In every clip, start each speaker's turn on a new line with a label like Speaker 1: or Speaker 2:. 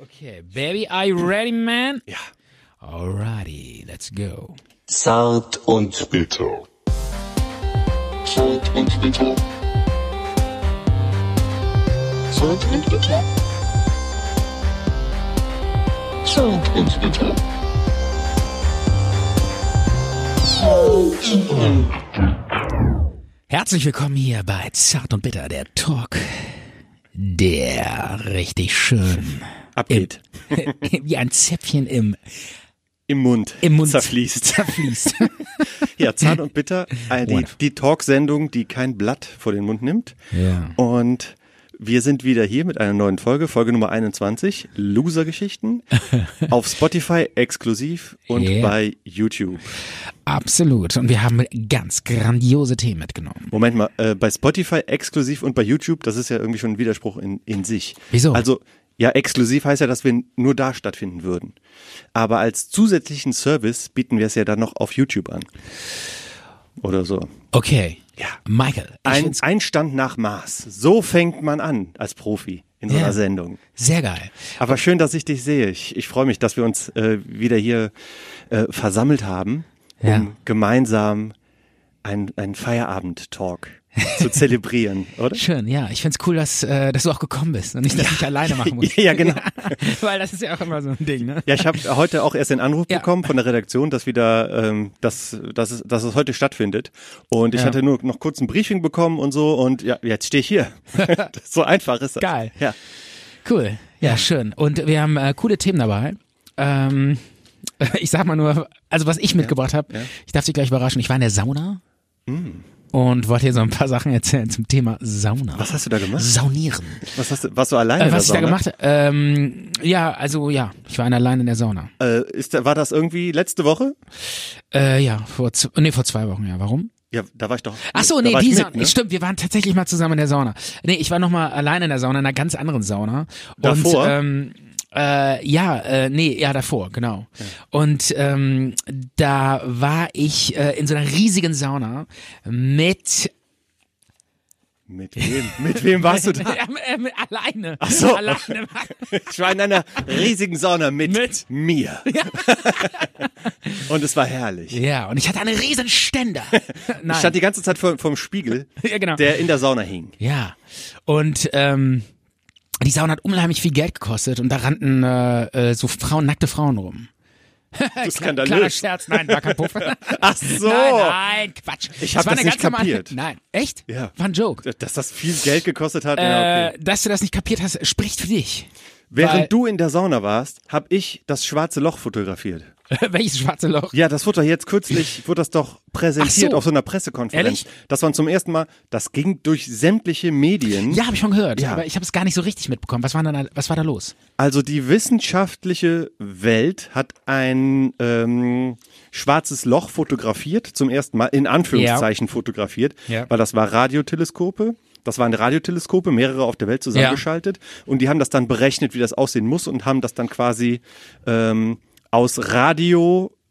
Speaker 1: Okay, Baby, are you ready, man?
Speaker 2: Ja.
Speaker 1: Alrighty, let's go.
Speaker 3: Zart und bitter. Zart und bitter. Zart und bitter. Zart und bitter.
Speaker 1: Herzlich willkommen hier bei Zart und Bitter, der Talk, der richtig schön
Speaker 2: Ab geht.
Speaker 1: wie ein Zäpfchen im,
Speaker 2: Im Mund.
Speaker 1: im Mund
Speaker 2: Zerfließt.
Speaker 1: zerfließt.
Speaker 2: Ja, zart und bitter. Äh, die
Speaker 1: Wonderful.
Speaker 2: die Talksendung, die kein Blatt vor den Mund nimmt.
Speaker 1: Ja.
Speaker 2: Und wir sind wieder hier mit einer neuen Folge, Folge Nummer 21, Loser-Geschichten, auf Spotify exklusiv und
Speaker 1: Yeah.
Speaker 2: bei YouTube.
Speaker 1: Absolut. Und wir haben ganz grandiose Themen mitgenommen.
Speaker 2: Moment mal, äh, bei Spotify exklusiv und bei YouTube, das ist ja irgendwie schon ein Widerspruch in, in sich.
Speaker 1: Wieso?
Speaker 2: Also, ja, exklusiv heißt ja, dass wir nur da stattfinden würden. Aber als zusätzlichen Service bieten wir es ja dann noch auf YouTube an. Oder so.
Speaker 1: Okay.
Speaker 2: Ja.
Speaker 1: Michael, ich
Speaker 2: Ein,
Speaker 1: find's
Speaker 2: ein Stand nach Maß. So fängt man an als Profi in so
Speaker 1: Ja.
Speaker 2: einer Sendung.
Speaker 1: sehr geil.
Speaker 2: Aber schön, dass ich dich sehe. Ich, ich freue mich, dass wir uns äh, wieder hier äh, versammelt haben, um
Speaker 1: Ja.
Speaker 2: gemeinsam einen einen Feierabend-Talk zu zelebrieren, oder?
Speaker 1: Schön, ja. Ich find's cool, dass, äh, dass du auch gekommen bist und nicht, dass ich alleine machen muss.
Speaker 2: Ja, genau.
Speaker 1: Weil das ist ja auch immer so ein Ding, ne?
Speaker 2: Ja, ich habe heute auch erst den Anruf
Speaker 1: Ja.
Speaker 2: bekommen von der Redaktion, dass wieder, ähm, dass, dass, es, dass es heute stattfindet. Und ich
Speaker 1: Ja.
Speaker 2: hatte nur noch kurz ein Briefing bekommen und so und ja, jetzt stehe ich hier. so einfach ist das.
Speaker 1: Geil.
Speaker 2: Ja.
Speaker 1: Cool, ja, schön. Und wir haben äh, coole Themen dabei. Ähm, ich sag mal nur, also was ich mitgebracht habe, ich darf dich gleich überraschen, ich war in der Sauna und wollte hier so ein paar Sachen erzählen zum Thema Sauna.
Speaker 2: Was hast du da gemacht?
Speaker 1: Saunieren.
Speaker 2: Was hast du, warst du alleine?
Speaker 1: Äh, was ich da
Speaker 2: in der Sauna?
Speaker 1: gemacht habe? Ähm, ja, also ja, ich war allein in der Sauna.
Speaker 2: Äh, ist, da- war das irgendwie letzte Woche?
Speaker 1: Äh, ja, vor, z- nee, vor zwei Wochen, ja. Warum?
Speaker 2: Ja, da war ich doch.
Speaker 1: Ach so,
Speaker 2: da
Speaker 1: nee,
Speaker 2: war ich
Speaker 1: die
Speaker 2: mit,
Speaker 1: Sauna.
Speaker 2: ne?
Speaker 1: Stimmt, wir waren tatsächlich mal zusammen in der Sauna. Nee, ich war noch mal alleine in der Sauna, in einer ganz anderen Sauna.
Speaker 2: Davor?
Speaker 1: Und, ähm, äh, ja, äh, nee, ja, davor, genau. Und ähm, da war ich äh, in so einer riesigen Sauna mit,
Speaker 2: Mit wem? Mit wem warst du da?
Speaker 1: äh, mit alleine. Ach
Speaker 2: so.
Speaker 1: Alleine.
Speaker 2: Ich war in einer riesigen Sauna mit,
Speaker 1: Mit?
Speaker 2: mir. Und es war herrlich.
Speaker 1: ja, und ich hatte einen riesen Ständer. Nein.
Speaker 2: Ich stand die ganze Zeit vor, vorm Spiegel,
Speaker 1: ja, genau.
Speaker 2: der in der Sauna hing.
Speaker 1: Ja. Und ähm, die Sauna hat unheimlich viel Geld gekostet und da rannten äh, äh, so Frauen, nackte Frauen rum.
Speaker 2: Du
Speaker 1: Kleiner
Speaker 2: skandalös.
Speaker 1: Scherz, nein, war kein Puff.
Speaker 2: Ach so.
Speaker 1: Nein, nein, Quatsch.
Speaker 2: Ich hab
Speaker 1: Es war
Speaker 2: das
Speaker 1: eine
Speaker 2: nicht
Speaker 1: ganz normale-
Speaker 2: kapiert.
Speaker 1: Nein, echt?
Speaker 2: Ja.
Speaker 1: War ein Joke.
Speaker 2: Dass das viel Geld gekostet hat. ja, okay.
Speaker 1: Äh, dass du das nicht kapiert hast, spricht für dich. weil-
Speaker 2: Während du in der Sauna warst, habe ich das schwarze Loch fotografiert.
Speaker 1: Welches schwarze Loch?
Speaker 2: Ja, das wurde doch jetzt kürzlich, wurde das doch präsentiert
Speaker 1: Ach so.
Speaker 2: auf so einer Pressekonferenz.
Speaker 1: Ehrlich?
Speaker 2: Das waren zum ersten Mal, das ging durch sämtliche Medien.
Speaker 1: Ja, habe ich schon gehört,
Speaker 2: Ja.
Speaker 1: aber ich habe es gar nicht so richtig mitbekommen. Was war, denn, da- was war da los?
Speaker 2: Also die wissenschaftliche Welt hat ein ähm, schwarzes Loch fotografiert, zum ersten Mal in Anführungszeichen fotografiert,
Speaker 1: Ja.
Speaker 2: weil das war Radioteleskope. Das waren Radioteleskope, mehrere auf der Welt zusammengeschaltet. Und die haben das dann berechnet, wie das aussehen muss und haben das dann quasi ähm, aus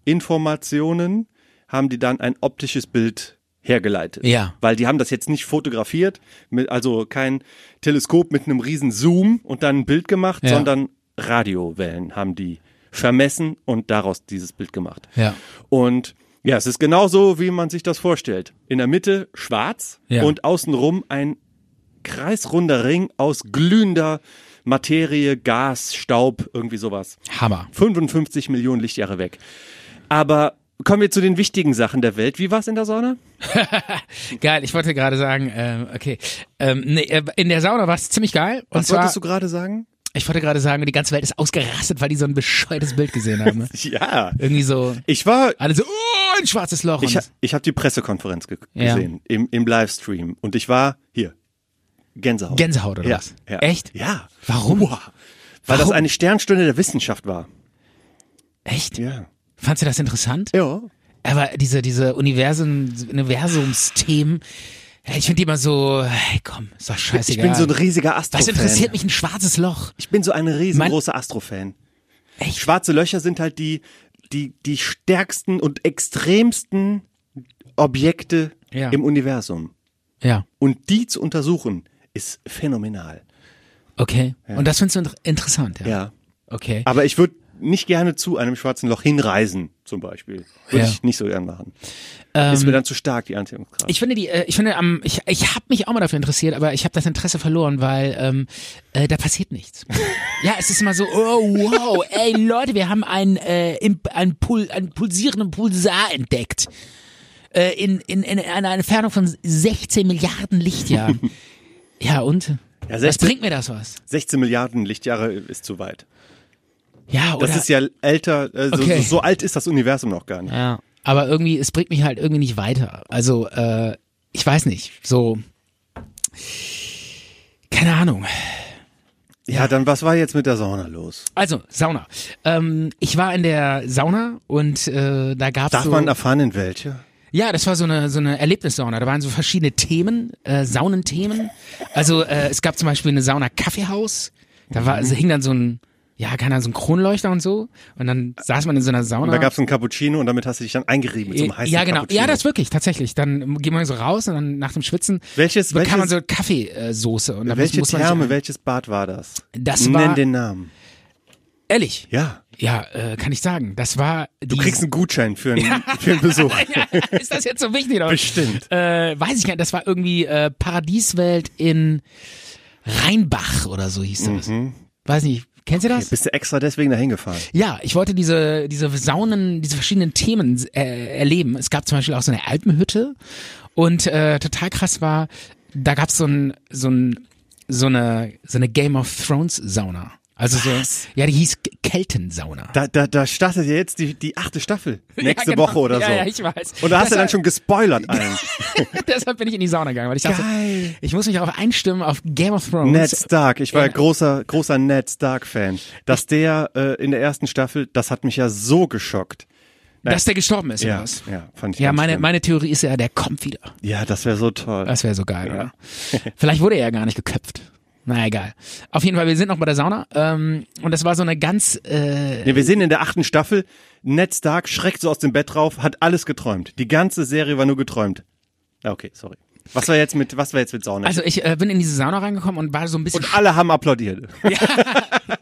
Speaker 2: Radioinformationen, haben die dann ein optisches Bild hergeleitet.
Speaker 1: Ja.
Speaker 2: Weil die haben das jetzt nicht fotografiert, mit, also kein Teleskop mit einem riesen Zoom und dann ein Bild gemacht,
Speaker 1: Ja.
Speaker 2: sondern Radiowellen haben die vermessen und daraus dieses Bild gemacht.
Speaker 1: Ja.
Speaker 2: Und ja, es ist genauso, wie man sich das vorstellt. In der Mitte schwarz
Speaker 1: Ja.
Speaker 2: und außenrum ein kreisrunder Ring aus glühender Materie, Gas, Staub, irgendwie sowas.
Speaker 1: Hammer.
Speaker 2: 55 Millionen Lichtjahre weg. Aber kommen wir zu den wichtigen Sachen der Welt. Wie war es in der Sauna?
Speaker 1: Geil, ich wollte gerade sagen, ähm, okay. Ähm, nee, äh, in der Sauna war es ziemlich geil. Und
Speaker 2: Was
Speaker 1: zwar,
Speaker 2: wolltest du gerade sagen?
Speaker 1: ich wollte gerade sagen, die ganze Welt ist ausgerastet, weil die so ein bescheuertes Bild gesehen haben. ne?
Speaker 2: Ja.
Speaker 1: Irgendwie so,
Speaker 2: Ich war,
Speaker 1: alle so, oh, ein schwarzes Loch.
Speaker 2: ich,
Speaker 1: und
Speaker 2: ha- ich habe die Pressekonferenz ge
Speaker 1: Ja.
Speaker 2: gesehen im, im Livestream und ich war hier. Gänsehaut.
Speaker 1: Gänsehaut oder
Speaker 2: ja,
Speaker 1: was?
Speaker 2: Ja.
Speaker 1: Echt?
Speaker 2: Ja.
Speaker 1: Warum?
Speaker 2: Uah. Weil
Speaker 1: Warum?
Speaker 2: das eine Sternstunde der Wissenschaft war.
Speaker 1: Echt?
Speaker 2: Ja.
Speaker 1: Fandst du das interessant?
Speaker 2: Ja.
Speaker 1: Aber diese, diese Universum, Universumsthemen, ja, ich finde die immer so, hey, komm, ist doch
Speaker 2: Ich
Speaker 1: scheißegal.
Speaker 2: bin so ein riesiger
Speaker 1: Was
Speaker 2: Astro-Fan.
Speaker 1: interessiert mich ein schwarzes Loch?
Speaker 2: Ich bin so ein riesengroßer Astro-Fan.
Speaker 1: Echt?
Speaker 2: Schwarze Löcher sind halt die, die, die stärksten und extremsten Objekte
Speaker 1: Ja.
Speaker 2: im Universum.
Speaker 1: Ja,
Speaker 2: Und die zu untersuchen, ist phänomenal.
Speaker 1: okay. Und das findest du inter- interessant, ja?
Speaker 2: Ja.
Speaker 1: Okay.
Speaker 2: Aber ich würde nicht gerne zu einem schwarzen Loch hinreisen, zum Beispiel.
Speaker 1: Ja.
Speaker 2: Würde
Speaker 1: Ähm,
Speaker 2: ich nicht so gern machen. Ist mir dann zu stark, die Anziehungskraft.
Speaker 1: Ich finde die, äh, ich finde am, ich, ich habe mich auch mal dafür interessiert, aber ich habe das Interesse verloren, weil ähm, äh, da passiert nichts. ja, es ist immer so, oh wow, ey Leute, wir haben einen, äh, Imp- einen, Pul einen pulsierenden Pulsar entdeckt. Äh, in, in, in einer Entfernung von 16 Milliarden Lichtjahren. ja, und?
Speaker 2: Ja,
Speaker 1: was
Speaker 2: 16
Speaker 1: bringt mir das was?
Speaker 2: 16 Milliarden Lichtjahre ist zu weit.
Speaker 1: Ja, oder?
Speaker 2: Das ist ja älter, äh, so,
Speaker 1: Okay.
Speaker 2: so, so alt ist das Universum noch gar nicht.
Speaker 1: Ja, aber irgendwie, es bringt mich halt irgendwie nicht weiter. Also, äh, ich weiß nicht, so. Keine Ahnung.
Speaker 2: Ja, dann was war jetzt mit der Sauna los?
Speaker 1: Also, Sauna. Ähm, ich war in der Sauna und äh, da gab's
Speaker 2: Darf
Speaker 1: so.
Speaker 2: man erfahren, in welche?
Speaker 1: Ja, das war so eine, so eine Erlebnissauna. Da waren so verschiedene Themen, äh, Saunenthemen. Also äh, es gab zum Beispiel eine Sauna Kaffeehaus. Da war,
Speaker 2: Mhm.
Speaker 1: also hing dann so ein, ja, keine Ahnung, so ein Kronleuchter und so. Und dann saß man in so einer Sauna.
Speaker 2: Und da gab es einen Cappuccino und damit hast du dich dann eingerieben mit so einem heißen
Speaker 1: ja, genau.
Speaker 2: Cappuccino.
Speaker 1: Ja, das wirklich, tatsächlich. Dann geht man so raus und dann nach dem Schwitzen
Speaker 2: Welches-
Speaker 1: bekam man
Speaker 2: welches-
Speaker 1: so Kaffeesoße. Und dann
Speaker 2: Welche
Speaker 1: muss man
Speaker 2: Therme,
Speaker 1: Sich,
Speaker 2: welches Bad war das?
Speaker 1: Das
Speaker 2: Nenn
Speaker 1: war-
Speaker 2: den Namen.
Speaker 1: ehrlich,
Speaker 2: Ja.
Speaker 1: ja, äh, kann ich sagen. Das war die
Speaker 2: Du kriegst einen Gutschein für einen, für einen Besuch.
Speaker 1: Ist das jetzt so wichtig? Oder?
Speaker 2: Bestimmt.
Speaker 1: Äh, weiß ich gar nicht, das war irgendwie äh, Paradieswelt in Rheinbach oder so hieß das.
Speaker 2: Mhm.
Speaker 1: Weiß nicht, kennst du das?
Speaker 2: Bist du extra deswegen dahin gefahren?
Speaker 1: Ja, ich wollte diese, diese Saunen, diese verschiedenen Themen äh, erleben. Es gab zum Beispiel auch so eine Alpenhütte und äh, total krass war, da gab's so ein, so ein, so eine, so eine Game of Thrones Sauna. Also so, ja, die hieß Keltensauna.
Speaker 2: Da, da, da startet ja jetzt die, die achte Staffel. Nächste
Speaker 1: Ja, genau.
Speaker 2: Woche oder
Speaker 1: ja,
Speaker 2: so.
Speaker 1: Ja, ich weiß.
Speaker 2: Und da hast du
Speaker 1: Deshalb-
Speaker 2: dann schon gespoilert allen.
Speaker 1: Deshalb bin ich in die Sauna gegangen, weil ich dachte,
Speaker 2: Geil.
Speaker 1: ich muss mich darauf einstimmen auf Game of Thrones.
Speaker 2: Ned Stark, ich war ja großer, großer Ned Stark-Fan. Dass der äh, in der ersten Staffel, das hat mich ja so geschockt.
Speaker 1: Dass der gestorben ist, oder
Speaker 2: Ja,
Speaker 1: was?
Speaker 2: ja fand ich
Speaker 1: Ja,
Speaker 2: ganz
Speaker 1: meine,
Speaker 2: schlimm.
Speaker 1: meine Theorie ist ja, der kommt wieder.
Speaker 2: Ja, das wäre so toll.
Speaker 1: Das wäre so geil, oder? Vielleicht wurde er ja gar nicht geköpft. Na egal. Auf jeden Fall, wir sind noch bei der Sauna. Ähm, und das war so eine ganz, äh,
Speaker 2: Ja, wir sehen in der achten Staffel, Ned Stark schreckt so aus dem Bett rauf, hat alles geträumt. Die ganze Serie war nur geträumt. Ja, okay, sorry. Was war jetzt mit, was war jetzt mit Sauna?
Speaker 1: also ich äh, bin in diese Sauna reingekommen und war so ein bisschen,
Speaker 2: und alle haben applaudiert.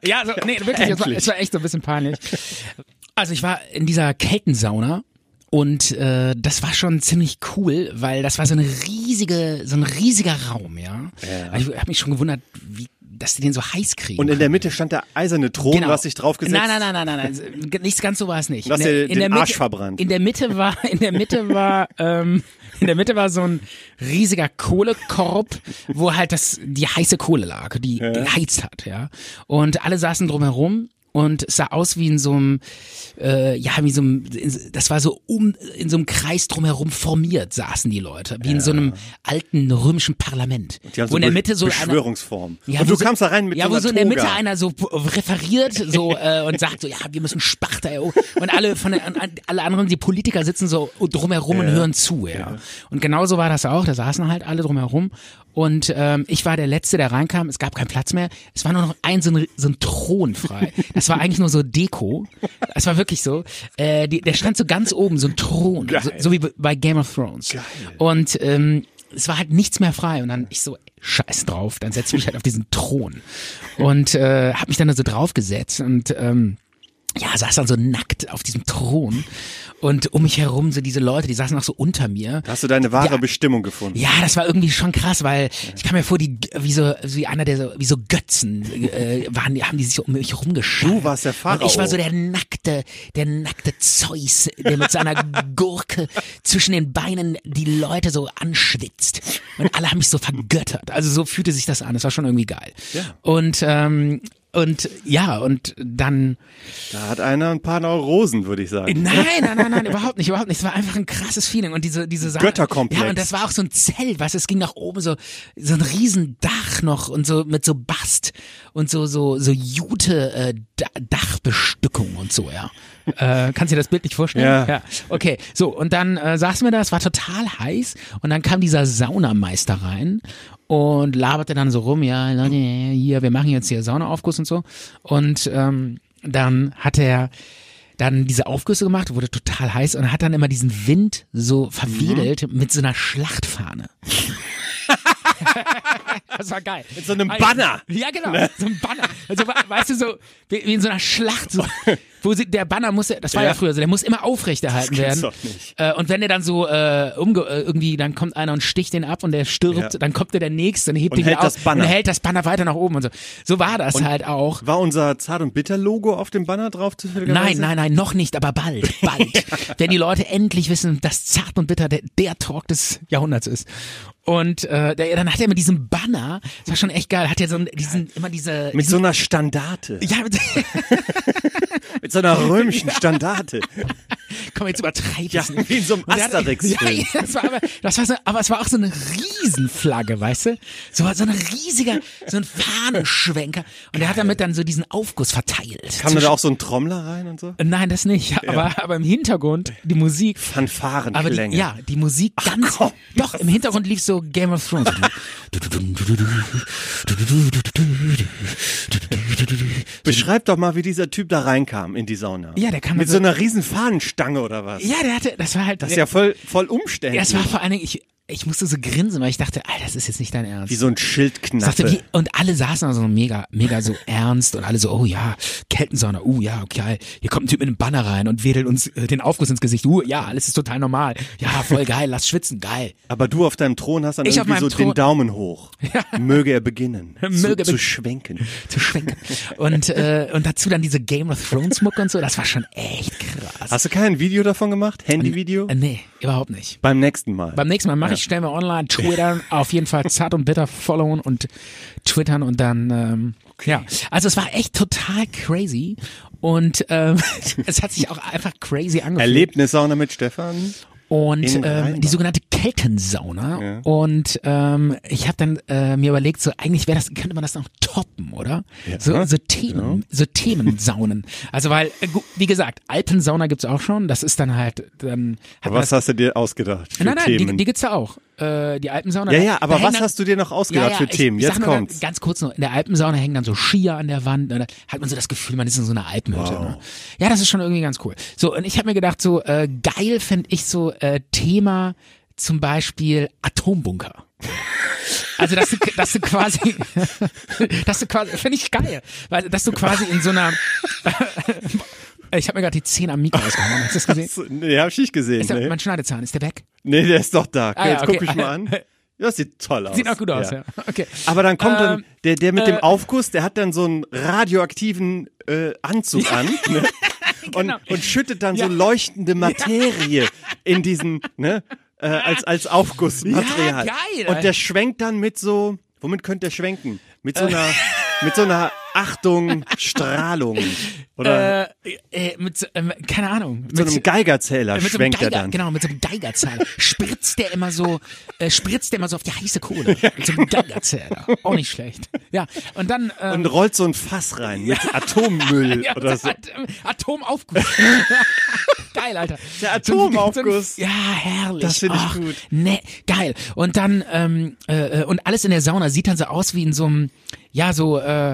Speaker 1: ja, so, nee, wirklich, es war,
Speaker 2: Endlich.
Speaker 1: es war echt so ein bisschen peinlich. Also ich war in dieser Keltensauna und äh, das war schon ziemlich cool, weil das war so eine riesige, so ein riesiger Raum, ja. Also Ich habe mich schon gewundert, wie, dass die den so heiß kriegen.
Speaker 2: Und in der Mitte stand der eiserne Thron, du hast dich draufgesetzt.
Speaker 1: Genau. Nein, nein, nein, nein, nein, nein. G- Nichts ganz so war es nicht.
Speaker 2: Du hast dir den
Speaker 1: Mitte,
Speaker 2: Arsch verbrannt.
Speaker 1: In der Mitte war, in der Mitte war, ähm, in der Mitte war so ein riesiger Kohlekorb, wo halt das die heiße Kohle lag, die geheizt hat, ja. Und alle saßen drumherum. Und es sah aus wie in so einem, äh, ja, wie so einem, das war so um, in so einem Kreis drumherum formiert saßen die Leute, wie in so einem alten römischen Parlament.
Speaker 2: Die haben
Speaker 1: wo in der
Speaker 2: Be-
Speaker 1: Mitte so eine,
Speaker 2: Beschwörungsform.
Speaker 1: ja,
Speaker 2: und
Speaker 1: wo
Speaker 2: du
Speaker 1: so-
Speaker 2: kamst da rein mit
Speaker 1: Ja,
Speaker 2: so
Speaker 1: wo
Speaker 2: einer
Speaker 1: so in der
Speaker 2: Toga.
Speaker 1: Mitte einer so p- referiert so äh, und sagt so, ja, wir müssen Spachter, ey, oh. und alle von der, an- an- alle anderen, die Politiker sitzen so drumherum und hören zu, ja. Und genauso war das auch, da saßen halt alle drumherum und ähm, ich war der Letzte, der reinkam, es gab keinen Platz mehr, es war nur noch ein so ein, so ein Thron frei. Das war eigentlich nur so Deko, es war wirklich so, äh, die, der stand so ganz oben, so ein Thron, so, so wie bei Game of Thrones. Und ähm, es war halt nichts mehr frei und dann ich so scheiß drauf, dann setze ich mich halt auf diesen Thron und äh, habe mich dann da so draufgesetzt und ähm, ja, saß dann so nackt auf diesem Thron und um mich herum so diese Leute, die saßen auch so unter mir.
Speaker 2: Da hast du deine wahre
Speaker 1: Ja.
Speaker 2: Bestimmung gefunden.
Speaker 1: Ja, das war irgendwie schon krass, weil ich kam mir vor, die wie so wie einer der so wie so Götzen äh, waren, die haben die sich so um mich rumgeschaut.
Speaker 2: Du warst der Pharao.
Speaker 1: Und ich war so der nackte, der nackte Zeus, der mit seiner Gurke zwischen den Beinen die Leute so anschwitzt. Und alle haben mich so vergöttert. Also so fühlte sich das an. Das war schon irgendwie geil. Und ähm, und ja, und dann
Speaker 2: Da hat einer ein paar Neurosen, würde ich sagen.
Speaker 1: Nein, nein, nein, nein, überhaupt nicht, überhaupt nicht. Es war einfach ein krasses Feeling und diese diese Sache.
Speaker 2: Götterkomplex.
Speaker 1: Ja, und das war auch so ein Zelt, was es ging nach oben so so ein Riesendach noch und so mit so Bast und so so so Jute äh, Da- Dachbestückung und so, ja. Äh, kannst du dir das Bild nicht vorstellen?
Speaker 2: Ja.
Speaker 1: Okay, so und dann äh, saßen wir da, es war total heiß und dann kam dieser Saunameister rein und laberte dann so rum, ja, Leute, hier, wir machen jetzt hier Saunaaufguss und so und ähm, dann hat er dann diese Aufgüsse gemacht, wurde total heiß und
Speaker 2: Mhm.
Speaker 1: hat dann immer diesen Wind so verwedelt mit so einer Schlachtfahne. Das war geil. Mit
Speaker 2: so einem Banner. Ne?
Speaker 1: Ja, genau. So ein Banner. Also, we- weißt du, so wie, wie in so einer Schlacht, so, wo sie, der Banner muss, ja- das war ja,
Speaker 2: Ja.
Speaker 1: früher so, der muss immer aufrechterhalten
Speaker 2: Das gibt's
Speaker 1: werden.
Speaker 2: doch nicht.
Speaker 1: Äh, und wenn der dann so äh, umge äh, irgendwie, dann kommt einer und sticht den ab und der stirbt,
Speaker 2: Ja.
Speaker 1: dann kommt der der Nächste und hebt
Speaker 2: Und
Speaker 1: ihn
Speaker 2: hält
Speaker 1: wieder auf
Speaker 2: das Banner.
Speaker 1: und hält das Banner weiter nach oben und so. So war das halt auch.
Speaker 2: War unser Zart- und Bitter-Logo auf dem Banner drauf zufälligerweise?
Speaker 1: Nein, nein, nein, noch nicht, aber bald, bald. Wenn die Leute endlich wissen, dass Zart und Bitter der, der Talk des Jahrhunderts ist. Und äh, der, dann hat er immer diesen Banner, das war schon echt geil, hat er so einen, diesen, immer diese...
Speaker 2: Mit so einer Standarte.
Speaker 1: ja, mit,
Speaker 2: Mit so einer römischen Standarte.
Speaker 1: komm, jetzt übertreib
Speaker 2: Ja,
Speaker 1: es nicht.
Speaker 2: wie in so einem
Speaker 1: Und der hat- Ja,
Speaker 2: Asterix-Film.
Speaker 1: ja, das war aber, das war so, aber es war auch so eine Riesenflagge, weißt du? So, so ein riesiger, so ein Fahnenschwenker. Und er hat damit dann so diesen Aufguss verteilt.
Speaker 2: Kam da auch so ein Trommler rein und so?
Speaker 1: Nein, das nicht. Aber, aber im Hintergrund, die Musik Aber die,
Speaker 2: Fanfarenklänge.
Speaker 1: ja, die Musik ganz.
Speaker 2: komm.
Speaker 1: Doch, im Hintergrund lief so Game of Thrones.
Speaker 2: Beschreib doch mal, wie dieser Typ da reinkam in die Sauna.
Speaker 1: Ja, der kam
Speaker 2: Mit
Speaker 1: mit
Speaker 2: so
Speaker 1: so-
Speaker 2: einer riesen Fahnenstange oder was?
Speaker 1: ja, der hatte, das war halt.
Speaker 2: Das ist ja voll, voll umständlich.
Speaker 1: das war vor allen Dingen, ich, ich musste so grinsen, weil ich dachte, Alter, das ist jetzt nicht dein Ernst.
Speaker 2: wie so ein Schildknappe.
Speaker 1: Sagte, wie, und alle saßen da so mega, mega so ernst und alle so, oh ja, Keltensauna, uh ja, okay, hier kommt ein Typ mit einem Banner rein und wedelt uns äh, den Aufguss ins Gesicht, uh ja, alles ist total normal, ja, voll geil, lass schwitzen, geil.
Speaker 2: Aber du auf deinem Thron hast dann
Speaker 1: Ich auf
Speaker 2: irgendwie so
Speaker 1: meinem Thron-
Speaker 2: den Daumen hoch. Möge er beginnen,
Speaker 1: Möge
Speaker 2: zu,
Speaker 1: be-
Speaker 2: zu schwenken.
Speaker 1: Zu schwenken. Und, äh, und dazu dann diese Game of Thrones Mucke und so, das war schon echt krass.
Speaker 2: Hast du kein Video davon gemacht? Handyvideo?
Speaker 1: Äh, Nee, überhaupt nicht.
Speaker 2: Beim nächsten Mal.
Speaker 1: Beim nächsten Mal mache ich, stell mir online, twittern, auf jeden Fall zart und bitter followen und twittern und dann, ähm, ja. Also es war echt total crazy und ähm, es hat sich auch einfach crazy angefühlt.
Speaker 2: Erlebnissauna mit Stefan.
Speaker 1: Und ähm,
Speaker 2: In Rheinbad.
Speaker 1: die sogenannte Keltensauna. Und ähm, ich habe dann äh, mir überlegt, so eigentlich wäre das, könnte man das noch toppen, oder? So, so
Speaker 2: Genau.
Speaker 1: Themen, so Themensaunen. also weil, äh, gu- wie gesagt, Alpensauna gibt's auch schon. Das ist dann halt, dann hat man
Speaker 2: Was
Speaker 1: das,
Speaker 2: hast du dir ausgedacht für
Speaker 1: Nein, nein, die,
Speaker 2: Themen?
Speaker 1: die gibt's da auch. Äh, die Alpensauna.
Speaker 2: ja,
Speaker 1: da-
Speaker 2: ja,
Speaker 1: da
Speaker 2: aber
Speaker 1: hängen
Speaker 2: was
Speaker 1: dann-
Speaker 2: hast du dir noch ausgedacht genau für
Speaker 1: ich-
Speaker 2: Themen?
Speaker 1: ich sag
Speaker 2: Jetzt
Speaker 1: nur
Speaker 2: kommt's.
Speaker 1: Ganz, ganz kurz noch, in der Alpensauna hängen dann so Skier an der Wand und dann hat man so das Gefühl, man ist in so einer Alpenhütte. Ne? Ja, das ist schon irgendwie ganz cool. So, und ich habe mir gedacht, so äh, geil fänd ich so äh, Thema zum Beispiel Atombunker. Also dass du, dass du quasi, dass du quasi, finde ich geil, weil dass du quasi in so einer, ich habe mir gerade die Zehen am Mikro ausgehauen, hast du das gesehen?
Speaker 2: nee, hab ich nicht gesehen.
Speaker 1: Ist der,
Speaker 2: Nee.
Speaker 1: mein Schneidezahn, ist der weg?
Speaker 2: nee, der ist doch da.
Speaker 1: Ah, ja,
Speaker 2: Jetzt guck
Speaker 1: okay.
Speaker 2: ich mal an. Das sieht toll aus.
Speaker 1: Sieht auch gut aus, ja. Okay.
Speaker 2: Aber dann kommt dann
Speaker 1: Ähm,
Speaker 2: der, der mit
Speaker 1: äh,
Speaker 2: dem Aufguss, der hat dann so einen radioaktiven äh, Anzug an ne?
Speaker 1: Genau.
Speaker 2: und, und schüttet dann so leuchtende Materie in diesen, ne, äh, als, als Aufgussmaterial.
Speaker 1: Ja, geil,
Speaker 2: und
Speaker 1: Alter.
Speaker 2: der schwenkt dann mit so, womit könnte der schwenken? Mit so einer,
Speaker 1: Äh.
Speaker 2: mit so einer Achtung, Strahlung. Oder
Speaker 1: Äh, äh, mit, so- ähm, keine Ahnung. Mit
Speaker 2: Ähm. so einem Geigerzähler
Speaker 1: mit so einem
Speaker 2: schwenkt
Speaker 1: Geiger,
Speaker 2: er dann.
Speaker 1: Genau, mit so einem Geigerzähler. spritzt der immer so, äh, spritzt der immer so auf die heiße Kohle. Mit so einem Geigerzähler. Auch nicht schlecht. Ja, und dann... Ähm,
Speaker 2: genau. Und rollt so ein Fass rein mit Atommüll
Speaker 1: ja,
Speaker 2: oder so.
Speaker 1: At- Atomaufguss. geil, Alter. So
Speaker 2: Der
Speaker 1: ein-
Speaker 2: Atomaufguss.
Speaker 1: So ein, ja, herrlich.
Speaker 2: Das finde ich
Speaker 1: Ach,
Speaker 2: gut.
Speaker 1: Nee, geil. Und dann, ähm, äh, äh, und alles in der Sauna sieht dann so aus wie in so einem, ja, so, äh,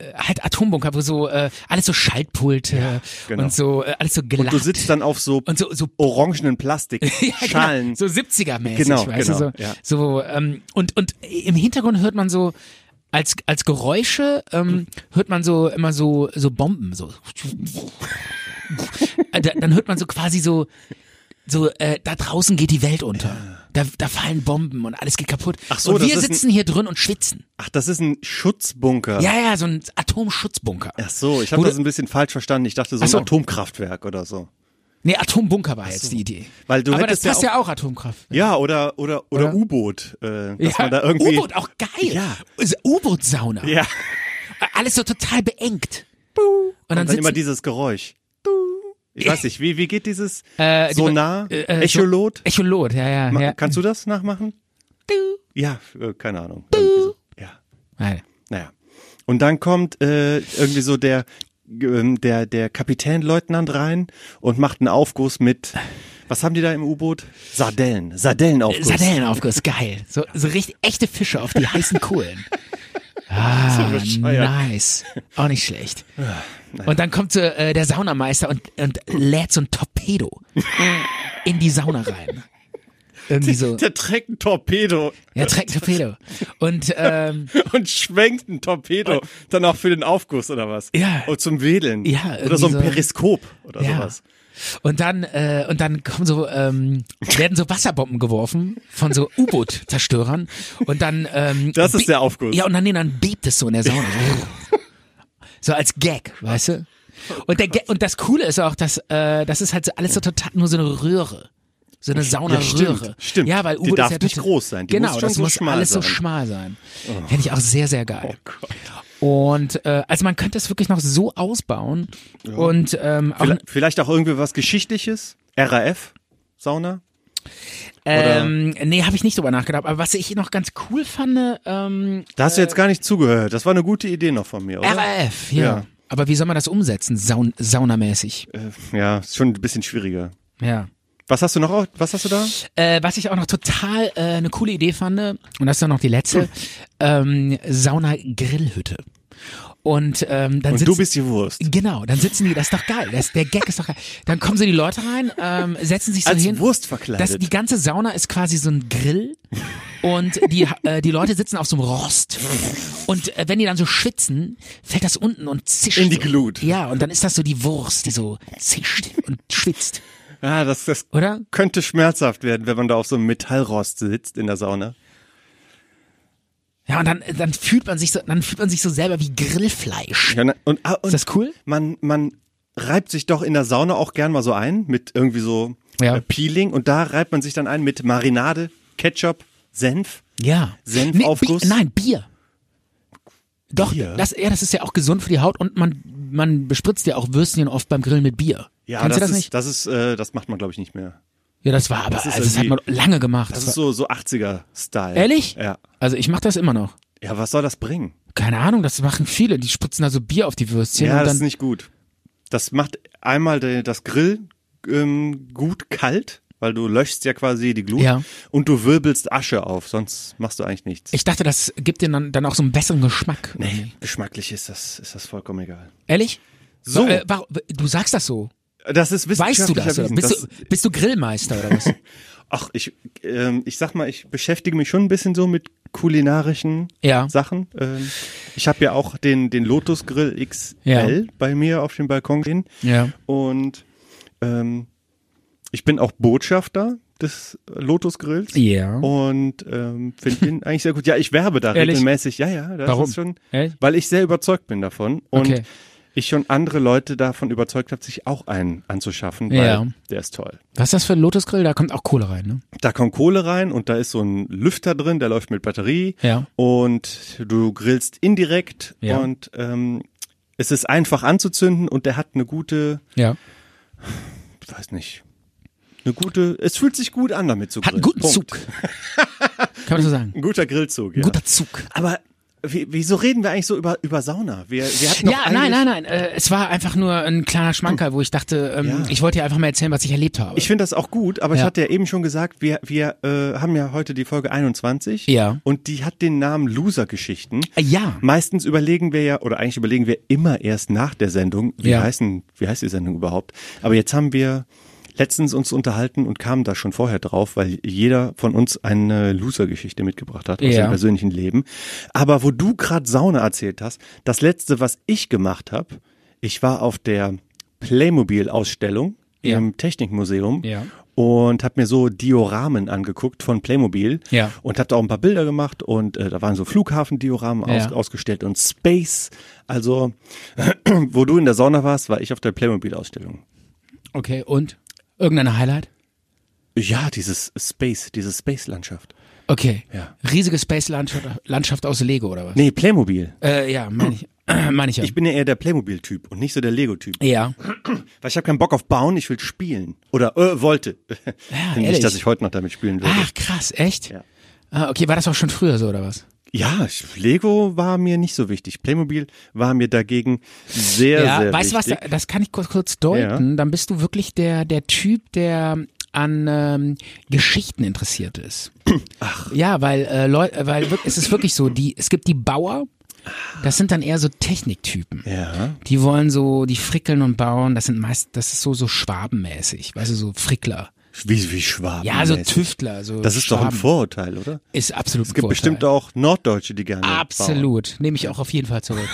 Speaker 1: äh, halt Atombunker, wo so äh, alles so Schaltpulte
Speaker 2: genau.
Speaker 1: und so äh, alles so glatt.
Speaker 2: Du sitzt dann auf so,
Speaker 1: Und so- so-
Speaker 2: orangenen Plastik, Schalen.
Speaker 1: Genau, so 70er-mäßig,
Speaker 2: Genau,
Speaker 1: weißt
Speaker 2: genau,
Speaker 1: du? So,
Speaker 2: ja.
Speaker 1: so ähm, und, und im Hintergrund hört man so, als, als Geräusche ähm, hört man so immer so, so Bomben, so. Äh, da- Dann hört man so quasi so, so, äh, da draußen geht die Welt unter. Da, da fallen Bomben und alles geht kaputt.
Speaker 2: Ach so,
Speaker 1: und wir
Speaker 2: das ist ein-
Speaker 1: sitzen hier drin und schwitzen.
Speaker 2: Ach, das ist ein Schutzbunker.
Speaker 1: Ja, ja, so ein Atomschutzbunker.
Speaker 2: Ach so, ich
Speaker 1: Wo
Speaker 2: habe
Speaker 1: du-
Speaker 2: das ein bisschen falsch verstanden. Ich dachte so
Speaker 1: Ach
Speaker 2: ein
Speaker 1: so.
Speaker 2: Atomkraftwerk oder so.
Speaker 1: Nee, Atombunker war jetzt die Idee.
Speaker 2: Weil du
Speaker 1: Aber das
Speaker 2: hättest ja
Speaker 1: passt ja auch, Atomkraft.
Speaker 2: Ja, oder oder oder,
Speaker 1: Oder?
Speaker 2: U-Boot, äh, dass
Speaker 1: ja,
Speaker 2: man da irgendwie
Speaker 1: U-Boot, auch geil.
Speaker 2: Ja.
Speaker 1: Also U-Boot-Sauna.
Speaker 2: ja,
Speaker 1: Alles so total beengt. Und dann,
Speaker 2: dann
Speaker 1: sitzen,
Speaker 2: immer dieses Geräusch. Ich weiß nicht, wie wie geht dieses
Speaker 1: Äh, die-
Speaker 2: Sonar
Speaker 1: äh, äh,
Speaker 2: Echolot?
Speaker 1: Echolot, ja, ja,
Speaker 2: Ma-
Speaker 1: ja.
Speaker 2: Kannst du das nachmachen?
Speaker 1: Du.
Speaker 2: Ja, äh, keine Ahnung. Irgendwie so. Ja.
Speaker 1: Nein.
Speaker 2: Naja. Und dann kommt äh, irgendwie so der, ähm, der, der Kapitänleutnant rein und macht einen Aufguss mit, was haben die da im U-Boot? Sardellen. Sardellenaufguss.
Speaker 1: Sardellenaufguss, geil. So, so richtig echte Fische auf die heißen Kohlen. Ah,
Speaker 2: bescheuert. Ah,
Speaker 1: nice. Auch nicht schlecht. Und dann kommt so, äh, der Saunameister und, und lädt so ein Torpedo in die Sauna rein. Irgendwie so.
Speaker 2: Der trägt ein Torpedo
Speaker 1: Ja, trägt Torpedo. Und ähm,
Speaker 2: und schwenkt ein Torpedo dann auch für den Aufguss oder was?
Speaker 1: Ja.
Speaker 2: Und zum Wedeln.
Speaker 1: Ja, irgendwie
Speaker 2: Oder so ein
Speaker 1: so.
Speaker 2: Periskop oder
Speaker 1: Ja.
Speaker 2: sowas.
Speaker 1: und dann äh, und dann kommen so ähm, werden so Wasserbomben geworfen von so U-Boot-Zerstörern und dann ähm,
Speaker 2: Das ist
Speaker 1: bie-
Speaker 2: der Aufguss.
Speaker 1: Ja und dann nee, dann bebt es so in der Sauna so als Gag, weißt du? Und der Gag, und das Coole ist auch, dass äh, das ist halt so alles so total nur so eine Röhre. So eine Saunaröhre.
Speaker 2: stimmt, stimmt.
Speaker 1: Ja, weil
Speaker 2: Die
Speaker 1: U-Boot
Speaker 2: darf
Speaker 1: ist ja
Speaker 2: nicht
Speaker 1: total-
Speaker 2: groß sein, die
Speaker 1: genau,
Speaker 2: muss schon
Speaker 1: das
Speaker 2: so
Speaker 1: muss
Speaker 2: schmal
Speaker 1: alles so
Speaker 2: sein. Oh.
Speaker 1: schmal sein. Fände ich auch sehr, sehr geil. Und äh, also man könnte es wirklich noch so ausbauen und ähm, auch,
Speaker 2: Vielleicht, vielleicht auch irgendwie was Geschichtliches? RAF? Sauna?
Speaker 1: ähm, nee, habe ich nicht drüber nachgedacht. Aber was ich noch ganz cool fand, ähm,
Speaker 2: Da hast du jetzt gar nicht zugehört. Das war eine gute Idee noch von mir, oder?
Speaker 1: RAF, ja.
Speaker 2: Ja.
Speaker 1: Aber wie soll man das umsetzen, Saun saunamäßig?
Speaker 2: Äh, Ja, ist schon ein bisschen schwieriger.
Speaker 1: Ja.
Speaker 2: Was hast du noch? Was hast du da?
Speaker 1: Äh, was ich auch noch total äh, eine coole Idee fand, und das ist dann noch die
Speaker 2: Hm.
Speaker 1: letzte, ähm, Sauna-Grillhütte. Und ähm, dann
Speaker 2: Und
Speaker 1: sitzt,
Speaker 2: du bist die Wurst.
Speaker 1: Genau, dann sitzen die, das ist doch geil, das, der Gag ist doch geil. Dann kommen so die Leute rein, ähm, setzen sich so
Speaker 2: Als
Speaker 1: hin.
Speaker 2: Wurst verkleidet.
Speaker 1: Das, die ganze Sauna ist quasi so ein Grill und die, äh, die Leute sitzen auf so einem Rost und äh, wenn die dann so schwitzen, fällt das unten und zischt.
Speaker 2: In die
Speaker 1: so.
Speaker 2: Glut.
Speaker 1: Ja, und dann ist das so die Wurst, die so zischt und schwitzt,
Speaker 2: Ah, das, das
Speaker 1: oder?
Speaker 2: könnte schmerzhaft werden, wenn man da auf so einem Metallrost sitzt in der Sauna.
Speaker 1: Ja, und dann, dann fühlt man sich so, dann fühlt man sich so selber wie Grillfleisch.
Speaker 2: Ja, na- und, ah, und
Speaker 1: Ist das cool?
Speaker 2: Man, man reibt sich doch in der Sauna auch gern mal so ein mit irgendwie so
Speaker 1: Ja.
Speaker 2: äh, Peeling und da reibt man sich dann ein mit Marinade, Ketchup, Senf.
Speaker 1: Ja.
Speaker 2: Senf, Aufguss?
Speaker 1: Bi nein, Bier. Doch,
Speaker 2: Bier?
Speaker 1: Das, ja, das ist ja auch gesund für die Haut und man, man bespritzt ja auch Würstchen oft beim Grillen mit Bier.
Speaker 2: Ja,
Speaker 1: Kennst
Speaker 2: das,
Speaker 1: du das
Speaker 2: ist,
Speaker 1: nicht?
Speaker 2: das ist, äh, das macht man glaube ich nicht mehr.
Speaker 1: Ja, das war aber,
Speaker 2: ist
Speaker 1: also das hat man
Speaker 2: irgendwie-
Speaker 1: lange gemacht.
Speaker 2: Das
Speaker 1: Das
Speaker 2: ist
Speaker 1: war,
Speaker 2: so so 80er Style.
Speaker 1: ehrlich?
Speaker 2: Ja.
Speaker 1: Also ich mache das immer noch.
Speaker 2: Ja, was soll das bringen?
Speaker 1: Keine Ahnung, das machen viele. Die spritzen da so Bier auf die Würstchen
Speaker 2: Ja,
Speaker 1: und
Speaker 2: das ist
Speaker 1: dann.
Speaker 2: nicht gut. Das macht einmal de, das Grill ähm, gut kalt, weil du löschst ja quasi die Glut
Speaker 1: Ja.
Speaker 2: und du wirbelst Asche auf, sonst machst du eigentlich nichts.
Speaker 1: Ich dachte, das gibt dir dann, dann auch so einen besseren Geschmack.
Speaker 2: nee, geschmacklich ist das ist das vollkommen egal.
Speaker 1: Ehrlich?
Speaker 2: So.
Speaker 1: Wa- Äh, wa- du sagst das so.
Speaker 2: Das ist wissenschaftlich
Speaker 1: Weißt du das? Oder?
Speaker 2: erwiesen.
Speaker 1: Bist,
Speaker 2: Das-
Speaker 1: du, bist du Grillmeister oder was?
Speaker 2: Ach, ich, ähm, ich sag mal, ich beschäftige mich schon ein bisschen so mit kulinarischen
Speaker 1: Ja.
Speaker 2: Sachen. Ähm, ich habe ja auch den, den Lotus Grill XL
Speaker 1: Ja.
Speaker 2: bei mir auf dem Balkon stehen.
Speaker 1: Ja.
Speaker 2: Und ähm, ich bin auch Botschafter des Lotus Grills.
Speaker 1: Ja.
Speaker 2: Und ähm, finde den eigentlich sehr gut. Ja, ich werbe da
Speaker 1: Ehrlich?
Speaker 2: regelmäßig. Ja, ja, das
Speaker 1: Warum?
Speaker 2: ist schon,
Speaker 1: Echt?
Speaker 2: weil ich sehr überzeugt bin davon. Und
Speaker 1: Okay.
Speaker 2: ich schon andere Leute davon überzeugt habe, sich auch einen anzuschaffen, weil
Speaker 1: Ja.
Speaker 2: der ist toll.
Speaker 1: Was ist das für ein Lotusgrill? Da kommt auch Kohle rein, ne?
Speaker 2: Da kommt Kohle rein und da ist so ein Lüfter drin, der läuft mit Batterie.
Speaker 1: Ja.
Speaker 2: Und du grillst indirekt
Speaker 1: Ja.
Speaker 2: und ähm, es ist einfach anzuzünden und der hat eine gute,
Speaker 1: Ja.
Speaker 2: ich weiß nicht, eine gute, es fühlt sich gut an, damit zu
Speaker 1: Hat
Speaker 2: grillen.
Speaker 1: einen guten
Speaker 2: Punkt.
Speaker 1: Zug. Kann man so sagen.
Speaker 2: Ein guter Grillzug, ja.
Speaker 1: Ein guter Zug.
Speaker 2: Aber wie, wieso reden wir eigentlich so über, über Sauna? Wir, wir hatten
Speaker 1: Ja, nein, nein, nein. Äh, es war einfach nur ein kleiner Schmankerl, wo ich dachte, ähm,
Speaker 2: Ja.
Speaker 1: ich wollte dir einfach mal erzählen, was ich erlebt habe.
Speaker 2: Ich finde das auch gut, aber ich
Speaker 1: Ja.
Speaker 2: hatte ja eben schon gesagt, wir, wir äh, haben ja heute die Folge 21.
Speaker 1: Ja.
Speaker 2: Und die hat den Namen Loser-Geschichten.
Speaker 1: Äh, ja.
Speaker 2: Meistens überlegen wir ja, oder eigentlich überlegen wir immer erst nach der Sendung, wie,
Speaker 1: Ja.
Speaker 2: heißen, wie heißt die Sendung überhaupt. Aber jetzt haben wir letztens uns unterhalten und kamen da schon vorher drauf, weil jeder von uns eine Loser-Geschichte mitgebracht hat aus
Speaker 1: Ja.
Speaker 2: seinem persönlichen Leben. Aber wo du gerade Sauna erzählt hast, das letzte, was ich gemacht habe, ich war auf der Playmobil-Ausstellung
Speaker 1: Ja.
Speaker 2: im Technikmuseum
Speaker 1: Ja.
Speaker 2: und habe mir so Dioramen angeguckt von Playmobil
Speaker 1: Ja.
Speaker 2: und habe da auch ein paar Bilder gemacht und äh, da waren so Flughafendioramen
Speaker 1: Ja.
Speaker 2: aus, ausgestellt und Space. Also, wo du in der Sauna warst, war ich auf der Playmobil-Ausstellung.
Speaker 1: Okay, und? Irgendein Highlight?
Speaker 2: Ja, dieses Space, diese Space-Landschaft.
Speaker 1: Okay.
Speaker 2: Ja.
Speaker 1: Riesige Space-Landschaft Landschaft aus Lego oder was?
Speaker 2: Nee, Playmobil.
Speaker 1: Äh, ja, meine ich. meine ich ja.
Speaker 2: Ich bin ja eher der Playmobil-Typ und nicht so der Lego-Typ.
Speaker 1: ja.
Speaker 2: Weil ich habe keinen Bock auf Bauen, ich will spielen. Oder äh, wollte.
Speaker 1: ehrlich?
Speaker 2: nicht, dass ich heute noch damit spielen würde.
Speaker 1: Ach, krass, echt?
Speaker 2: Ja.
Speaker 1: Ah, okay, war das auch schon früher so oder was?
Speaker 2: Ja, ich- Lego war mir nicht so wichtig. Playmobil war mir dagegen sehr, sehr
Speaker 1: weißt du was,
Speaker 2: wichtig.
Speaker 1: da- das kann ich kurz, kurz deuten. Dann bist du wirklich der, der Typ, der an ähm, Geschichten interessiert ist. Ach. Ja, weil, äh, Leu äh, weil wirk- es ist wirklich so, die, es gibt die Bauer, das sind dann eher so Techniktypen.
Speaker 2: Ja.
Speaker 1: Die wollen so, die frickeln und bauen, das sind meist, das ist so, so schwabenmäßig, weißt du, so Frickler.
Speaker 2: Wie, wie Schwaben.
Speaker 1: Ja, so
Speaker 2: mäßig.
Speaker 1: Tüftler. So
Speaker 2: Das ist doch ein
Speaker 1: Schwaben.
Speaker 2: Vorurteil, oder?
Speaker 1: Ist absolut
Speaker 2: Es gibt bestimmt auch Norddeutsche, die gerne.
Speaker 1: Absolut. Nehme ich auch auf jeden Fall zurück.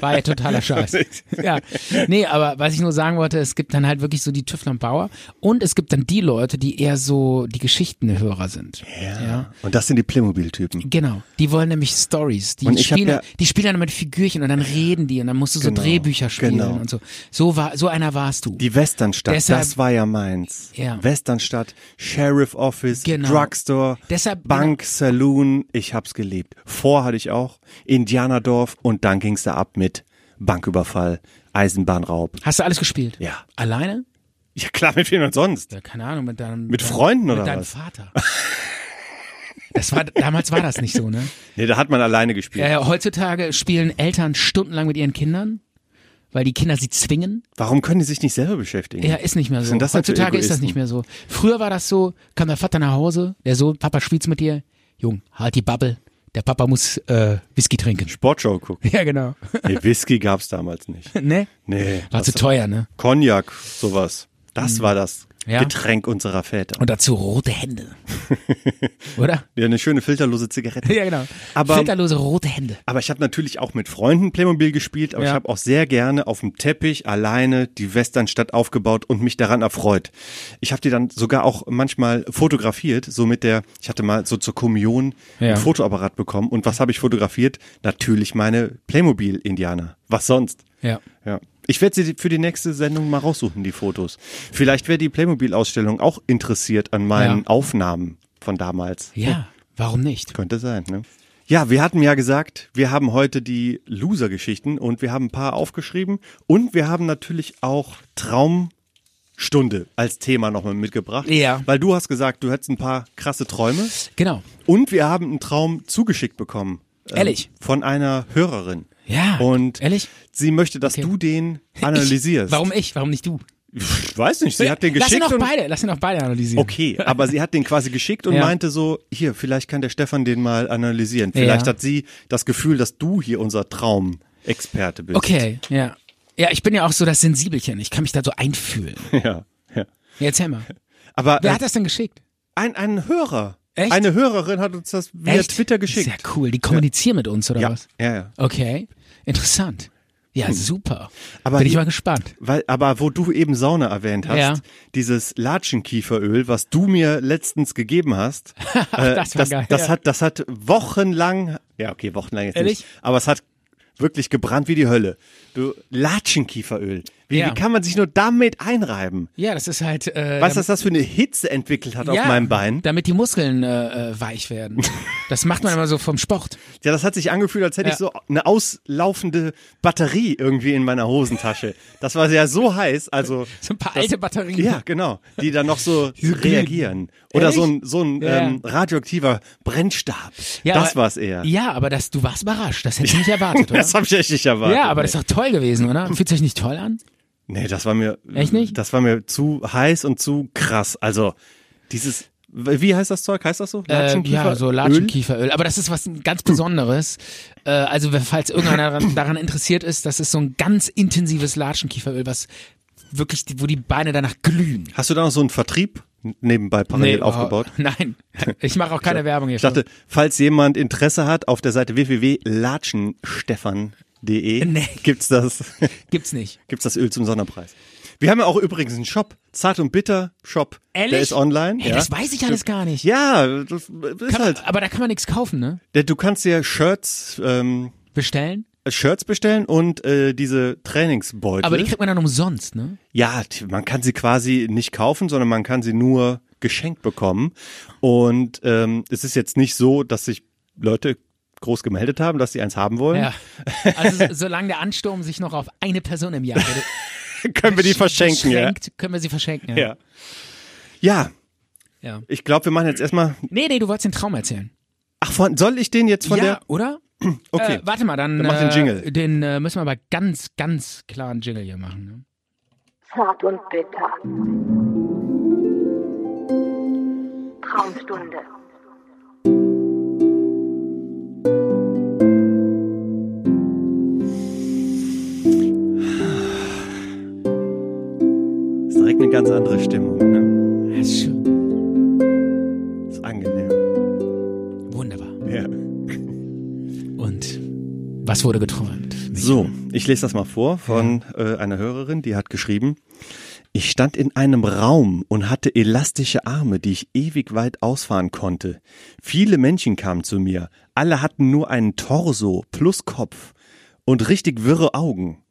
Speaker 1: War ja totaler Scheiß. Ja. Nee, aber was ich nur sagen wollte, es gibt dann halt wirklich so die Tüftler und Bauer und es gibt dann die Leute, die eher so die Geschichtenhörer sind.
Speaker 2: Bauen. Ja. Und das sind die Playmobil-Typen.
Speaker 1: Genau. Die wollen nämlich Stories. Die
Speaker 2: Und ich hab
Speaker 1: spielen,
Speaker 2: ja-
Speaker 1: die spielen dann mit Figürchen und dann reden die und dann musst du
Speaker 2: Genau,
Speaker 1: so Drehbücher spielen
Speaker 2: genau.
Speaker 1: und so. So war, so einer warst du.
Speaker 2: Die Westernstadt,
Speaker 1: Deshalb-
Speaker 2: das war ja meins.
Speaker 1: Ja.
Speaker 2: Westernstadt, Sheriff Office,
Speaker 1: Genau.
Speaker 2: Drugstore,
Speaker 1: Deshalb- genau.
Speaker 2: Bank, Saloon, ich hab's geliebt. Vor hatte ich auch Indianerdorf und dann ging's da ab mit Banküberfall, Eisenbahnraub.
Speaker 1: Hast du alles gespielt?
Speaker 2: Ja.
Speaker 1: Alleine?
Speaker 2: Ja klar, mit wem denn sonst?
Speaker 1: Ja, keine Ahnung, mit deinem.
Speaker 2: Mit Freunden
Speaker 1: mit
Speaker 2: oder
Speaker 1: deinem
Speaker 2: was?
Speaker 1: Vater. Das war, damals war das nicht so, ne?
Speaker 2: Nee, da hat man alleine gespielt.
Speaker 1: Ja, ja, heutzutage spielen Eltern stundenlang mit ihren Kindern, weil die Kinder sie zwingen.
Speaker 2: Warum können die sich nicht selber beschäftigen?
Speaker 1: Ja, ist nicht mehr
Speaker 2: Was
Speaker 1: so.
Speaker 2: sind das denn für
Speaker 1: heutzutage ist das
Speaker 2: Egoisten?
Speaker 1: nicht mehr so. Früher war das so, kam der Vater nach Hause, der Sohn, Papa spielt's mit dir. Jung, halt die Bubble. Der Papa muss äh, Whisky trinken.
Speaker 2: Sportshow gucken.
Speaker 1: Ja, genau.
Speaker 2: Nee, Whisky gab's damals nicht.
Speaker 1: ne?
Speaker 2: Nee.
Speaker 1: War zu
Speaker 2: das-
Speaker 1: teuer, ne?
Speaker 2: Cognac, sowas. Das war das
Speaker 1: Ja.
Speaker 2: Getränk unserer Väter.
Speaker 1: Und dazu rote Hände. Oder?
Speaker 2: Ja, eine schöne filterlose Zigarette.
Speaker 1: Ja, genau.
Speaker 2: Aber-
Speaker 1: Filterlose rote Hände.
Speaker 2: Aber ich habe natürlich auch mit Freunden Playmobil gespielt, aber
Speaker 1: Ja.
Speaker 2: ich habe auch sehr gerne auf dem Teppich alleine die Westernstadt aufgebaut und mich daran erfreut. Ich habe die dann sogar auch manchmal fotografiert, so mit der, ich hatte mal so zur Kommunion
Speaker 1: Ja.
Speaker 2: ein Fotoapparat bekommen und was habe ich fotografiert? Natürlich meine Playmobil-Indianer. Was sonst?
Speaker 1: Ja.
Speaker 2: Ja. Ich werde sie für die nächste Sendung mal raussuchen, die Fotos. Vielleicht wäre die Playmobil-Ausstellung auch interessiert an meinen
Speaker 1: Ja.
Speaker 2: Aufnahmen von damals.
Speaker 1: Ja, warum nicht?
Speaker 2: Könnte sein, ne? Ja, wir hatten ja gesagt, wir haben heute die Loser-Geschichten und wir haben ein paar aufgeschrieben und wir haben natürlich auch Traumstunde als Thema nochmal mitgebracht.
Speaker 1: Ja.
Speaker 2: Weil du hast gesagt, du hättest ein paar krasse Träume
Speaker 1: Genau.
Speaker 2: und wir haben einen Traum zugeschickt bekommen. ähm,
Speaker 1: Ehrlich?
Speaker 2: Von einer Hörerin.
Speaker 1: Ja,
Speaker 2: Und
Speaker 1: ehrlich?
Speaker 2: sie möchte, dass du den analysierst.
Speaker 1: Ich, warum ich? Warum nicht du?
Speaker 2: Ich weiß nicht, sie hat den
Speaker 1: lass ihn
Speaker 2: geschickt
Speaker 1: noch
Speaker 2: und
Speaker 1: beide, lass ihn noch beide analysieren.
Speaker 2: Okay, aber sie hat den quasi geschickt und
Speaker 1: Ja.
Speaker 2: meinte so, hier, vielleicht kann der Stefan den mal analysieren. Vielleicht
Speaker 1: Ja.
Speaker 2: hat sie das Gefühl, dass du hier unser Traumexperte bist.
Speaker 1: Okay, ja. Ja, ich bin ja auch so das Sensibelchen. Ich kann mich da so einfühlen.
Speaker 2: Ja, ja.
Speaker 1: Ja, erzähl mal.
Speaker 2: Aber
Speaker 1: Wer
Speaker 2: äh,
Speaker 1: hat das denn geschickt?
Speaker 2: ein, ein Hörer,
Speaker 1: Echt?
Speaker 2: eine Hörerin hat uns das via
Speaker 1: Echt?
Speaker 2: Twitter
Speaker 1: Ist ja
Speaker 2: geschickt.
Speaker 1: cool. Die kommunizieren mit uns, oder
Speaker 2: Ja,
Speaker 1: was?
Speaker 2: ja, ja.
Speaker 1: Okay, interessant. Ja, super.
Speaker 2: Aber
Speaker 1: bin ich
Speaker 2: hier-
Speaker 1: mal gespannt.
Speaker 2: Weil, aber wo du eben Sauna erwähnt hast,
Speaker 1: Ja.
Speaker 2: dieses Latschenkieferöl, was du mir letztens gegeben hast, äh,
Speaker 1: das war
Speaker 2: das,
Speaker 1: geil,
Speaker 2: das
Speaker 1: ja.
Speaker 2: hat, das hat wochenlang, ja okay, wochenlang jetzt
Speaker 1: Ehrlich?
Speaker 2: nicht, aber es hat wirklich gebrannt wie die Hölle. Du Latschenkieferöl, wie,
Speaker 1: Ja.
Speaker 2: wie kann man sich nur damit einreiben?
Speaker 1: Ja, das ist halt. Äh,
Speaker 2: Weißt du, was das für eine Hitze entwickelt hat
Speaker 1: ja,
Speaker 2: auf meinem Bein?
Speaker 1: Damit die Muskeln äh, äh, weich werden. Das macht man immer so vom Sport.
Speaker 2: Ja, das hat sich angefühlt, als hätte
Speaker 1: Ja.
Speaker 2: ich so eine auslaufende Batterie irgendwie in meiner Hosentasche. Das war ja so heiß, also
Speaker 1: So ein paar alte Batterien.
Speaker 2: Ja, genau. Die dann noch so
Speaker 1: so glühen.
Speaker 2: reagieren. Oder so ein, so ein
Speaker 1: Ja.
Speaker 2: ähm, radioaktiver Brennstab.
Speaker 1: Ja,
Speaker 2: das
Speaker 1: aber-
Speaker 2: war's eher.
Speaker 1: Ja, aber das, du warst überrascht. Das hätte ich nicht erwartet, oder?
Speaker 2: Das habe ich echt nicht erwartet.
Speaker 1: ja, aber
Speaker 2: nee.
Speaker 1: das ist doch toll gewesen, oder? Fühlt sich nicht toll an?
Speaker 2: Nee, das war mir.
Speaker 1: Echt nicht?
Speaker 2: Das war mir zu heiß und zu krass. Also, dieses. Wie heißt das Zeug? Heißt das so?
Speaker 1: Äh, ja, so
Speaker 2: Öl?
Speaker 1: Latschenkieferöl. Aber das ist was ganz Besonderes. Äh, also, wer- falls irgendeiner daran, daran interessiert ist, das ist so ein ganz intensives Latschenkieferöl, was wirklich, die- wo die Beine danach glühen.
Speaker 2: Hast du da noch so einen Vertrieb nebenbei parallel
Speaker 1: überhaupt-
Speaker 2: aufgebaut?
Speaker 1: Nein, ich mache auch keine Werbung hier.
Speaker 2: Äh, Ich dachte, falls jemand Interesse hat, auf der Seite www.latschenstefan.de
Speaker 1: Nee.
Speaker 2: gibt's das.
Speaker 1: Gibt's nicht.
Speaker 2: gibt's das Öl zum Sonderpreis. Wir haben ja auch übrigens einen Shop, Zart und Bitter Shop.
Speaker 1: Ehrlich?
Speaker 2: Der ist online.
Speaker 1: Hey,
Speaker 2: ja.
Speaker 1: das weiß ich alles gar nicht.
Speaker 2: Ja, das ist
Speaker 1: Kann,
Speaker 2: halt.
Speaker 1: Aber da kann man nichts kaufen, ne?
Speaker 2: Du kannst dir Shirts, ähm,
Speaker 1: Bestellen.
Speaker 2: Shirts bestellen und äh, diese Trainingsbeutel.
Speaker 1: Aber die kriegt man dann umsonst, ne?
Speaker 2: ja, t- man kann sie quasi nicht kaufen, sondern man kann sie nur geschenkt bekommen. Und ähm, es ist jetzt nicht so, dass sich Leute groß gemeldet haben, dass sie eins haben wollen.
Speaker 1: Ja. Also, so- solange der Ansturm sich noch auf eine Person im Jahr
Speaker 2: können wir die verschenken, ja.
Speaker 1: beschränkt, können wir sie verschenken. Ja.
Speaker 2: ja. Ja,
Speaker 1: ja.
Speaker 2: ich glaube, wir machen jetzt erstmal.
Speaker 1: Nee, nee, du wolltest den Traum erzählen.
Speaker 2: Ach, von, soll ich den jetzt von
Speaker 1: ja,
Speaker 2: der.
Speaker 1: oder?
Speaker 2: Okay.
Speaker 1: Äh, warte mal, dann,
Speaker 2: Dann mach den
Speaker 1: Äh,
Speaker 2: Jingle.
Speaker 1: den äh, müssen wir aber ganz, ganz klaren Jingle hier machen. Ne?
Speaker 4: Zart und bitter. Traumstunde.
Speaker 2: Ist direkt eine ganz andere Stimmung. Ne?
Speaker 1: Das ist schön.
Speaker 2: Ist angenehm.
Speaker 1: Wunderbar.
Speaker 2: Ja.
Speaker 1: Und was wurde geträumt?
Speaker 2: So, ich lese das mal vor von äh, einer Hörerin, die hat geschrieben, ich stand in einem Raum und hatte elastische Arme, die ich ewig weit ausfahren konnte. Viele Menschen kamen zu mir, alle hatten nur einen Torso plus Kopf und richtig wirre Augen.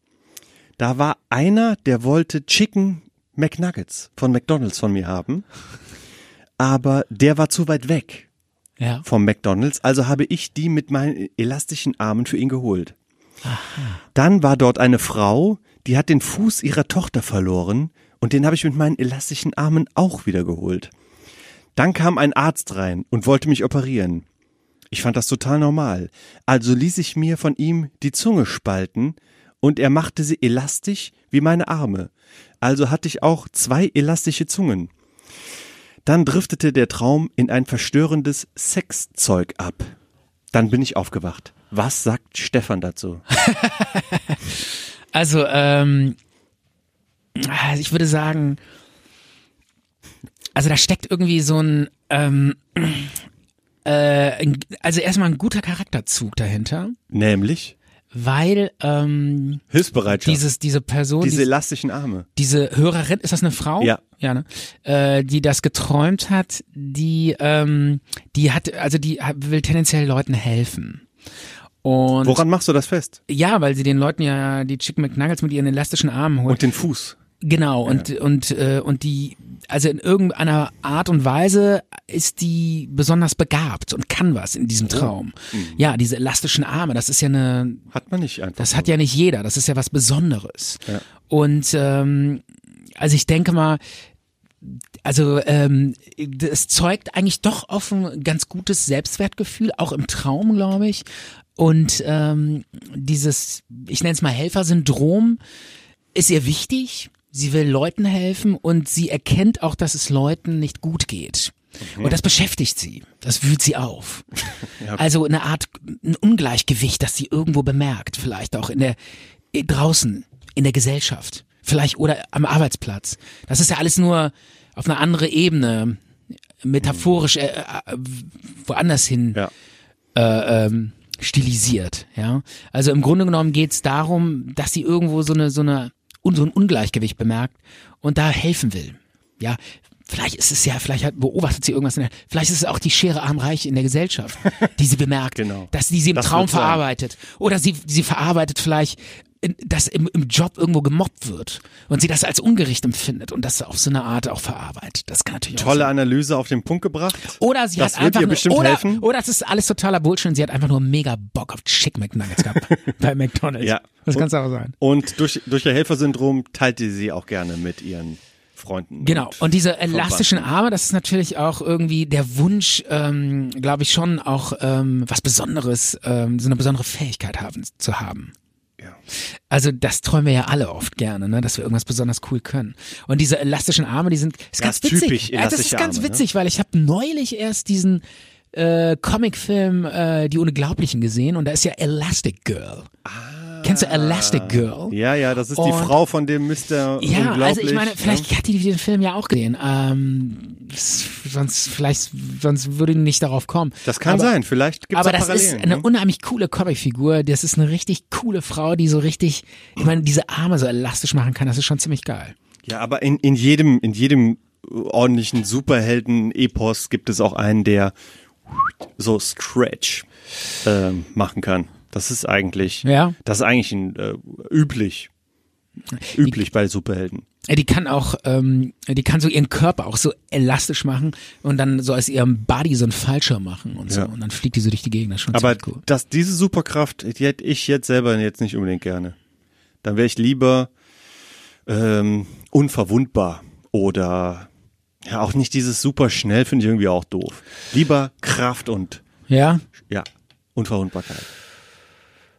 Speaker 2: Da war einer, der wollte Chicken McNuggets von McDonald's von mir haben, aber der war zu weit weg
Speaker 1: Ja.
Speaker 2: vom McDonalds, also habe ich die mit meinen elastischen Armen für ihn geholt. Dann war dort eine Frau, die hat den Fuß ihrer Tochter verloren und den habe ich mit meinen elastischen Armen auch wieder geholt. Dann kam ein Arzt rein und wollte mich operieren. Ich fand das total normal, also ließ ich mir von ihm die Zunge spalten und er machte sie elastisch wie meine Arme. Also hatte ich auch zwei elastische Zungen. Dann driftete der Traum in ein verstörendes Sexzeug ab. Dann bin ich aufgewacht. Was sagt Stefan dazu?
Speaker 1: Also, ähm, also ich würde sagen, also da steckt irgendwie so ein, ähm, äh, ein- also erstmal ein guter Charakterzug dahinter,
Speaker 2: Nämlich
Speaker 1: weil ähm,
Speaker 2: Hilfsbereitschaft.
Speaker 1: dieses, diese Person,
Speaker 2: Diese
Speaker 1: diese,
Speaker 2: elastischen Arme.
Speaker 1: diese Hörerin, ist das eine Frau?
Speaker 2: Ja.
Speaker 1: Ja, ne? Äh, die das geträumt hat, die, ähm, die hat, also die hat- will tendenziell Leuten helfen. Und
Speaker 2: Woran machst du das fest?
Speaker 1: ja, weil sie den Leuten ja die Chicken McNuggets mit ihren elastischen Armen holt.
Speaker 2: Und den Fuß.
Speaker 1: Genau, und, und, äh, und die, also in irgendeiner Art und Weise ist die besonders begabt und kann was in diesem Traum. Ja, diese elastischen Arme, das ist ja eine,
Speaker 2: Hat man nicht einfach.
Speaker 1: das hat ja nicht jeder, das ist ja was Besonderes. Und ähm, also ich denke mal, also ähm, das zeugt eigentlich doch auf ein ganz gutes Selbstwertgefühl, auch im Traum, glaube ich. Und ähm, dieses, ich nenne es mal Helfersyndrom, ist ihr wichtig. Sie will Leuten helfen und sie erkennt auch, dass es Leuten nicht gut geht. Und das beschäftigt sie. Das wühlt sie auf. Also eine Art ein Ungleichgewicht, das sie irgendwo bemerkt, vielleicht auch in der eh, draußen in der Gesellschaft, vielleicht oder am Arbeitsplatz. Das ist ja alles nur auf eine andere Ebene metaphorisch äh, äh, woanders hin
Speaker 2: Ja.
Speaker 1: ähm, stilisiert. Ja, also im Grunde genommen geht es darum, dass sie irgendwo so eine so eine un- so ein Ungleichgewicht bemerkt und da helfen will. Ja. Vielleicht ist es ja, vielleicht hat, beobachtet sie irgendwas, in der, vielleicht ist es auch die Schere arm-reich in der Gesellschaft, die sie bemerkt,
Speaker 2: Genau.
Speaker 1: dass die sie im
Speaker 2: Das
Speaker 1: Traum
Speaker 2: wird sein.
Speaker 1: verarbeitet. Oder sie, sie verarbeitet vielleicht, in- dass im, im Job irgendwo gemobbt wird und sie das als ungerecht empfindet und das auf so eine Art auch verarbeitet. Das kann natürlich auch sein.
Speaker 2: Tolle Analyse auf den Punkt gebracht.
Speaker 1: Oder sie
Speaker 2: das
Speaker 1: hat
Speaker 2: wird
Speaker 1: einfach
Speaker 2: ihr
Speaker 1: nur,
Speaker 2: bestimmt
Speaker 1: oder,
Speaker 2: helfen.
Speaker 1: oder es ist alles totaler Bullshit und sie hat einfach nur mega Bock auf Chick McNuggets gehabt bei McDonald's.
Speaker 2: Ja.
Speaker 1: Das
Speaker 2: Und-
Speaker 1: kann es auch sein.
Speaker 2: Und durch, durch ihr Helfersyndrom teilte sie auch gerne mit ihren Freunden.
Speaker 1: Genau. Und diese elastischen Arme, das ist natürlich auch irgendwie der Wunsch, ähm, glaube ich schon auch ähm, was Besonderes, ähm, so eine besondere Fähigkeit haben zu haben.
Speaker 2: Ja.
Speaker 1: Also das träumen wir ja alle oft gerne, ne? dass wir irgendwas besonders cool können. Und diese elastischen Arme, die sind ist ganz
Speaker 2: Das ist
Speaker 1: witzig.
Speaker 2: typisch
Speaker 1: ja, das ist
Speaker 2: elastische
Speaker 1: ganz
Speaker 2: Arme, ne?
Speaker 1: witzig, weil ich habe neulich erst diesen äh, Comicfilm äh, Die Unglaublichen gesehen und da ist ja Elastic Girl.
Speaker 2: Ah.
Speaker 1: Kennst du Elastic Girl?
Speaker 2: Ja, ja, das ist die
Speaker 1: Und-
Speaker 2: Frau von dem Mr.
Speaker 1: Ja,
Speaker 2: Unglaublich.
Speaker 1: also ich meine,
Speaker 2: ne?
Speaker 1: vielleicht hat die den Film ja auch gesehen. Ähm, s- sonst, vielleicht, sonst würde die nicht darauf kommen.
Speaker 2: Das kann
Speaker 1: aber,
Speaker 2: sein, vielleicht gibt es
Speaker 1: Aber
Speaker 2: da
Speaker 1: das ist
Speaker 2: Parallelen.
Speaker 1: eine
Speaker 2: ne?
Speaker 1: unheimlich coole Comicfigur. Das ist eine richtig coole Frau, die so richtig, ich meine, diese Arme so elastisch machen kann. Das ist schon ziemlich geil.
Speaker 2: Ja, aber in, in jedem, in jedem ordentlichen Superhelden-Epos gibt es auch einen, der so Stretch ähm, machen kann. Das ist eigentlich,
Speaker 1: Ja.
Speaker 2: das ist eigentlich ein, äh, üblich. Üblich bei Superhelden.
Speaker 1: Ja, Äh, Die kann auch, ähm, die kann so ihren Körper auch so elastisch machen und dann so aus ihrem Body so einen Fallschirm machen und so.
Speaker 2: Ja.
Speaker 1: Und dann fliegt die so durch die Gegend. Das ist schon
Speaker 2: Aber
Speaker 1: ziemlich cool.
Speaker 2: dass diese Superkraft, die hätte ich jetzt selber jetzt nicht unbedingt gerne. Dann wäre ich lieber ähm, unverwundbar oder ja, auch nicht dieses super schnell finde ich irgendwie auch doof. Lieber Kraft und
Speaker 1: Ja?
Speaker 2: ja, Unverwundbarkeit.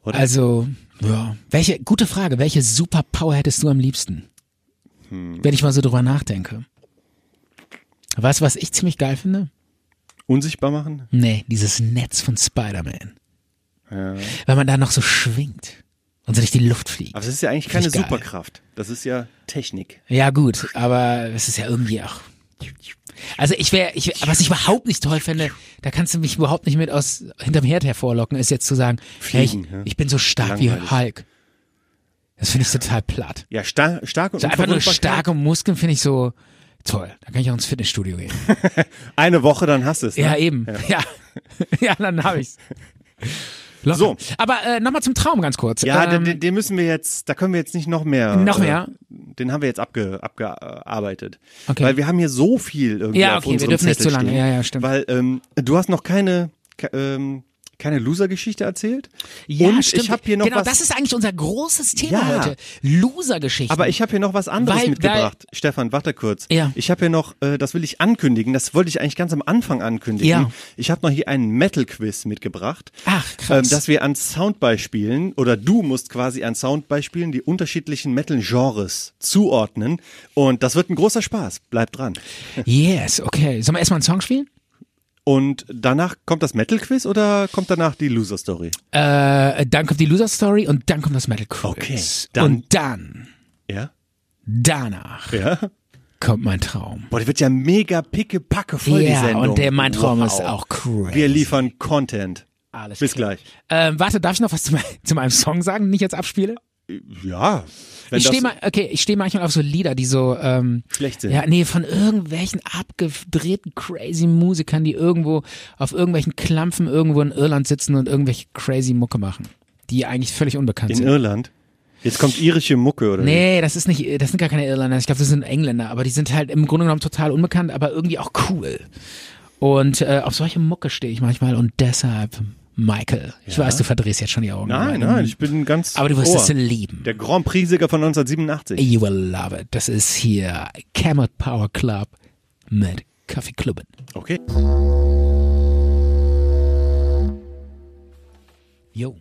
Speaker 1: Also, ja. Welche, gute Frage, welche Superpower hättest du am liebsten?
Speaker 2: Hm.
Speaker 1: Wenn ich mal so drüber nachdenke. Weißt du, was ich ziemlich geil finde?
Speaker 2: Unsichtbar machen?
Speaker 1: Nee, dieses Netz von Spider-Man. Weil man da noch so schwingt und so durch die Luft fliegt.
Speaker 2: Aber das ist ja eigentlich
Speaker 1: Finde
Speaker 2: keine
Speaker 1: ich geil.
Speaker 2: Superkraft. Das ist ja Technik.
Speaker 1: Ja, gut, aber es ist ja irgendwie auch. Also ich wäre, ich, wär- was ich überhaupt nicht toll fände, da kannst du mich überhaupt nicht mit aus hinterm Herd hervorlocken, ist jetzt zu sagen,
Speaker 2: Fliegen,
Speaker 1: hey,
Speaker 2: ja.
Speaker 1: ich, ich bin so stark
Speaker 2: Langweilig.
Speaker 1: wie Hulk. Das finde ich total platt.
Speaker 2: Ja, sta stark und
Speaker 1: So einfach nur
Speaker 2: Unverwundbarkeit.
Speaker 1: starke Muskeln finde ich so toll. Da kann ich auch ins Fitnessstudio gehen.
Speaker 2: Eine Woche, dann hast du es. Ne?
Speaker 1: Ja, eben. Ja, ja. dann habe ich's. Locker.
Speaker 2: So.
Speaker 1: Aber äh, nochmal zum Traum ganz kurz.
Speaker 2: Ja,
Speaker 1: Ähm,
Speaker 2: den- den, den müssen wir jetzt, da können wir jetzt nicht noch mehr.
Speaker 1: Noch mehr?
Speaker 2: Äh, den haben wir jetzt abge, abgearbeitet.
Speaker 1: Okay.
Speaker 2: Weil wir haben hier so viel irgendwie
Speaker 1: Ja,
Speaker 2: auf
Speaker 1: okay, wir
Speaker 2: unserem
Speaker 1: dürfen nicht
Speaker 2: Zettel
Speaker 1: zu lange.
Speaker 2: stehen.
Speaker 1: Ja, ja, stimmt.
Speaker 2: Weil ähm, du hast noch keine, ke- ähm, keine Loser-Geschichte erzählt.
Speaker 1: ja,
Speaker 2: Und
Speaker 1: stimmt.
Speaker 2: ich habe hier noch
Speaker 1: genau,
Speaker 2: was.
Speaker 1: das ist eigentlich unser großes Thema
Speaker 2: Ja.
Speaker 1: heute. Loser-Geschichten.
Speaker 2: aber ich habe hier noch was anderes
Speaker 1: Weil-
Speaker 2: mitgebracht. Stefan, warte kurz.
Speaker 1: Ja.
Speaker 2: Ich habe hier noch, äh, das will ich ankündigen, das wollte ich eigentlich ganz am Anfang ankündigen.
Speaker 1: Ja.
Speaker 2: Ich habe noch hier einen Metal-Quiz mitgebracht.
Speaker 1: Ach, krass.
Speaker 2: Ähm, dass wir an Soundbeispielen oder du musst quasi an Soundbeispielen die unterschiedlichen Metal-Genres zuordnen. Und das wird ein großer Spaß. Bleib dran.
Speaker 1: yes, okay. Sollen wir erstmal einen Song spielen?
Speaker 2: Und danach kommt das Metal-Quiz oder kommt danach die Loser-Story?
Speaker 1: Äh, dann kommt die Loser-Story und dann kommt das Metal Quiz.
Speaker 2: Okay, dann-
Speaker 1: und dann,
Speaker 2: Ja.
Speaker 1: danach,
Speaker 2: Ja.
Speaker 1: kommt mein Traum.
Speaker 2: Boah, die wird ja mega picke-packe voll,
Speaker 1: Ja,
Speaker 2: die Sendung.
Speaker 1: und der mein Traum
Speaker 2: Wow.
Speaker 1: ist auch crazy.
Speaker 2: Wir liefern Content.
Speaker 1: Alles
Speaker 2: Bis
Speaker 1: klar.
Speaker 2: gleich.
Speaker 1: Ähm, warte, darf ich noch was zu, mein, zu meinem Song sagen, den ich jetzt abspiele?
Speaker 2: Ja. Wenn
Speaker 1: ich
Speaker 2: das-
Speaker 1: stehe mal, okay, ich stehe manchmal auf so Lieder, die so ähm,
Speaker 2: Schlecht sind.
Speaker 1: Ja, nee, von irgendwelchen abgedrehten crazy Musikern, die irgendwo auf irgendwelchen Klampfen irgendwo in Irland sitzen und irgendwelche crazy Mucke machen, die eigentlich völlig unbekannt
Speaker 2: In
Speaker 1: sind.
Speaker 2: Irland. Jetzt kommt irische Mucke oder wie?
Speaker 1: Nee, das ist nicht, das sind gar keine Irländer. Ich glaube, das sind Engländer, aber die sind halt im Grunde genommen total unbekannt, aber irgendwie auch cool. Und äh, auf solche Mucke stehe ich manchmal und deshalb Michael. Ich weiß, du verdrehst jetzt schon die Augen.
Speaker 2: Nein, nein, ich bin ganz.
Speaker 1: Aber du wirst
Speaker 2: Ohr.
Speaker 1: es lieben.
Speaker 2: Der Grand Prix-Sieger von 1987.
Speaker 1: You will love it. Das ist hier Camelot Power Club mit Kaffee Clubben.
Speaker 2: Okay.
Speaker 1: Yo.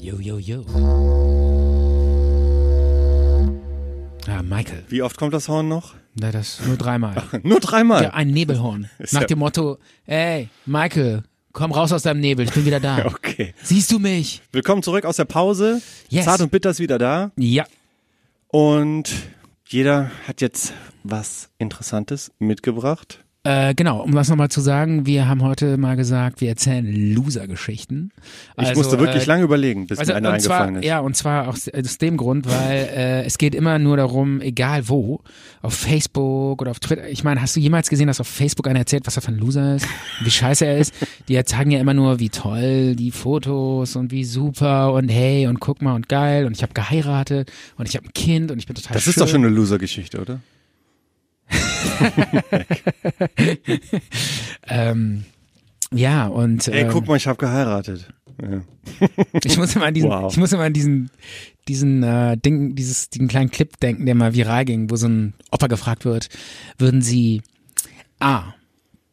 Speaker 1: Yo, yo, yo. Ah, Michael.
Speaker 2: Wie oft kommt das Horn noch?
Speaker 1: Na, das nur dreimal.
Speaker 2: Nur dreimal.
Speaker 1: Ja, ein Nebelhorn. Nach dem Motto, ey, Michael, komm raus aus deinem Nebel, ich bin wieder da.
Speaker 2: Okay.
Speaker 1: Siehst du mich?
Speaker 2: Willkommen zurück aus der Pause.
Speaker 1: Yes.
Speaker 2: Zart und Bitter ist wieder da.
Speaker 1: Ja.
Speaker 2: Und jeder hat jetzt was Interessantes mitgebracht.
Speaker 1: Äh, genau, um das nochmal zu sagen, wir haben heute mal gesagt, wir erzählen Loser-Geschichten. äh,
Speaker 2: Ich musste wirklich lange überlegen, bis mir
Speaker 1: Also,
Speaker 2: eine
Speaker 1: und
Speaker 2: eingefallen
Speaker 1: zwar,
Speaker 2: ist.
Speaker 1: Ja, und zwar auch s- aus dem Grund, weil äh, es geht immer nur darum, egal wo, auf Facebook oder auf Twitter. Ich meine, hast du jemals gesehen, dass auf Facebook einer erzählt, was er für ein Loser ist, wie scheiße er ist? Die zeigen ja immer nur, wie toll die Fotos und wie super und hey und guck mal und geil und ich habe geheiratet und ich habe ein Kind und ich bin total
Speaker 2: Das
Speaker 1: schön.
Speaker 2: ist doch schon eine Loser-Geschichte, oder?
Speaker 1: Ähm, ja, und
Speaker 2: Ey,
Speaker 1: ähm,
Speaker 2: guck mal, ich habe geheiratet. Ja.
Speaker 1: Ich muss immer an diesen,
Speaker 2: Wow.
Speaker 1: ich muss immer an diesen, diesen äh, Ding, dieses, diesen kleinen Clip denken, der mal viral ging, wo so ein Opfer gefragt wird, würden Sie A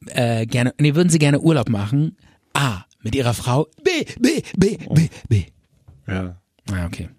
Speaker 1: äh, gerne, nee, würden Sie gerne Urlaub machen? A mit Ihrer Frau? B B B B B.
Speaker 2: ja.
Speaker 1: Ah, okay.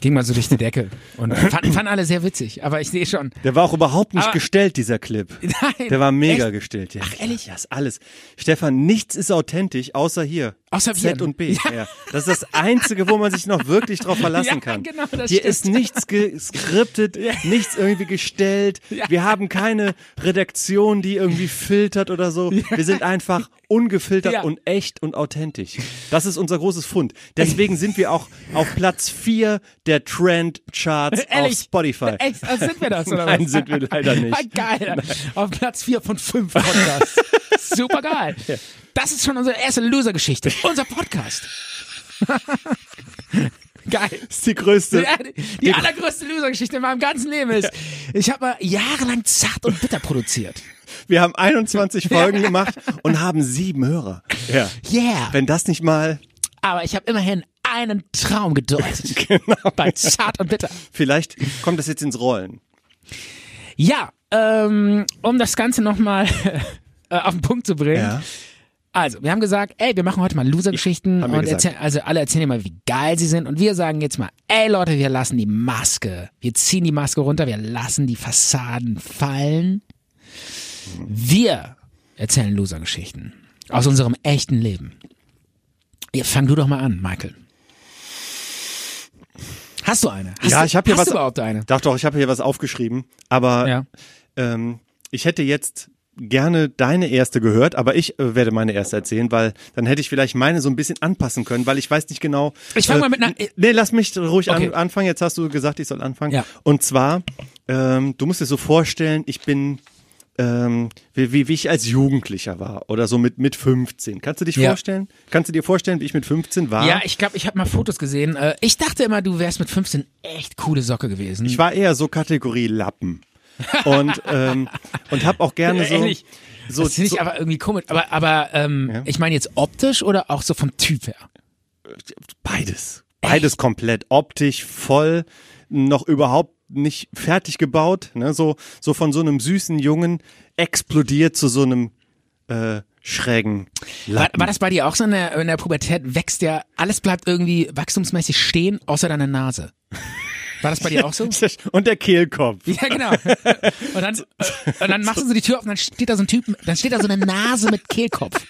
Speaker 1: Ging mal so durch die Decke und fanden fand alle sehr witzig, aber ich sehe schon.
Speaker 2: Der war auch überhaupt nicht
Speaker 1: Aber-
Speaker 2: gestellt, dieser Clip.
Speaker 1: Nein,
Speaker 2: Der war mega
Speaker 1: echt?
Speaker 2: gestellt. Ja,
Speaker 1: Ach, ehrlich?
Speaker 2: Ja, ist alles. Stefan, nichts ist authentisch, außer hier.
Speaker 1: Außer
Speaker 2: Z
Speaker 1: Viren.
Speaker 2: und B. Ja. Das ist das Einzige, wo man sich noch wirklich drauf verlassen
Speaker 1: Ja,
Speaker 2: kann.
Speaker 1: genau, das
Speaker 2: hier
Speaker 1: stimmt.
Speaker 2: ist nichts geskriptet, nichts irgendwie gestellt. Wir haben keine Redaktion, die irgendwie filtert oder so. Wir sind einfach ungefiltert
Speaker 1: Ja.
Speaker 2: und echt und authentisch. Das ist unser großes Fund. Deswegen sind wir auch auf Platz 4 der Trend-Charts auf
Speaker 1: Ehrlich?
Speaker 2: Spotify.
Speaker 1: Echt, also sind wir das, oder
Speaker 2: Nein,
Speaker 1: was?
Speaker 2: sind wir leider nicht.
Speaker 1: Ah, Geil. Auf Platz 4 von 5 Podcasts. Super geil. Das ist schon unsere erste Loser-Geschichte. Unser Podcast. geil.
Speaker 2: Das ist die größte.
Speaker 1: Ja, die- die allergrößte Loser-Geschichte in meinem ganzen Leben ist, ich habe mal jahrelang zart und bitter produziert.
Speaker 2: Wir haben 21 Folgen gemacht und haben sieben Hörer. Ja.
Speaker 1: Yeah.
Speaker 2: Wenn das nicht mal,
Speaker 1: Aber ich habe immerhin einen Traum gedeutet. genau. Bei zart und bitter.
Speaker 2: vielleicht kommt das jetzt ins Rollen.
Speaker 1: Ja, ähm, um das Ganze nochmal äh, auf den Punkt zu bringen.
Speaker 2: Ja.
Speaker 1: Also, wir haben gesagt, ey, wir machen heute mal Loser-Geschichten
Speaker 2: haben wir
Speaker 1: und
Speaker 2: gesagt.
Speaker 1: erzählen, also alle erzählen mal, wie geil sie sind und wir sagen jetzt mal, ey Leute, wir lassen die Maske, wir ziehen die Maske runter, wir lassen die Fassaden fallen. Wir erzählen Loser-Geschichten aus unserem echten Leben. Ja, fang du doch mal an, Michael. Hast du eine? Hast
Speaker 2: ja,
Speaker 1: du,
Speaker 2: ich habe hier
Speaker 1: hast
Speaker 2: was.
Speaker 1: Du überhaupt eine?
Speaker 2: Doch, doch, ich habe hier was aufgeschrieben. Aber
Speaker 1: Ja.
Speaker 2: ähm, ich hätte jetzt gerne deine erste gehört, aber ich äh, werde meine erste erzählen, weil dann hätte ich vielleicht meine so ein bisschen anpassen können, weil ich weiß nicht genau.
Speaker 1: Ich fang mal mit einer-
Speaker 2: Nee, lass mich ruhig
Speaker 1: Okay.
Speaker 2: an, anfangen. Jetzt hast du gesagt, ich soll anfangen.
Speaker 1: Ja.
Speaker 2: Und zwar, ähm, du musst dir so vorstellen, ich bin ähm, wie, wie, wie ich als Jugendlicher war oder so mit mit 15. Kannst du dich
Speaker 1: Ja.
Speaker 2: vorstellen? Kannst du dir vorstellen, wie ich mit 15 war?
Speaker 1: Ja, ich glaube, ich habe mal Fotos gesehen. Äh, Ich dachte immer, du wärst mit 15 echt coole Socke gewesen.
Speaker 2: Ich war eher so Kategorie Lappen. und ähm, und habe auch gerne so
Speaker 1: Äh, Ehrlich?
Speaker 2: so,
Speaker 1: das finde ich
Speaker 2: so
Speaker 1: aber irgendwie komisch. Aber, aber ähm, ich meine jetzt optisch oder auch so vom Typ her?
Speaker 2: beides beides komplett optisch voll noch überhaupt nicht fertig gebaut ne so so von so einem süßen Jungen explodiert zu so einem äh, schrägen
Speaker 1: War,
Speaker 2: Lappen.
Speaker 1: war das bei dir auch so in der, in der Pubertät? Wächst ja, alles bleibt irgendwie wachstumsmäßig stehen, außer deiner Nase. War das bei dir auch so?
Speaker 2: und der Kehlkopf
Speaker 1: Ja, genau. Und dann, äh, und dann machst du so die Tür auf und dann steht da so ein Typ, dann steht da so eine Nase mit Kehlkopf.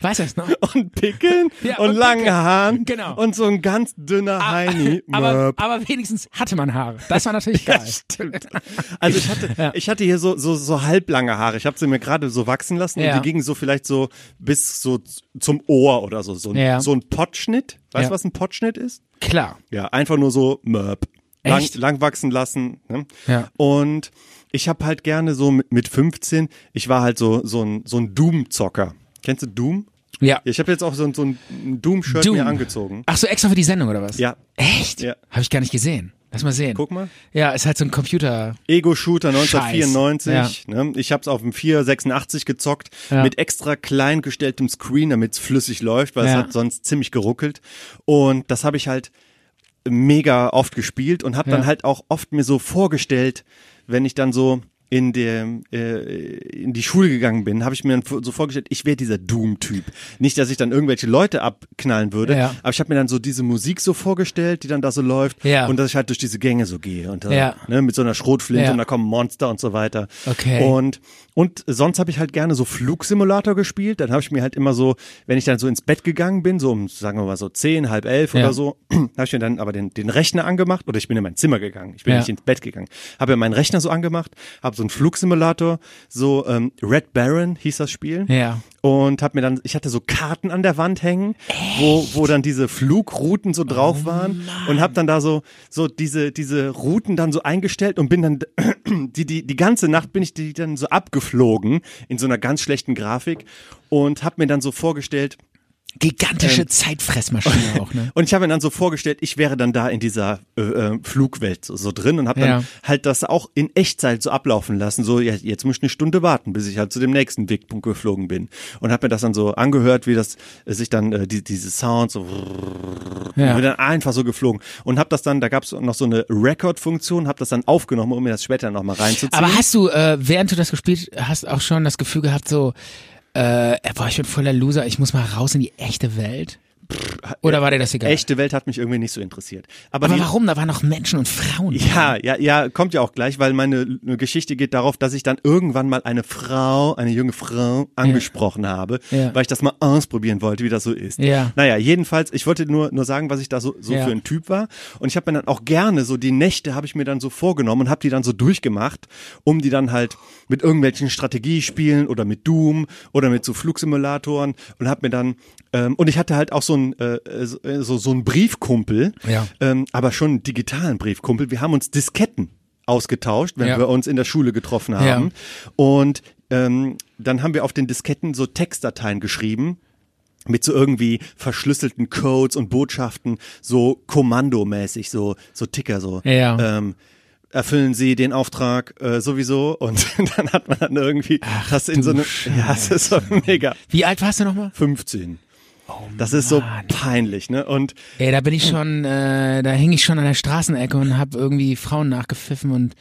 Speaker 1: Weißt du das noch?
Speaker 2: und Pickeln
Speaker 1: Ja,
Speaker 2: und,
Speaker 1: und
Speaker 2: langen
Speaker 1: Pickeln.
Speaker 2: Haaren
Speaker 1: Genau. Ah,
Speaker 2: und so ein ganz dünner Heini
Speaker 1: Aber,
Speaker 2: Möp.
Speaker 1: aber wenigstens hatte man Haare. Das war natürlich geil.
Speaker 2: Stimmt. Also ich hatte, ich hatte hier so, so, so halblange Haare. Ich habe sie mir gerade so wachsen lassen
Speaker 1: Ja.
Speaker 2: und die gingen so vielleicht so bis so z- zum Ohr oder so. So ein,
Speaker 1: Ja.
Speaker 2: so ein Pottschnitt. Weißt
Speaker 1: Ja.
Speaker 2: du, was ein Pottschnitt ist?
Speaker 1: Klar.
Speaker 2: Ja, einfach nur so Möb. Lang,
Speaker 1: Echt?
Speaker 2: lang wachsen lassen. Ne?
Speaker 1: Ja.
Speaker 2: Und ich habe halt gerne so mit, mit 15, ich war halt so, so ein, so ein Doom-Zocker. Kennst du Doom?
Speaker 1: Ja.
Speaker 2: Ja, ich habe jetzt auch so ein, so ein Doom-Shirt mir angezogen.
Speaker 1: Ach so, extra für die Sendung oder was?
Speaker 2: Ja.
Speaker 1: Echt?
Speaker 2: Ja.
Speaker 1: Habe ich gar nicht gesehen. Lass mal sehen.
Speaker 2: Guck mal.
Speaker 1: Ja, ist halt so ein Computer.
Speaker 2: Ego-Shooter 1994. Ne? Ich habe es auf dem 486 gezockt,
Speaker 1: Ja.
Speaker 2: mit extra klein gestelltem Screen, damit es flüssig läuft, weil es
Speaker 1: Ja.
Speaker 2: hat sonst ziemlich geruckelt. Und das habe ich halt mega oft gespielt und habe dann
Speaker 1: Ja.
Speaker 2: halt auch oft mir so vorgestellt, wenn ich dann so in dem äh, in die Schule gegangen bin, habe ich mir dann so vorgestellt, ich wäre dieser Doom-Typ. Nicht, dass ich dann irgendwelche Leute abknallen würde,
Speaker 1: Ja.
Speaker 2: aber ich habe mir dann so diese Musik so vorgestellt, die dann da so läuft
Speaker 1: Ja.
Speaker 2: und dass ich halt durch diese Gänge so gehe und da,
Speaker 1: Ja.
Speaker 2: ne, mit so einer Schrotflinte
Speaker 1: Ja.
Speaker 2: und da kommen Monster und so weiter.
Speaker 1: Okay.
Speaker 2: Und, und sonst habe ich halt gerne so Flugsimulator gespielt. Dann habe ich mir halt immer so, wenn ich dann so ins Bett gegangen bin, so um, sagen wir mal so zehn, halb elf
Speaker 1: Ja.
Speaker 2: oder so, habe ich mir dann aber den, den Rechner angemacht oder ich bin in mein Zimmer gegangen. Ich bin
Speaker 1: Ja.
Speaker 2: nicht ins Bett gegangen. Habe mir meinen Rechner so angemacht, habe so einen Flugsimulator, so ähm, Red Baron hieß das Spiel
Speaker 1: Ja.
Speaker 2: und habe mir dann, ich hatte so Karten an der Wand hängen, wo, wo dann diese Flugrouten so drauf waren und habe dann da so so diese diese Routen dann so eingestellt und bin dann die die die ganze Nacht bin ich die dann so abgeflogen in so einer ganz schlechten Grafik und habe mir dann so vorgestellt Ähm.
Speaker 1: Gigantische Zeitfressmaschine auch, ne?
Speaker 2: und ich habe mir dann so vorgestellt, ich wäre dann da in dieser äh, äh, Flugwelt so, so drin und habe dann
Speaker 1: Ja.
Speaker 2: halt das auch in Echtzeit so ablaufen lassen. So, ja, jetzt muss ich eine Stunde warten, bis ich halt zu dem nächsten Wegpunkt geflogen bin. Und habe mir das dann so angehört, wie das äh, sich dann, äh, die, diese Sounds so
Speaker 1: Ja.
Speaker 2: bin dann einfach so geflogen. Und habe das dann, da gab es noch so eine Record-Funktion, habe das dann aufgenommen, um mir das später nochmal reinzuziehen.
Speaker 1: Aber hast du, äh, während du das gespielt hast, auch schon das Gefühl gehabt, so, äh, boah, ich bin voller Loser, ich muss mal raus in die echte Welt?
Speaker 2: äh,
Speaker 1: Oder war dir das egal?
Speaker 2: Echte Welt hat mich irgendwie nicht so interessiert. Aber,
Speaker 1: Aber
Speaker 2: die,
Speaker 1: warum? Da waren noch Menschen und Frauen.
Speaker 2: Ja, ja, ja, kommt ja auch gleich, weil meine L- Geschichte geht darauf, dass ich dann irgendwann mal eine Frau, eine junge Frau angesprochen habe,
Speaker 1: Ja.
Speaker 2: weil ich das mal ausprobieren wollte, wie das so ist.
Speaker 1: Ja.
Speaker 2: Naja, jedenfalls, ich wollte nur, nur sagen, was ich da so, so
Speaker 1: Ja.
Speaker 2: für ein Typ war. Und ich habe mir dann auch gerne so die Nächte habe ich mir dann so vorgenommen und habe die dann so durchgemacht, um die dann halt mit irgendwelchen Strategiespielen oder mit Doom oder mit so Flugsimulatoren und habe mir dann ähm, und ich hatte halt auch so ein äh, so, so so ein Briefkumpel,
Speaker 1: Ja.
Speaker 2: ähm, aber schon einen digitalen Briefkumpel. Wir haben uns Disketten ausgetauscht, wenn
Speaker 1: Ja.
Speaker 2: wir uns in der Schule getroffen haben. Und ähm, dann haben wir auf den Disketten so Textdateien geschrieben mit so irgendwie verschlüsselten Codes und Botschaften, so kommandomäßig, so, so Ticker, so.
Speaker 1: Ja.
Speaker 2: Ähm, erfüllen Sie den Auftrag äh, sowieso und dann hat man dann irgendwie das in
Speaker 1: du
Speaker 2: so eine
Speaker 1: Scheiße. Oh
Speaker 2: ja das ist so mega
Speaker 1: Wie alt warst du nochmal?
Speaker 2: 15 das ist so peinlich ne und
Speaker 1: Ey, da bin ich schon, äh, da hing ich schon an der Straßenecke und hab irgendwie Frauen nachgepfiffen und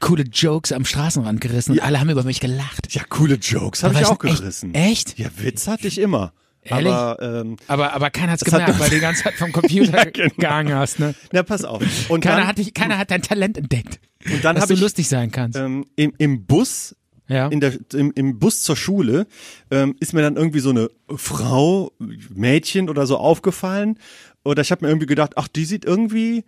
Speaker 1: coole Jokes am Straßenrand gerissen und alle haben über mich gelacht.
Speaker 2: ja coole Jokes
Speaker 1: Da
Speaker 2: habe
Speaker 1: war
Speaker 2: ich auch
Speaker 1: echt-
Speaker 2: gerissen
Speaker 1: Echt?
Speaker 2: Ja, Witz hatte ich immer.
Speaker 1: Ehrlich?
Speaker 2: Aber, ähm,
Speaker 1: Aber, aber keiner hat's
Speaker 2: hat-
Speaker 1: gemerkt, weil du die ganze Zeit vom Computer
Speaker 2: Ja, genau.
Speaker 1: gegangen hast, ne?
Speaker 2: na, pass auf. Und
Speaker 1: Keiner
Speaker 2: dann,
Speaker 1: hat, dich, keiner hat dein Talent entdeckt.
Speaker 2: und dann
Speaker 1: dass
Speaker 2: hab
Speaker 1: du
Speaker 2: ich
Speaker 1: lustig sein kannst.
Speaker 2: ähm, im, im Bus
Speaker 1: Ja.
Speaker 2: in der, im, im Bus zur Schule ähm, ist mir dann irgendwie so eine Frau, Mädchen oder so aufgefallen. Oder ich habe mir irgendwie gedacht, ach, die sieht irgendwie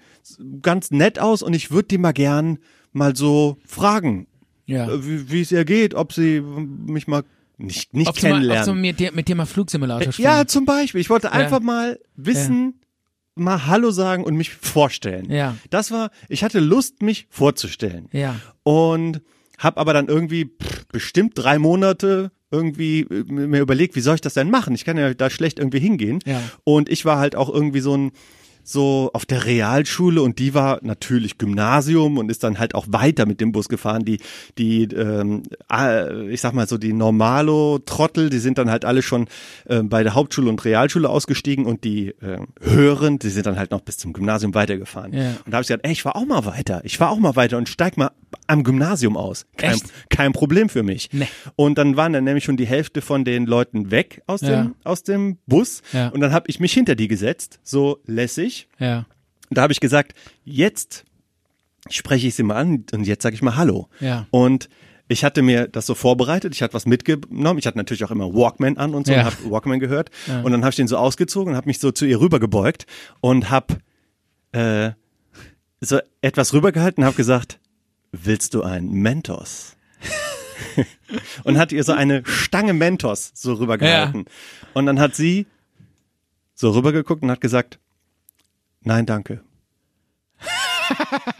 Speaker 2: ganz nett aus und ich würde die mal gern mal so fragen,
Speaker 1: Ja.
Speaker 2: äh, wie wie es ihr geht, ob sie mich mal nicht, nicht
Speaker 1: Ob du mal, ob
Speaker 2: kennenlernen.
Speaker 1: du mit dir, mit dir mal Flugsimulator spielen.
Speaker 2: Äh, Ja, zum Beispiel. Ich wollte einfach mal wissen, mal Hallo sagen und mich vorstellen.
Speaker 1: Ja.
Speaker 2: Das war, ich hatte Lust, mich vorzustellen.
Speaker 1: Ja.
Speaker 2: Und habe aber dann irgendwie pff, bestimmt drei Monate irgendwie äh, mir überlegt, wie soll ich das denn machen? Ich kann ja da schlecht irgendwie hingehen.
Speaker 1: Ja.
Speaker 2: Und ich war halt auch irgendwie so ein so auf der Realschule und die war natürlich Gymnasium und ist dann halt auch weiter mit dem Bus gefahren. Die, die, ähm, ah, ich sag mal so, die Normalo-Trottel, die sind dann halt alle schon äh, bei der Hauptschule und Realschule ausgestiegen und die äh, Hören, die sind dann halt noch bis zum Gymnasium weitergefahren.
Speaker 1: Ja.
Speaker 2: Und da habe ich gesagt, ey, ich war auch mal weiter, ich war auch mal weiter und steig mal am Gymnasium aus. Kein,
Speaker 1: Echt?
Speaker 2: kein Problem für mich.
Speaker 1: Nee.
Speaker 2: Und dann waren dann nämlich schon die Hälfte von den Leuten weg aus,
Speaker 1: Ja.
Speaker 2: dem, aus dem Bus.
Speaker 1: Ja.
Speaker 2: Und dann habe ich mich hinter die gesetzt, so lässig.
Speaker 1: Ja.
Speaker 2: Und da habe ich gesagt, jetzt spreche ich sie mal an und jetzt sage ich mal Hallo.
Speaker 1: Ja.
Speaker 2: Und ich hatte mir das so vorbereitet, ich hatte was mitgenommen, ich hatte natürlich auch immer Walkman an und so,
Speaker 1: Ja.
Speaker 2: und habe Walkman gehört. Und dann habe ich den so ausgezogen und habe mich so zu ihr rübergebeugt und habe äh, so etwas rübergehalten und habe gesagt, willst du einen Mentos? und hat ihr so eine Stange Mentos so rübergehalten. Und dann hat sie so rübergeguckt und hat gesagt, nein, danke.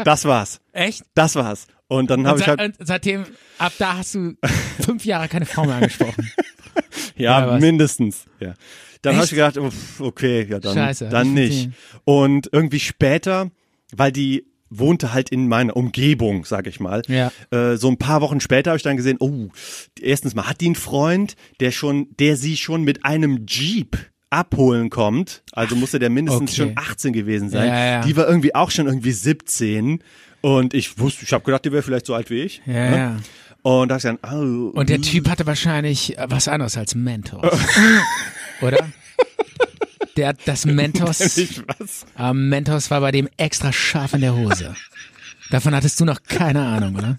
Speaker 2: das war's.
Speaker 1: Echt?
Speaker 2: Das war's. Und dann habe
Speaker 1: Und
Speaker 2: ich
Speaker 1: seit,
Speaker 2: halt,
Speaker 1: und seitdem, ab da hast du fünf Jahre keine Frau mehr angesprochen. oder
Speaker 2: ja,
Speaker 1: was?
Speaker 2: mindestens. Ja. Dann habe ich
Speaker 1: Echt?
Speaker 2: gedacht, uff, okay, ja, dann,
Speaker 1: Scheiße,
Speaker 2: dann
Speaker 1: ich
Speaker 2: nicht.
Speaker 1: verstehe.
Speaker 2: Und irgendwie später, weil die wohnte halt in meiner Umgebung, sage ich mal.
Speaker 1: Ja.
Speaker 2: Äh, so ein paar Wochen später habe ich dann gesehen, oh, erstens mal hat die einen Freund, der schon, der sie schon mit einem Jeep abholen kommt. Also musste der mindestens
Speaker 1: okay.
Speaker 2: schon 18 gewesen sein.
Speaker 1: Ja, ja.
Speaker 2: Die war irgendwie auch schon irgendwie 17 und ich wusste, ich habe gedacht, die wäre vielleicht so alt wie ich.
Speaker 1: Ja,
Speaker 2: ne?
Speaker 1: ja.
Speaker 2: Und da hab ich dann, oh,
Speaker 1: Und der Typ hatte wahrscheinlich äh, was anderes als Mentos. Oder? Der hat das Mentos.
Speaker 2: Ich was?
Speaker 1: Aber Mentos war bei dem extra scharf in der Hose. Davon hattest du noch keine Ahnung, oder?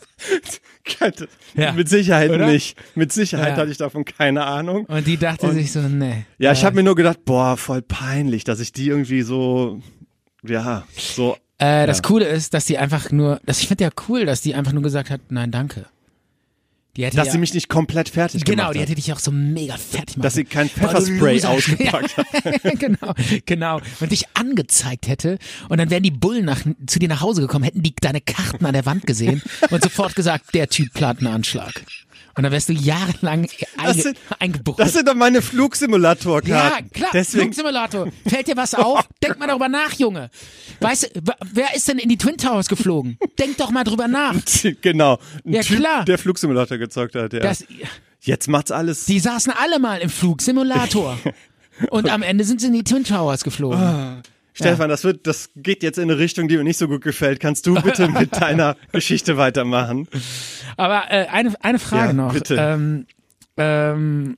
Speaker 2: Keine-
Speaker 1: Ja.
Speaker 2: Mit Sicherheit
Speaker 1: Oder?
Speaker 2: nicht. Mit Sicherheit
Speaker 1: Ja.
Speaker 2: hatte ich davon keine Ahnung.
Speaker 1: Und die dachte sich so, nee.
Speaker 2: ja, ich habe mir nur gedacht, boah, voll peinlich, dass ich die irgendwie so, ja, so.
Speaker 1: Äh, das
Speaker 2: Ja.
Speaker 1: Coole ist, dass die einfach nur, das, ich finde ja cool, dass die einfach nur gesagt hat, nein, danke. Die hätte
Speaker 2: Dass
Speaker 1: ja,
Speaker 2: sie mich nicht komplett fertig
Speaker 1: Genau,
Speaker 2: gemacht
Speaker 1: die
Speaker 2: hat.
Speaker 1: hätte dich auch so mega fertig machen
Speaker 2: Dass sie kein
Speaker 1: können. Boah, du
Speaker 2: Pfefferspray
Speaker 1: Loser.
Speaker 2: ausgepackt
Speaker 1: ja, genau, genau. Wenn dich angezeigt hätte und dann wären die Bullen nach, zu dir nach Hause gekommen, hätten die deine Karten an der Wand gesehen und sofort gesagt, der Typ plant einen Anschlag. Und dann wärst du jahrelang
Speaker 2: Das
Speaker 1: einge
Speaker 2: sind,
Speaker 1: eingebucht.
Speaker 2: das sind doch meine
Speaker 1: ja,
Speaker 2: Flugsimulatorkarten.
Speaker 1: klar,
Speaker 2: Deswegen,
Speaker 1: Flugsimulator. Fällt dir was auf? Denk mal darüber nach, Junge. Weißt du, w- wer ist denn in die Twin Towers geflogen? Denk doch mal drüber nach.
Speaker 2: genau. Ein
Speaker 1: Ja,
Speaker 2: typ,
Speaker 1: klar.
Speaker 2: Der Flugsimulator gezockt hat, ja.
Speaker 1: Das,
Speaker 2: Jetzt macht's alles.
Speaker 1: Die saßen alle mal im Flugsimulator. Und am Ende sind sie in die Twin Towers
Speaker 2: Ah.
Speaker 1: geflogen.
Speaker 2: Stefan, das wird, das geht jetzt in eine Richtung, die mir nicht so gut gefällt. Kannst du bitte mit deiner Geschichte weitermachen?
Speaker 1: Aber äh, eine, eine Frage
Speaker 2: Ja,
Speaker 1: noch.
Speaker 2: bitte.
Speaker 1: Ähm, ähm,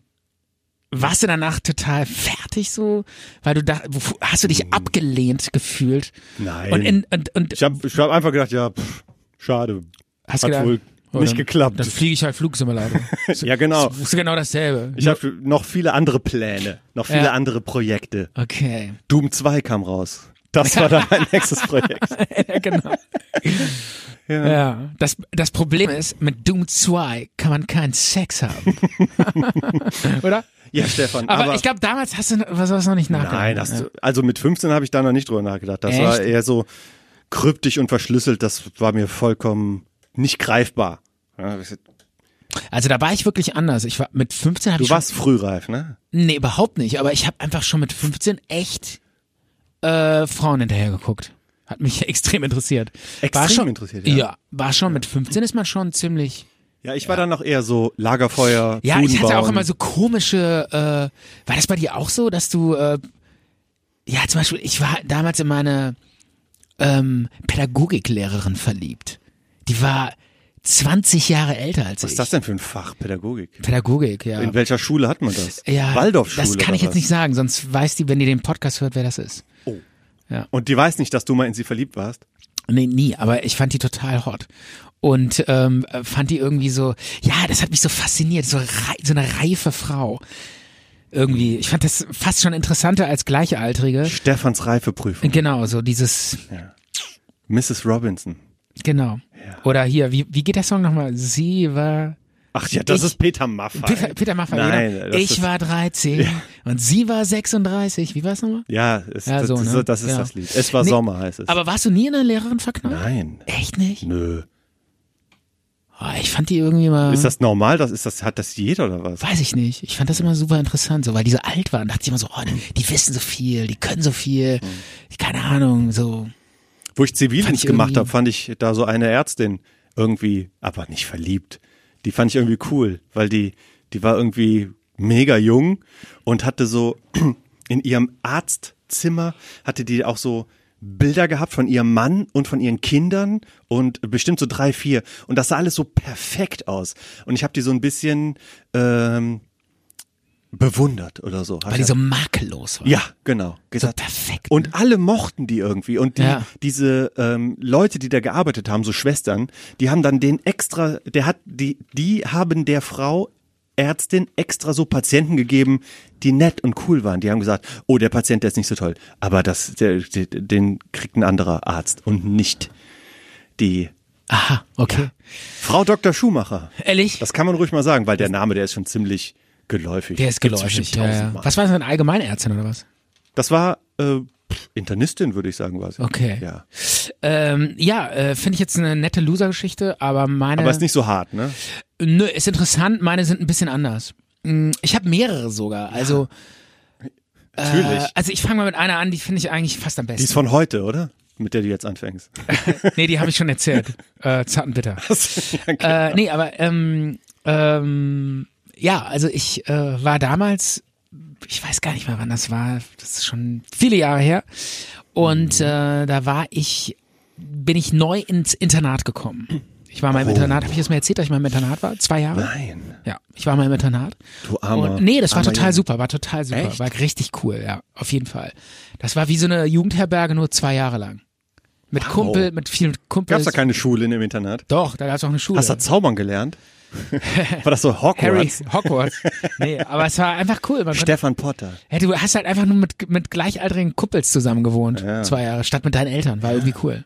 Speaker 1: warst du danach total fertig so? Weil du da, wo- hast du dich abgelehnt gefühlt?
Speaker 2: Hm. Nein.
Speaker 1: Und, in, und, und
Speaker 2: Ich habe ich hab einfach gedacht, ja, pff, schade.
Speaker 1: hast
Speaker 2: hat
Speaker 1: gedacht,
Speaker 2: wohl
Speaker 1: oh,
Speaker 2: nicht
Speaker 1: dann-
Speaker 2: geklappt.
Speaker 1: Dann fliege ich halt Flugsimulator.
Speaker 2: ja, genau.
Speaker 1: Das ist genau dasselbe.
Speaker 2: Ich habe noch viele andere Pläne, noch viele
Speaker 1: Ja.
Speaker 2: andere Projekte.
Speaker 1: Okay.
Speaker 2: Doom 2 kam raus. Das war dann mein nächstes Projekt.
Speaker 1: ja, genau. Ja. Das, das Problem ist, mit Doom 2 kann man keinen Sex haben. Oder?
Speaker 2: Ja, Stefan,
Speaker 1: Aber,
Speaker 2: aber,
Speaker 1: ich glaube, damals hast du was, was noch nicht nachgedacht.
Speaker 2: nein, das, also mit 15 habe ich da noch nicht drüber nachgedacht. Das
Speaker 1: Echt?
Speaker 2: war eher so kryptisch und verschlüsselt. Das war mir vollkommen nicht greifbar. Ja,
Speaker 1: Also da war ich wirklich anders. Ich war mit 15 habe
Speaker 2: Du
Speaker 1: ich schon,
Speaker 2: warst frühreif, ne?
Speaker 1: nee überhaupt nicht, aber ich habe einfach schon mit 15 echt äh, Frauen hinterher geguckt. Hat mich extrem interessiert. war
Speaker 2: Extrem
Speaker 1: schon,
Speaker 2: interessiert, ja.
Speaker 1: ja. war schon mit 15 ist man schon ziemlich.
Speaker 2: Ja, ich war dann noch eher so Lagerfeuer,
Speaker 1: Ja,
Speaker 2: Buden
Speaker 1: ich hatte auch
Speaker 2: bauen.
Speaker 1: immer so komische. Äh, war das bei dir auch so, dass du? Äh, ja, zum Beispiel, ich war damals in meine ähm, Pädagogiklehrerin verliebt. Die war 20 Jahre älter als
Speaker 2: Was
Speaker 1: ich.
Speaker 2: ist das denn für ein Fach Pädagogik?
Speaker 1: Pädagogik, ja.
Speaker 2: In welcher Schule hat man das?
Speaker 1: ja,
Speaker 2: Waldorfschule.
Speaker 1: Das kann ich
Speaker 2: oder
Speaker 1: jetzt nicht sagen, sonst weiß die, wenn die den Podcast hört, wer das ist.
Speaker 2: was? Und die weiß nicht, dass du mal in sie verliebt warst.
Speaker 1: Nee, nie, aber ich fand die total hot. Und ähm, fand die irgendwie so, ja, das hat mich so fasziniert, so, rei so eine reife Frau. Irgendwie, ich fand das fast schon interessanter als Gleichaltrige.
Speaker 2: Stefans Reifeprüfung.
Speaker 1: Genau, so dieses,
Speaker 2: Mrs. Robinson.
Speaker 1: genau. Oder hier, wie, wie geht der Song nochmal? Sie war,
Speaker 2: Ach ja, das
Speaker 1: Ich-
Speaker 2: ist Peter Maffay.
Speaker 1: Peter, Peter Maffay,
Speaker 2: Nein,
Speaker 1: genau.
Speaker 2: das
Speaker 1: Ich
Speaker 2: ist-
Speaker 1: war 13 und sie war 36. Wie war es nochmal?
Speaker 2: Ja, es,
Speaker 1: Ja,
Speaker 2: das,
Speaker 1: so,
Speaker 2: das,
Speaker 1: ne?
Speaker 2: das ist
Speaker 1: Ja.
Speaker 2: das Lied. Es war
Speaker 1: Nee,
Speaker 2: Sommer, heißt es.
Speaker 1: Aber warst du nie in einer Lehrerin verknallt?
Speaker 2: Nein.
Speaker 1: Echt nicht?
Speaker 2: Nö.
Speaker 1: Oh, ich fand die irgendwie mal.
Speaker 2: Ist das normal? Das ist das, hat das jeder oder was?
Speaker 1: Weiß ich nicht. Ich fand das immer super interessant, so, weil die so alt waren. Dachte ich immer so, oh,
Speaker 2: Mhm.
Speaker 1: die wissen so viel, die können so viel. Keine Ahnung, so.
Speaker 2: Wo ich Zivildienst
Speaker 1: Fand ich
Speaker 2: gemacht
Speaker 1: irgendwie-
Speaker 2: habe, fand ich da so eine Ärztin irgendwie, aber nicht verliebt. Die fand ich irgendwie cool, weil die, die war irgendwie mega jung und hatte so in ihrem Arztzimmer hatte die auch so Bilder gehabt von ihrem Mann und von ihren Kindern und bestimmt so drei, vier. Und das sah alles so perfekt aus. Und ich habe die so ein bisschen ähm, bewundert oder so.
Speaker 1: Weil die so makellos waren.
Speaker 2: Ja, genau. Gesagt.
Speaker 1: perfekt,
Speaker 2: Und alle mochten die irgendwie. Und die,
Speaker 1: Ja.
Speaker 2: diese ähm, Leute, die da gearbeitet haben, so Schwestern, die haben dann den extra, der hat, die, die haben der Frau Ärztin extra so Patienten gegeben, die nett und cool waren. Die haben gesagt, oh, der Patient, der ist nicht so toll, aber das, der, der, den kriegt ein anderer Arzt und nicht die
Speaker 1: Aha, okay.
Speaker 2: Frau Dr. Schumacher.
Speaker 1: Ehrlich?
Speaker 2: Das kann man ruhig mal sagen, weil der Name, der ist schon ziemlich geläufig.
Speaker 1: Der ist
Speaker 2: Gibt's
Speaker 1: geläufig. Ja,
Speaker 2: bestimmt
Speaker 1: ja.
Speaker 2: tausendmal.
Speaker 1: Was war das denn, Allgemeinärztin oder was?
Speaker 2: Das war äh, pff, Internistin, würde ich sagen, war sie.
Speaker 1: Okay.
Speaker 2: Ja.
Speaker 1: Ähm, ja, äh, finde ich jetzt eine nette Loser-Geschichte, aber meine.
Speaker 2: Aber ist nicht so hart, ne?
Speaker 1: Nö, ist interessant, meine sind ein bisschen anders. Mm, Ich habe mehrere sogar. Also,
Speaker 2: Natürlich.
Speaker 1: äh, also ich fange mal mit einer an, die finde ich eigentlich fast am
Speaker 2: Die ist
Speaker 1: besten.
Speaker 2: von heute, oder? Mit der du jetzt anfängst.
Speaker 1: nee, die habe ich schon erzählt. äh, zart und bitter.
Speaker 2: okay.
Speaker 1: Äh, nee, aber ähm, ähm, ja, also ich äh, war damals, ich weiß gar nicht mehr, wann das war, das ist schon viele Jahre her.
Speaker 2: Mhm.
Speaker 1: Und äh, da war ich, bin ich neu ins Internat gekommen. Ich war mal im
Speaker 2: Oh.
Speaker 1: Internat, habe ich das mal erzählt, dass ich mal im Internat war? Zwei Jahre?
Speaker 2: Nein,
Speaker 1: Ja, ich war mal im Internat.
Speaker 2: du armer.
Speaker 1: Und, nee, das war
Speaker 2: armer
Speaker 1: total
Speaker 2: Junge.
Speaker 1: super, war total super,
Speaker 2: Echt?
Speaker 1: war richtig cool, ja, auf jeden Fall. Das war wie so eine Jugendherberge nur zwei Jahre lang. Mit
Speaker 2: Wow.
Speaker 1: Kumpel, mit vielen Kumpels.
Speaker 2: Gab's da keine Schule in dem Internat?
Speaker 1: Doch, da gab's auch eine Schule.
Speaker 2: Hast du da Zaubern gelernt? War das so Hogwarts?
Speaker 1: Harry, Hogwarts. Nee, aber es war einfach cool. Man konnte,
Speaker 2: Stefan Potter.
Speaker 1: ja, du hast halt einfach nur mit, mit gleichaltrigen Kumpels zusammen gewohnt,
Speaker 2: Ja.
Speaker 1: zwei Jahre, statt mit deinen Eltern. War irgendwie cool.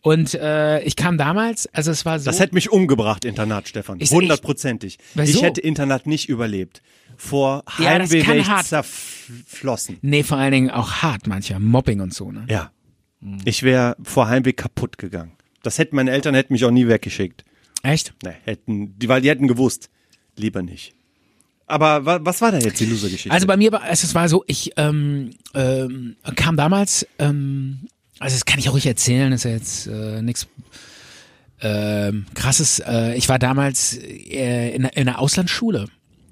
Speaker 1: Und äh, ich kam damals, also es war so.
Speaker 2: Das hätte mich umgebracht, Internat, Stefan.
Speaker 1: Ist echt?
Speaker 2: Hundertprozentig.
Speaker 1: Wieso?
Speaker 2: Ich hätte Internat nicht überlebt. Vor
Speaker 1: Ja, das
Speaker 2: Heimweh
Speaker 1: kann
Speaker 2: wäre ich
Speaker 1: hart-
Speaker 2: zerflossen.
Speaker 1: nee, vor allen Dingen auch hart mancher. Mobbing und so, ne?
Speaker 2: Ja. Ich wäre vor Heimweh kaputt gegangen. Das hätten meine Eltern hätten mich auch nie weggeschickt.
Speaker 1: Echt?
Speaker 2: Ne, hätten, die, weil die hätten gewusst. Lieber nicht. Aber wa, was war da jetzt die Loser-Geschichte?
Speaker 1: Also bei mir war es es war so, ich ähm, ähm, kam damals, ähm, also das kann ich auch ruhig erzählen, ist ja jetzt äh, nichts ähm, krasses. Äh, ich war damals äh, in, einer- in einer Auslandsschule.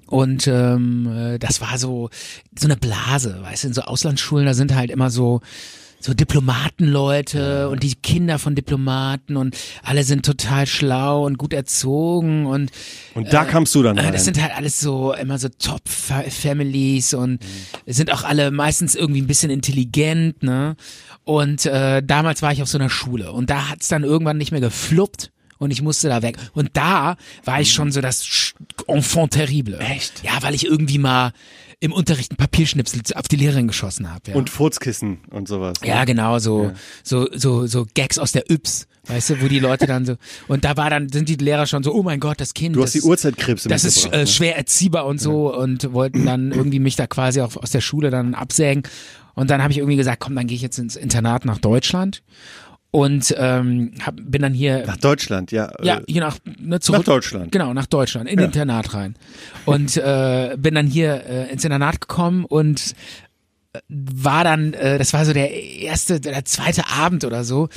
Speaker 1: Und ähm, äh, das war so so eine Blase, weißt du, in so Auslandsschulen, da sind halt immer so so Diplomatenleute und die Kinder von Diplomaten und alle sind total schlau und gut erzogen und
Speaker 2: Und da kamst du dann
Speaker 1: äh,
Speaker 2: rein.
Speaker 1: Das sind halt alles so immer so Top-Families und
Speaker 2: Mhm.
Speaker 1: sind auch alle meistens irgendwie ein bisschen intelligent, ne? Und äh, damals war ich auf so einer Schule und da hat's dann irgendwann nicht mehr gefluppt und ich musste da weg. Und da war
Speaker 2: Mhm.
Speaker 1: ich schon so das Sch- Enfant terrible. Echt? Ja, weil ich irgendwie mal im Unterricht ein Papierschnipsel auf die Lehrerin geschossen habe. Ja.
Speaker 2: und Furzkissen und sowas. ne?
Speaker 1: Ja, genau, so, so, so, so Gags aus der Yps, weißt du, wo die Leute dann so, und da war dann, sind die Lehrer schon so, oh mein Gott, das Kind.
Speaker 2: Du
Speaker 1: das,
Speaker 2: hast die Uhrzeitkrebse
Speaker 1: Das ist
Speaker 2: mitgebracht,
Speaker 1: äh,
Speaker 2: ne?
Speaker 1: schwer erziehbar und so und wollten dann irgendwie mich da quasi auch aus der Schule dann absägen. Und dann habe ich irgendwie gesagt, komm, dann gehe ich jetzt ins Internat nach Deutschland und ähm, hab, bin dann hier
Speaker 2: Nach Deutschland, ja. äh,
Speaker 1: ja, je nach, ne, zurück,
Speaker 2: nach Deutschland.
Speaker 1: Genau, nach Deutschland, in Internat rein. Und äh, bin dann hier äh, ins Internat gekommen und äh, war dann, äh, das war so der erste, der zweite Abend oder so.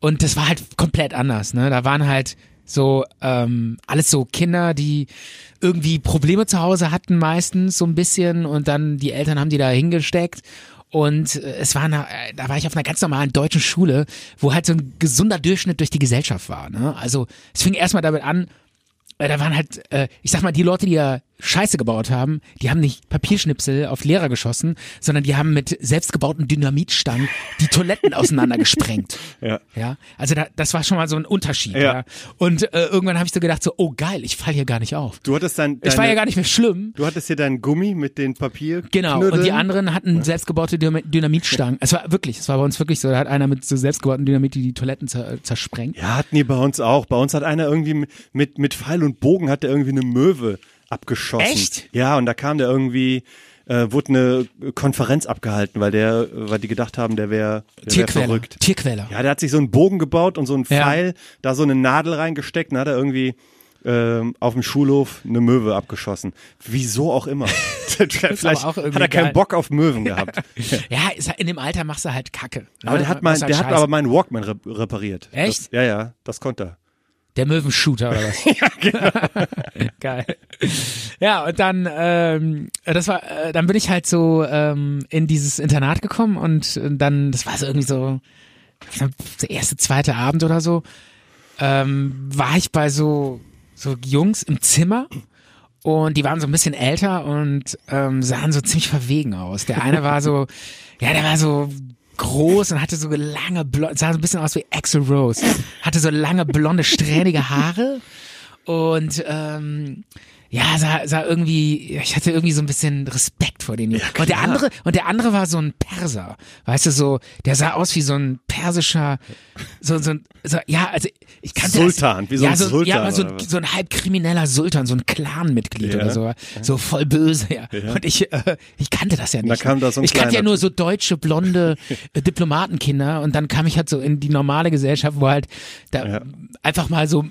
Speaker 1: Und das war halt komplett anders, ne? Da waren halt so ähm, alles so Kinder, die irgendwie Probleme zu Hause hatten meistens so ein bisschen und dann die Eltern haben die da hingesteckt und äh, es war eine, äh, da war ich auf einer ganz normalen deutschen Schule, wo halt so ein gesunder Durchschnitt durch die Gesellschaft war, ne? Also, es fing erstmal damit an, weil da waren halt, äh, ich sag mal, die Leute, die ja Scheiße gebaut haben, die haben nicht Papierschnipsel auf Lehrer geschossen, sondern die haben mit selbstgebauten Dynamitstangen die Toiletten auseinandergesprengt.
Speaker 2: Ja.
Speaker 1: Ja, also da, das war schon mal so ein Unterschied.
Speaker 2: Ja.
Speaker 1: Ja. Und äh, irgendwann habe ich so gedacht so, oh geil, ich falle hier gar nicht auf.
Speaker 2: Du hattest dein,
Speaker 1: ich war
Speaker 2: deine-
Speaker 1: ja gar nicht mehr schlimm.
Speaker 2: Du hattest hier deinen Gummi mit den Papier.
Speaker 1: Genau, und die anderen hatten selbstgebaute Dynam- Dynamitstangen. Es war wirklich, es war bei uns wirklich so, da hat einer mit so selbstgebauten Dynamit die, die Toiletten zer äh, zersprengt.
Speaker 2: Ja, hatten die bei uns auch. Bei uns hat einer irgendwie m- mit, mit Pfeil und Bogen hat er irgendwie eine Möwe abgeschossen.
Speaker 1: Echt?
Speaker 2: Ja, und da kam der irgendwie, äh, wurde eine Konferenz abgehalten, weil der, äh, weil die gedacht haben, der wäre wär
Speaker 1: Tierquäler,
Speaker 2: verrückt.
Speaker 1: Tierquäler.
Speaker 2: Ja, der hat sich so einen Bogen gebaut und so einen
Speaker 1: Ja.
Speaker 2: Pfeil, da so eine Nadel reingesteckt und hat er irgendwie ähm, auf dem Schulhof eine Möwe abgeschossen. Wieso auch immer. Vielleicht
Speaker 1: auch irgendwie
Speaker 2: hat er keinen
Speaker 1: geil.
Speaker 2: Bock auf Möwen gehabt.
Speaker 1: Ja, ist, halt- in dem Alter machst du halt Kacke. ne?
Speaker 2: Aber der hat, mein,
Speaker 1: Machst halt
Speaker 2: der hat
Speaker 1: Scheiße.
Speaker 2: aber meinen Walkman rep repariert. Das,
Speaker 1: Echt?
Speaker 2: ja, ja, das konnte er.
Speaker 1: Der Möwenshooter oder was? ja, genau. Geil. Ja, und dann, ähm, das war, äh, dann bin ich halt so ähm, in dieses Internat gekommen und, und dann, das war so irgendwie so, ich glaub, der erste, zweite Abend oder so, ähm, war ich bei so, so Jungs im Zimmer und die waren so ein bisschen älter und ähm, sahen so ziemlich verwegen aus. Der eine war so, ja, der war so groß und hatte so lange, blo- sah so ein bisschen aus wie Axel Rose, hatte so lange, blonde, strähnige Haare und ähm, ja, sah, sah irgendwie, ich hatte irgendwie so ein bisschen Respekt vor den Jungen. und der andere, und der andere war so ein Perser, weißt du, so, der sah aus wie so ein persischer, so, so, ein- so ja, also ich kannte
Speaker 2: Sultan,
Speaker 1: das,
Speaker 2: wie so
Speaker 1: ja,
Speaker 2: ein
Speaker 1: so,
Speaker 2: Sultan
Speaker 1: ja, aber so,
Speaker 2: oder was?
Speaker 1: so ein halbkrimineller Sultan, so ein Clan-Mitglied
Speaker 2: Ja.
Speaker 1: oder so, so voll böse, ja. Und ich, äh, ich kannte das ja nicht.
Speaker 2: kam da so ein
Speaker 1: ich kannte ja
Speaker 2: kleiner
Speaker 1: nur so deutsche, blonde äh, Diplomatenkinder und dann kam ich halt so in die normale Gesellschaft, wo halt da einfach mal so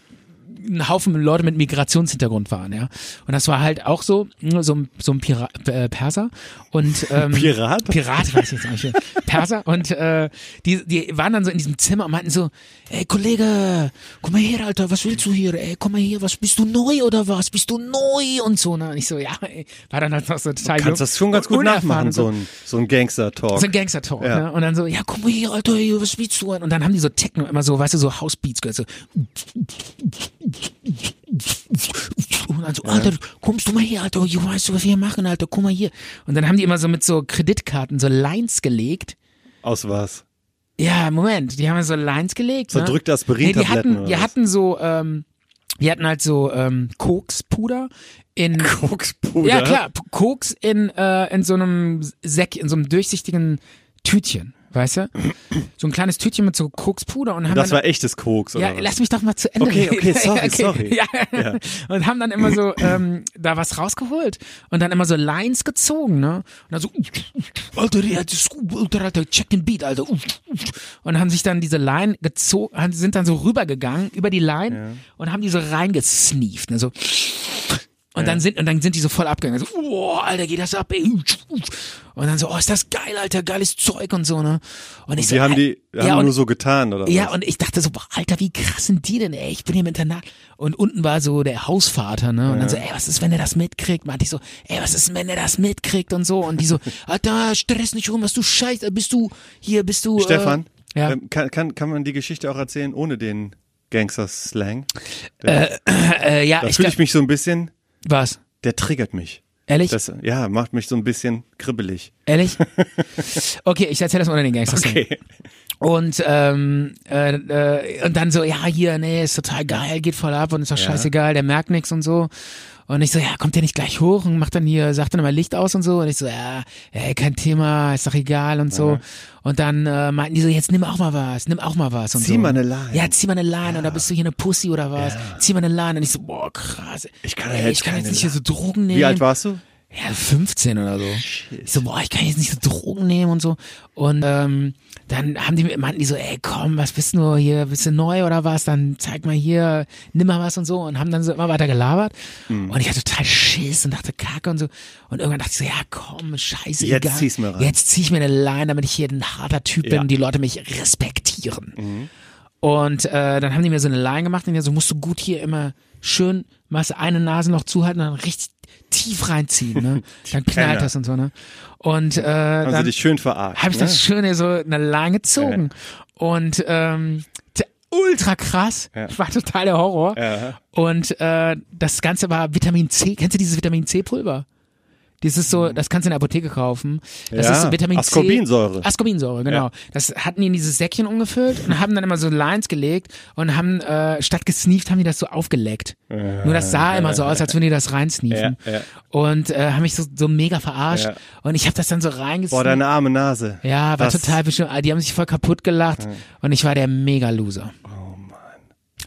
Speaker 1: ein Haufen Leute mit Migrationshintergrund waren, ja. Und das war halt auch so, so, ein- so ein Pira äh, Perser und ähm,
Speaker 2: Pirat?
Speaker 1: Pirat weiß ich jetzt nicht. Perser und äh, die, die waren dann so in diesem Zimmer und meinten so, ey Kollege, komm mal her, Alter, was willst du hier? Ey, komm mal her, was bist du neu oder was? Bist du neu und so. Ne? Und ich so, ja, ey. war dann halt noch so total
Speaker 2: Kannst
Speaker 1: jung
Speaker 2: das schon ganz gut
Speaker 1: und unerfahren
Speaker 2: nachmachen,
Speaker 1: und
Speaker 2: so ne? ein, so ein Gangster-Talk.
Speaker 1: so ein Gangster-Talk,
Speaker 2: Ja.
Speaker 1: ne? Und dann so, ja, guck mal hier, Alter, hier, was spielst du? denn? Und dann haben die so Techno immer so, weißt du, so Housebeats gehört, so. Und dann so, Alter, kommst du mal her, Alter, hier weißt du, was wir hier machen, Alter, guck mal hier. Und dann haben die immer so mit so Kreditkarten so Lines gelegt.
Speaker 2: Aus was?
Speaker 1: Ja, Moment, die haben so Lines gelegt.
Speaker 2: So
Speaker 1: ne?
Speaker 2: drückte
Speaker 1: Nee,
Speaker 2: Aspirintabletten
Speaker 1: die hatten,
Speaker 2: oder
Speaker 1: die
Speaker 2: was?
Speaker 1: hatten so, ähm, die hatten halt so ähm, Kokspuder in
Speaker 2: Kokspuder?
Speaker 1: ja klar, P- Koks in, äh, in so einem Säck, in so einem durchsichtigen Tütchen, weißt du? So ein kleines Tütchen mit so Kokspuder und haben
Speaker 2: Das
Speaker 1: dann,
Speaker 2: war echtes Koks,
Speaker 1: ja,
Speaker 2: oder was?
Speaker 1: lass mich doch mal zu Ende
Speaker 2: Okay,
Speaker 1: reden.
Speaker 2: okay, sorry,
Speaker 1: Ja,
Speaker 2: sorry.
Speaker 1: Ja. Und haben dann immer so ähm, da was rausgeholt und dann immer so Lines gezogen, ne? Und dann so, Alter, ja, das ist gut, Alter, Alter, check den Beat, Alter. Und haben sich dann diese Line gezogen, haben- sind dann so rübergegangen über die Line und haben die so reingesneeft, ne? So, und dann sind und dann sind die so voll abgegangen. So, oh, Alter, geht das ab? Ey. Und dann so, oh, ist das geil, Alter, geiles Zeug und so, ne? Und ich
Speaker 2: Die
Speaker 1: so,
Speaker 2: haben die
Speaker 1: äh,
Speaker 2: haben
Speaker 1: ja, und-
Speaker 2: nur so getan, oder
Speaker 1: ja,
Speaker 2: was?
Speaker 1: und ich dachte so, boah, Alter, wie krass sind die denn, ey? Ich bin hier im Internat. Und unten war so der Hausvater, ne? Und dann so, ey, was ist, wenn der das mitkriegt? Meinte ich so, ey, was ist, wenn der das mitkriegt und so? Und die so, Alter, stress nicht rum, was du scheiße, bist du, hier bist du.
Speaker 2: Stefan,
Speaker 1: Äh, ja.
Speaker 2: ähm, kann, kann, kann man die Geschichte auch erzählen ohne den Gangster-Slang?
Speaker 1: Äh, ja,
Speaker 2: Da
Speaker 1: ich
Speaker 2: fühle ich
Speaker 1: glaub,
Speaker 2: mich so ein bisschen,
Speaker 1: was?
Speaker 2: der triggert mich.
Speaker 1: Ehrlich?
Speaker 2: Das, ja, macht mich so ein bisschen kribbelig.
Speaker 1: Ehrlich? Okay, ich erzähle das mal unter den Gangsters.
Speaker 2: Okay.
Speaker 1: Und, ähm, äh, äh, und dann so, ja, hier, nee, ist total geil, geht voll ab und ist doch scheißegal, der merkt nix und so. Und ich so, ja, kommt der nicht gleich hoch und macht dann hier, sagt dann immer Licht aus und so. Und ich so, ja, ey, kein Thema, ist doch egal und so. Und dann äh, meinten die so, jetzt nimm auch mal was, nimm auch mal was. Und
Speaker 2: Zieh
Speaker 1: so.
Speaker 2: mal eine Line.
Speaker 1: Ja, zieh mal eine Line oder bist du hier eine Pussy oder was? Zieh mal eine Line. Und ich so, boah, krass.
Speaker 2: Ich kann ja
Speaker 1: ey,
Speaker 2: jetzt
Speaker 1: ich kann
Speaker 2: keine
Speaker 1: jetzt nicht hier so Drogen nehmen.
Speaker 2: Wie alt warst du?
Speaker 1: Ja, 15 oder so. Ich so, boah, ich kann jetzt nicht so Drogen nehmen und so. Und ähm, dann haben die mir- meinten die so, ey, komm, was bist du hier? Bist du neu oder was? Dann zeig mal hier, nimm mal was und so. Und haben dann so immer weiter gelabert.
Speaker 2: Mhm.
Speaker 1: Und ich hatte total Schiss und dachte, Kacke und so. Und irgendwann dachte ich so, ja, komm, scheiße,
Speaker 2: Jetzt
Speaker 1: egal.
Speaker 2: zieh's mir rein.
Speaker 1: Jetzt zieh ich mir eine Line, damit ich hier ein harter Typ bin
Speaker 2: Ja.
Speaker 1: und die Leute mich respektieren. Und äh, dann haben die mir so eine Line gemacht und die so, musst du gut hier immer schön, machst eine Nasenloch zuhalten und dann richtig tief reinziehen, ne? Dann
Speaker 2: Penner. Also
Speaker 1: knallt das und so, ne? Und äh,
Speaker 2: Haben
Speaker 1: dann
Speaker 2: sie ne? dich schön verarscht.
Speaker 1: habe ich
Speaker 2: ne?
Speaker 1: das Schöne so eine Line gezogen. Und ähm, t- ultra krass.
Speaker 2: Ja.
Speaker 1: War total der Horror.
Speaker 2: Ja.
Speaker 1: Und äh, das Ganze war Vitamin C. Kennst du dieses Vitamin C-Pulver? Dieses so, das kannst du in der Apotheke kaufen. Das
Speaker 2: Mhm. Ja,
Speaker 1: ist Vitamin C.
Speaker 2: Ascorbinsäure.
Speaker 1: Ascorbinsäure, genau.
Speaker 2: Ja.
Speaker 1: Das hatten die in dieses Säckchen umgefüllt und haben dann immer so Lines gelegt und haben, äh, statt gesneeft, haben die das so aufgeleckt. Nur das sah immer so aus, als würden die das reinsneefen.
Speaker 2: Ja, ja.
Speaker 1: Und äh, haben mich so, so mega verarscht.
Speaker 2: Ja.
Speaker 1: Und ich habe das dann so reingesneeft.
Speaker 2: Boah, deine arme Nase.
Speaker 1: Ja, war
Speaker 2: Das-
Speaker 1: total bestimmt. ah, Die haben sich voll kaputt gelacht und ich war der mega Loser. Oh Mann.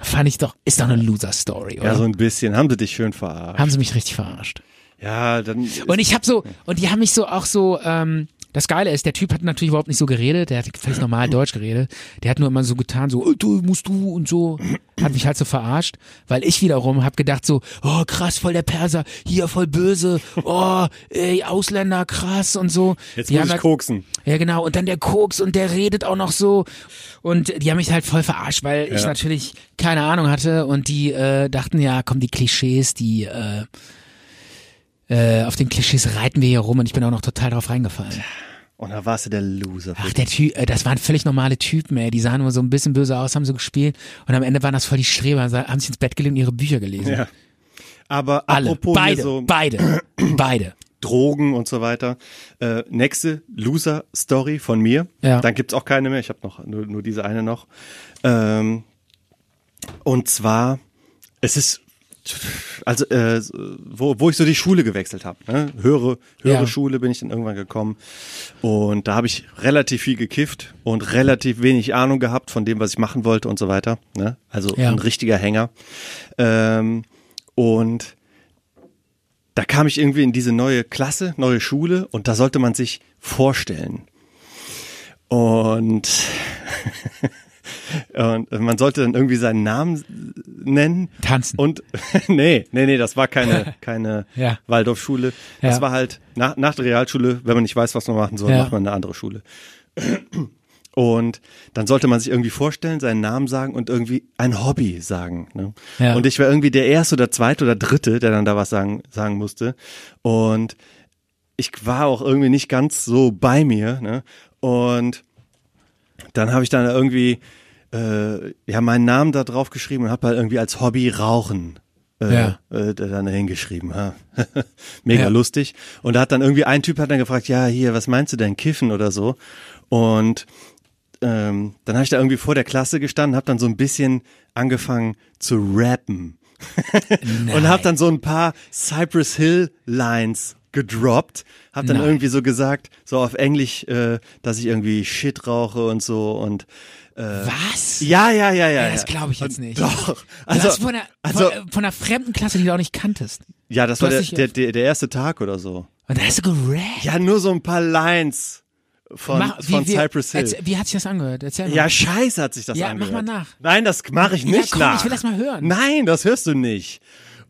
Speaker 1: Fand ich doch, ist doch eine Loser-Story, oder?
Speaker 2: Ja, so ein bisschen. Haben sie dich schön verarscht.
Speaker 1: haben sie mich richtig verarscht.
Speaker 2: Ja, dann.
Speaker 1: Und ich habe so, und die haben mich so auch so, ähm, das Geile ist, der Typ hat natürlich überhaupt nicht so geredet, der hat völlig normal Deutsch geredet. Der hat nur immer so getan, so, "Äh, du musst du und so. Hat mich halt so verarscht, weil ich wiederum hab gedacht so, oh krass, voll der Perser, hier voll böse, oh, ey, Ausländer, krass und so.
Speaker 2: jetzt
Speaker 1: Die
Speaker 2: muss
Speaker 1: haben
Speaker 2: ich
Speaker 1: halt-
Speaker 2: koksen.
Speaker 1: ja, genau. Und dann der Koks und der redet auch noch so. Und die haben mich halt voll verarscht, weil ich
Speaker 2: Ja.
Speaker 1: natürlich keine Ahnung hatte und die äh, dachten, ja, komm, die Klischees, die äh, äh, auf den Klischees reiten wir hier rum und ich bin auch noch total drauf reingefallen.
Speaker 2: Und da warst du der Loser.
Speaker 1: Ach, der Typ, äh, das waren völlig normale Typen, ey. Die sahen nur so ein bisschen böse aus, haben so gespielt und am Ende waren das voll die Streber, sa- haben sich ins Bett gelegt und ihre Bücher gelesen.
Speaker 2: Ja. Aber
Speaker 1: Alle.
Speaker 2: apropos hier
Speaker 1: Beide,
Speaker 2: so
Speaker 1: beide, beide.
Speaker 2: Drogen und so weiter. Äh, nächste Loser-Story von mir.
Speaker 1: Ja.
Speaker 2: Dann gibt's auch keine mehr. Ich habe noch nur, nur diese eine noch. Ähm, und zwar, es ist, also äh, wo, wo ich so die Schule gewechselt habe. Ne? Höhere, höhere
Speaker 1: Ja.
Speaker 2: Schule bin ich dann irgendwann gekommen. Und da habe ich relativ viel gekifft und relativ wenig Ahnung gehabt von dem, was ich machen wollte und so weiter. Ne? Also
Speaker 1: Ja.
Speaker 2: ein richtiger Hänger. Ähm, und da kam ich irgendwie in diese neue Klasse, neue Schule und da sollte man sich vorstellen. Und, und man sollte dann irgendwie seinen Namen nennen.
Speaker 1: Tanzen.
Speaker 2: Und nee, nee, nee, das war keine, keine
Speaker 1: Ja.
Speaker 2: Waldorfschule. Das
Speaker 1: Ja.
Speaker 2: war halt nach, nach der Realschule, wenn man nicht weiß, was man machen soll,
Speaker 1: Ja.
Speaker 2: macht man eine andere Schule. Und dann sollte man sich irgendwie vorstellen, seinen Namen sagen und irgendwie ein Hobby sagen. Ne?
Speaker 1: Ja.
Speaker 2: Und ich war irgendwie der erste oder zweite oder dritte, der dann da was sagen, sagen musste. Und ich war auch irgendwie nicht ganz so bei mir. Ne? Und dann habe ich dann irgendwie äh, ja meinen Namen da drauf geschrieben und habe halt irgendwie als Hobby Rauchen äh,
Speaker 1: Ja.
Speaker 2: äh, da dann hingeschrieben. Ha. Mega
Speaker 1: Ja.
Speaker 2: lustig. Und da hat dann irgendwie ein Typ hat dann gefragt, ja hier, was meinst du denn Kiffen oder so? Und ähm, dann habe ich da irgendwie vor der Klasse gestanden, habe dann so ein bisschen angefangen zu rappen und habe dann so ein paar Cypress Hill Lines gedroppt, habe dann
Speaker 1: Nein.
Speaker 2: irgendwie so gesagt, so auf Englisch, äh, dass ich irgendwie Shit rauche und so und Äh,
Speaker 1: Was?
Speaker 2: ja, ja, ja, ja.
Speaker 1: Ja, das
Speaker 2: ja.
Speaker 1: glaube ich jetzt
Speaker 2: Und
Speaker 1: nicht.
Speaker 2: Doch.
Speaker 1: Also,
Speaker 2: Also,
Speaker 1: von, einer,
Speaker 2: also
Speaker 1: von, von einer fremden Klasse, die du auch nicht kanntest.
Speaker 2: ja, das
Speaker 1: du
Speaker 2: war der,
Speaker 1: hast
Speaker 2: der,
Speaker 1: dich-
Speaker 2: der, der erste Tag oder so.
Speaker 1: Und da hast du gerappt.
Speaker 2: Ja, nur so ein paar Lines von,
Speaker 1: Mach-
Speaker 2: von Cypress Hill.
Speaker 1: erzähl- wie hat sich das angehört? Erzähl mal.
Speaker 2: ja, scheiße hat sich das
Speaker 1: Ja, mach
Speaker 2: angehört.
Speaker 1: mal nach.
Speaker 2: Nein, das mache ich nicht
Speaker 1: komm,
Speaker 2: nach.
Speaker 1: ich will das mal hören.
Speaker 2: Nein, das hörst du nicht.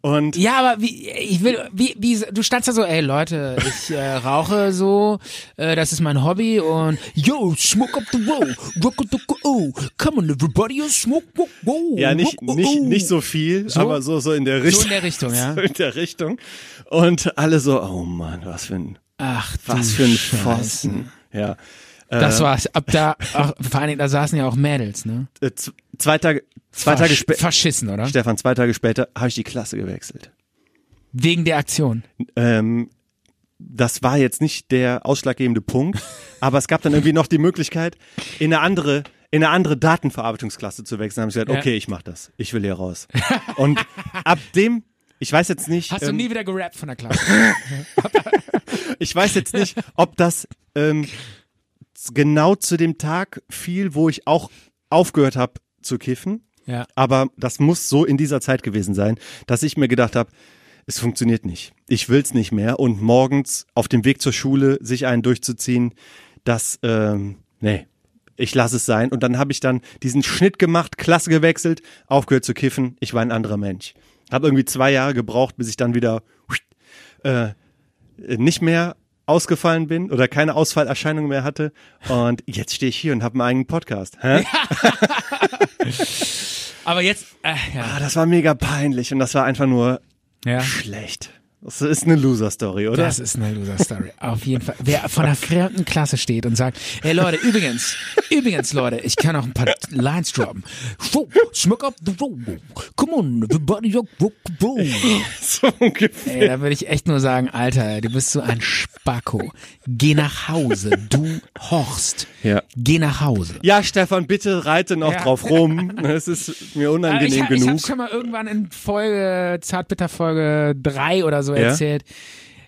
Speaker 2: Und
Speaker 1: ja, aber wie, ich will, wie, wie, du standst da so, ey Leute, ich äh, rauche so, äh, das ist mein Hobby und yo, smoke up the wall, rock up the oh, come on everybody, you smoke, whoa, whoa,
Speaker 2: Ja, nicht,
Speaker 1: whoa,
Speaker 2: nicht,
Speaker 1: oh.
Speaker 2: nicht so viel,
Speaker 1: So?
Speaker 2: aber so, so in der Richtung.
Speaker 1: in der Richtung, ja.
Speaker 2: So in der Richtung. Und alle so, oh Mann, was für ein,
Speaker 1: Ach, du
Speaker 2: was für ein
Speaker 1: Scheiße.
Speaker 2: Pfosten. äh. Ja.
Speaker 1: Das war's. Ab da, ach, vor allen Dingen, da saßen ja auch Mädels, ne?
Speaker 2: Äh, z- Zwei Tage, zwei Tage
Speaker 1: Versch-
Speaker 2: später,
Speaker 1: Verschissen, oder?
Speaker 2: Stefan, zwei Tage später habe ich die Klasse gewechselt.
Speaker 1: Wegen der Aktion.
Speaker 2: Ähm, das war jetzt nicht der ausschlaggebende Punkt, aber es gab dann irgendwie noch die Möglichkeit, in eine andere, in eine andere Datenverarbeitungsklasse zu wechseln. Da habe ich gesagt,
Speaker 1: Ja.
Speaker 2: okay, ich mache das. Ich will hier raus. Und ab dem, ich weiß jetzt nicht.
Speaker 1: Hast
Speaker 2: ähm,
Speaker 1: du nie wieder gerappt von der Klasse?
Speaker 2: ich weiß jetzt nicht, ob das ähm, z- genau zu dem Tag fiel, wo ich auch aufgehört habe zu kiffen.
Speaker 1: Ja.
Speaker 2: Aber das muss so in dieser Zeit gewesen sein, dass ich mir gedacht habe, es funktioniert nicht. Ich will's nicht mehr. Und morgens auf dem Weg zur Schule sich einen durchzuziehen, das, ähm, nee, ich lasse es sein. Und dann habe ich dann diesen Schnitt gemacht, Klasse gewechselt, aufgehört zu kiffen. Ich war ein anderer Mensch. Habe irgendwie zwei Jahre gebraucht, bis ich dann wieder äh, nicht mehr ausgefallen bin oder keine Ausfallerscheinung mehr hatte. Und jetzt stehe ich hier und habe einen eigenen Podcast. Hä?
Speaker 1: Aber äh, jetzt, äh, ja.
Speaker 2: Ah, das war mega peinlich und das war einfach nur
Speaker 1: ja.
Speaker 2: schlecht. Das ist eine Loser-Story, oder?
Speaker 1: Das ist eine Loser-Story. Auf jeden Fall. Wer von der vierten Klasse steht und sagt, hey Leute, übrigens, übrigens Leute, ich kann auch ein paar Lines droppen. So, smoke up the room. Come on, everybody, rock, rock, boom.
Speaker 2: so ungefähr.
Speaker 1: Ey, da würde ich echt nur sagen, Alter, du bist so ein Spacko. Geh nach Hause, du Horst.
Speaker 2: Ja.
Speaker 1: Geh nach Hause.
Speaker 2: Ja, Stefan, bitte reite noch
Speaker 1: Ja.
Speaker 2: drauf rum. Es ist mir
Speaker 1: Ah,
Speaker 2: unangenehm
Speaker 1: ich, Ich
Speaker 2: genug.
Speaker 1: habe schon mal irgendwann in Folge, Zartbitter Folge 3 oder so erzählt,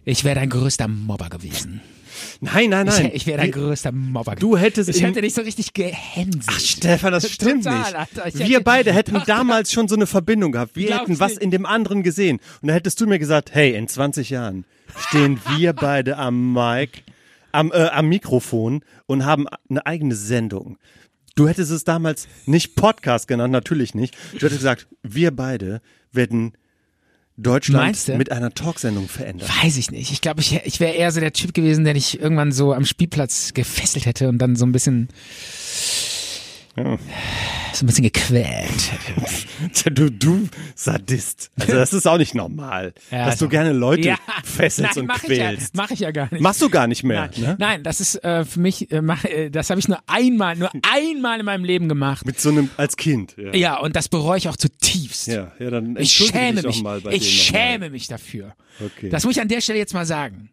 Speaker 1: ich wäre dein größter Mobber gewesen.
Speaker 2: nein, nein, nein.
Speaker 1: Ich, ich wäre dein größter Mobber gewesen.
Speaker 2: Du hättest
Speaker 1: Ich
Speaker 2: in-
Speaker 1: hätte dich so richtig gehänselt.
Speaker 2: Ach, Stefan, das stimmt
Speaker 1: Total,
Speaker 2: nicht.
Speaker 1: Alter, ich
Speaker 2: Wir
Speaker 1: hätte-
Speaker 2: beide hätten damals schon so eine Verbindung gehabt. Wir
Speaker 1: Glaub's
Speaker 2: hätten was
Speaker 1: nicht.
Speaker 2: in dem anderen gesehen. Und da hättest du mir gesagt, hey, in 20 Jahren stehen wir beide am Mic, am, äh, am Mikrofon und haben eine eigene Sendung. Du hättest es damals nicht Podcast genannt, natürlich nicht. Du hättest gesagt, wir beide werden Deutschland
Speaker 1: Meinst du?
Speaker 2: mit einer Talksendung verändern.
Speaker 1: Weiß ich nicht. Ich glaube, ich, ich wäre eher so der Typ gewesen, der dich irgendwann so am Spielplatz gefesselt hätte und dann so ein bisschen. So ein bisschen gequält.
Speaker 2: Du, du Sadist. Also das ist auch nicht normal,
Speaker 1: Ja,
Speaker 2: dass du
Speaker 1: doch.
Speaker 2: gerne Leute
Speaker 1: Ja.
Speaker 2: fesselst
Speaker 1: Nein,
Speaker 2: und
Speaker 1: mach
Speaker 2: quälst.
Speaker 1: Ich ja, mach ich ja gar nicht.
Speaker 2: Machst du gar nicht mehr.
Speaker 1: Nein,
Speaker 2: Ne?
Speaker 1: nein, das ist äh, für mich, äh, mach, äh, das habe ich nur einmal, nur einmal in meinem Leben gemacht.
Speaker 2: Mit so einem, als Kind. Ja,
Speaker 1: Ja, und das bereue ich auch zutiefst.
Speaker 2: ja, ja dann
Speaker 1: Ich
Speaker 2: entschuldige
Speaker 1: schäme
Speaker 2: dich
Speaker 1: mich.
Speaker 2: Doch mal bei
Speaker 1: Ich
Speaker 2: denen noch mal.
Speaker 1: schäme mich dafür.
Speaker 2: Okay.
Speaker 1: Das muss ich an der Stelle jetzt mal sagen.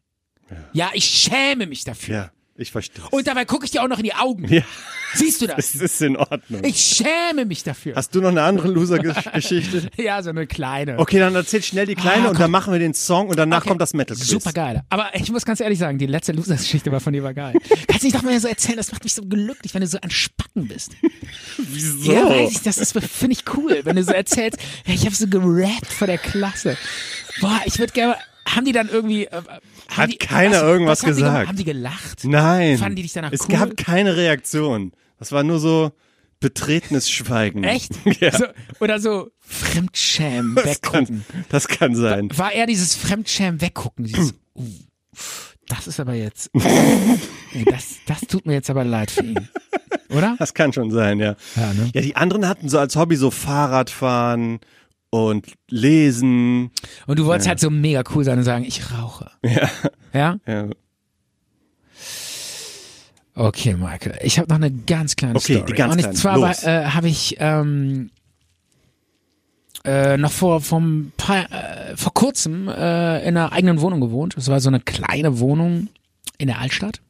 Speaker 1: Ja, ich schäme mich dafür.
Speaker 2: Ja, ich verstehe.
Speaker 1: Und dabei gucke ich dir auch noch in die Augen.
Speaker 2: ja,
Speaker 1: Siehst du
Speaker 2: es
Speaker 1: das?
Speaker 2: ist in Ordnung.
Speaker 1: Ich schäme mich dafür.
Speaker 2: Hast du noch eine andere Loser-Geschichte?
Speaker 1: ja, so eine kleine.
Speaker 2: Okay, dann erzähl schnell die kleine
Speaker 1: Ah,
Speaker 2: und dann machen wir den Song und danach
Speaker 1: Okay.
Speaker 2: kommt das metal -Quiz.
Speaker 1: Super geil. Aber ich muss ganz ehrlich sagen, die letzte Loser-Geschichte war von dir war geil. Kannst du nicht doch mal so erzählen, das macht mich so glücklich, wenn du so ein Spacken bist.
Speaker 2: Wieso?
Speaker 1: Ja, weiß ich, das ist- finde ich cool, wenn du so erzählst, hey, ich habe so gerappt vor der Klasse. Boah, ich würde gerne, haben die dann irgendwie... Äh, haben
Speaker 2: Hat
Speaker 1: die,
Speaker 2: keiner
Speaker 1: was-
Speaker 2: irgendwas
Speaker 1: was haben die gemacht?
Speaker 2: gesagt.
Speaker 1: haben die gelacht?
Speaker 2: Nein.
Speaker 1: Fanden die dich danach
Speaker 2: es
Speaker 1: cool?
Speaker 2: gab keine Reaktion. Das war nur so betretenes Schweigen.
Speaker 1: Echt?
Speaker 2: Ja.
Speaker 1: So, oder so Fremdschämen
Speaker 2: das,
Speaker 1: weggucken.
Speaker 2: kann, das kann sein.
Speaker 1: War eher dieses Fremdschämen weggucken. Dieses, uh, das ist aber jetzt... Ey, das, das tut mir jetzt aber leid für ihn. Oder?
Speaker 2: Das kann schon sein, ja.
Speaker 1: Ja, ne?
Speaker 2: Ja, die anderen hatten so als Hobby so Fahrradfahren und Lesen.
Speaker 1: Und du wolltest halt so mega cool sein und sagen, ich rauche.
Speaker 2: Ja.
Speaker 1: Ja?
Speaker 2: ja.
Speaker 1: Okay, Michael. Ich habe noch eine ganz kleine
Speaker 2: Okay,
Speaker 1: Story.
Speaker 2: die ganz
Speaker 1: Und ich,
Speaker 2: kleine.
Speaker 1: zwar
Speaker 2: Los.
Speaker 1: war, äh, habe ich ähm, äh, noch vor vom paar, äh, vor kurzem äh, in einer eigenen Wohnung gewohnt. Es war so eine kleine Wohnung in der Altstadt.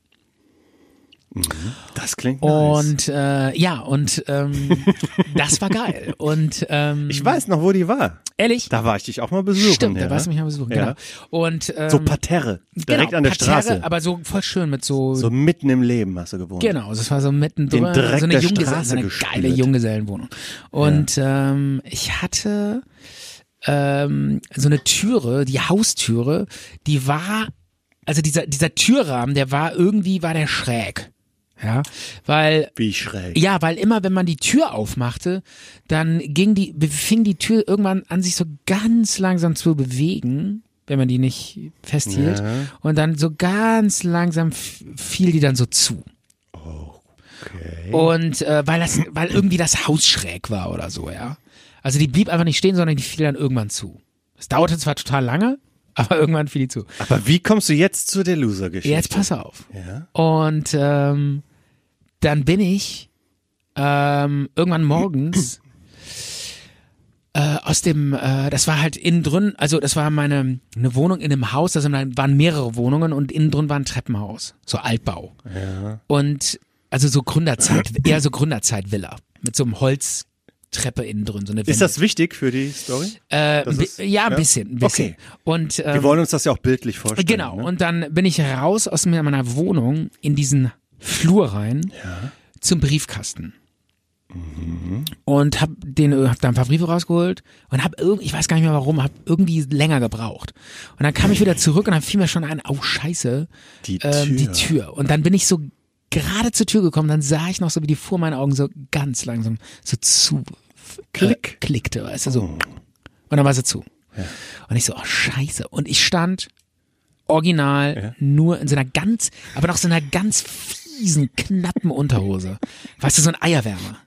Speaker 2: Das klingt nice.
Speaker 1: Und äh, ja, und ähm, das war geil. Und ähm,
Speaker 2: Ich weiß noch, wo die war.
Speaker 1: ehrlich,
Speaker 2: Da war ich dich auch mal besuchen.
Speaker 1: stimmt,
Speaker 2: ja.
Speaker 1: da warst du mich mal besuchen.
Speaker 2: ne? Ja.
Speaker 1: Genau. Und ähm,
Speaker 2: So Parterre, direkt
Speaker 1: genau,
Speaker 2: an der
Speaker 1: Parterre,
Speaker 2: Straße.
Speaker 1: aber so voll schön mit so
Speaker 2: so mitten im Leben hast du gewohnt.
Speaker 1: Genau, das war so mittendrin,
Speaker 2: Den Dreck
Speaker 1: so eine,
Speaker 2: der
Speaker 1: Junggesellen,
Speaker 2: Straße
Speaker 1: so eine
Speaker 2: gespült.
Speaker 1: geile Junggesellenwohnung. Und ähm, ich hatte ähm, so eine Türe, die Haustüre, die war, also dieser, dieser Türrahmen, der war irgendwie, war der schräg. Ja, weil
Speaker 2: Wie schräg.
Speaker 1: ja, weil immer, wenn man die Tür aufmachte, dann ging die, be- fing die Tür irgendwann an, sich so ganz langsam zu bewegen, wenn man die nicht festhielt. Und dann so ganz langsam f- fiel die dann so zu. Okay. Und äh, weil das, weil irgendwie das Haus schräg war oder so, ja. Also die blieb einfach nicht stehen, sondern die fiel dann irgendwann zu. Es dauerte zwar total lange, aber irgendwann fiel die zu.
Speaker 2: Aber wie kommst du jetzt zu der Loser-Geschichte?
Speaker 1: Jetzt pass auf.
Speaker 2: Ja.
Speaker 1: Und ähm, dann bin ich ähm, irgendwann morgens äh, aus dem, äh, das war halt innen drin, also das war meine eine Wohnung in einem Haus, da sind dann- waren mehrere Wohnungen und innen drin war ein Treppenhaus, so Altbau. Und also so Gründerzeit, eher so Gründerzeit-Villa mit so einem Holztreppe innen drin, so eine
Speaker 2: Ist
Speaker 1: Wände.
Speaker 2: das wichtig für die Story?
Speaker 1: äh,
Speaker 2: das
Speaker 1: bi-
Speaker 2: ist-
Speaker 1: ja, ein
Speaker 2: ja?
Speaker 1: bisschen, ein bisschen.
Speaker 2: Okay.
Speaker 1: Und ähm,
Speaker 2: Wir wollen uns das ja auch bildlich vorstellen.
Speaker 1: Genau,
Speaker 2: Ne?
Speaker 1: und dann bin ich raus aus mir- meiner Wohnung in diesen Flur rein zum Briefkasten. Und hab den hab da ein paar Briefe rausgeholt und hab irgendwie, ich weiß gar nicht mehr warum, hab irgendwie länger gebraucht. Und dann kam ich wieder zurück und dann fiel mir schon ein, oh Scheiße,
Speaker 2: Die
Speaker 1: ähm, die
Speaker 2: Tür.
Speaker 1: Tür. Und dann bin ich so gerade zur Tür gekommen, dann sah ich noch so, wie die vor meinen Augen so ganz langsam so zu
Speaker 2: Klick. Oh.
Speaker 1: äh, klickte, weißt du, so. Und dann war sie zu. Und ich so, oh Scheiße. Und ich stand original nur in so einer ganz, aber noch so einer ganz fiesen, knappen Unterhose. Weißt du, so ein Eierwärmer.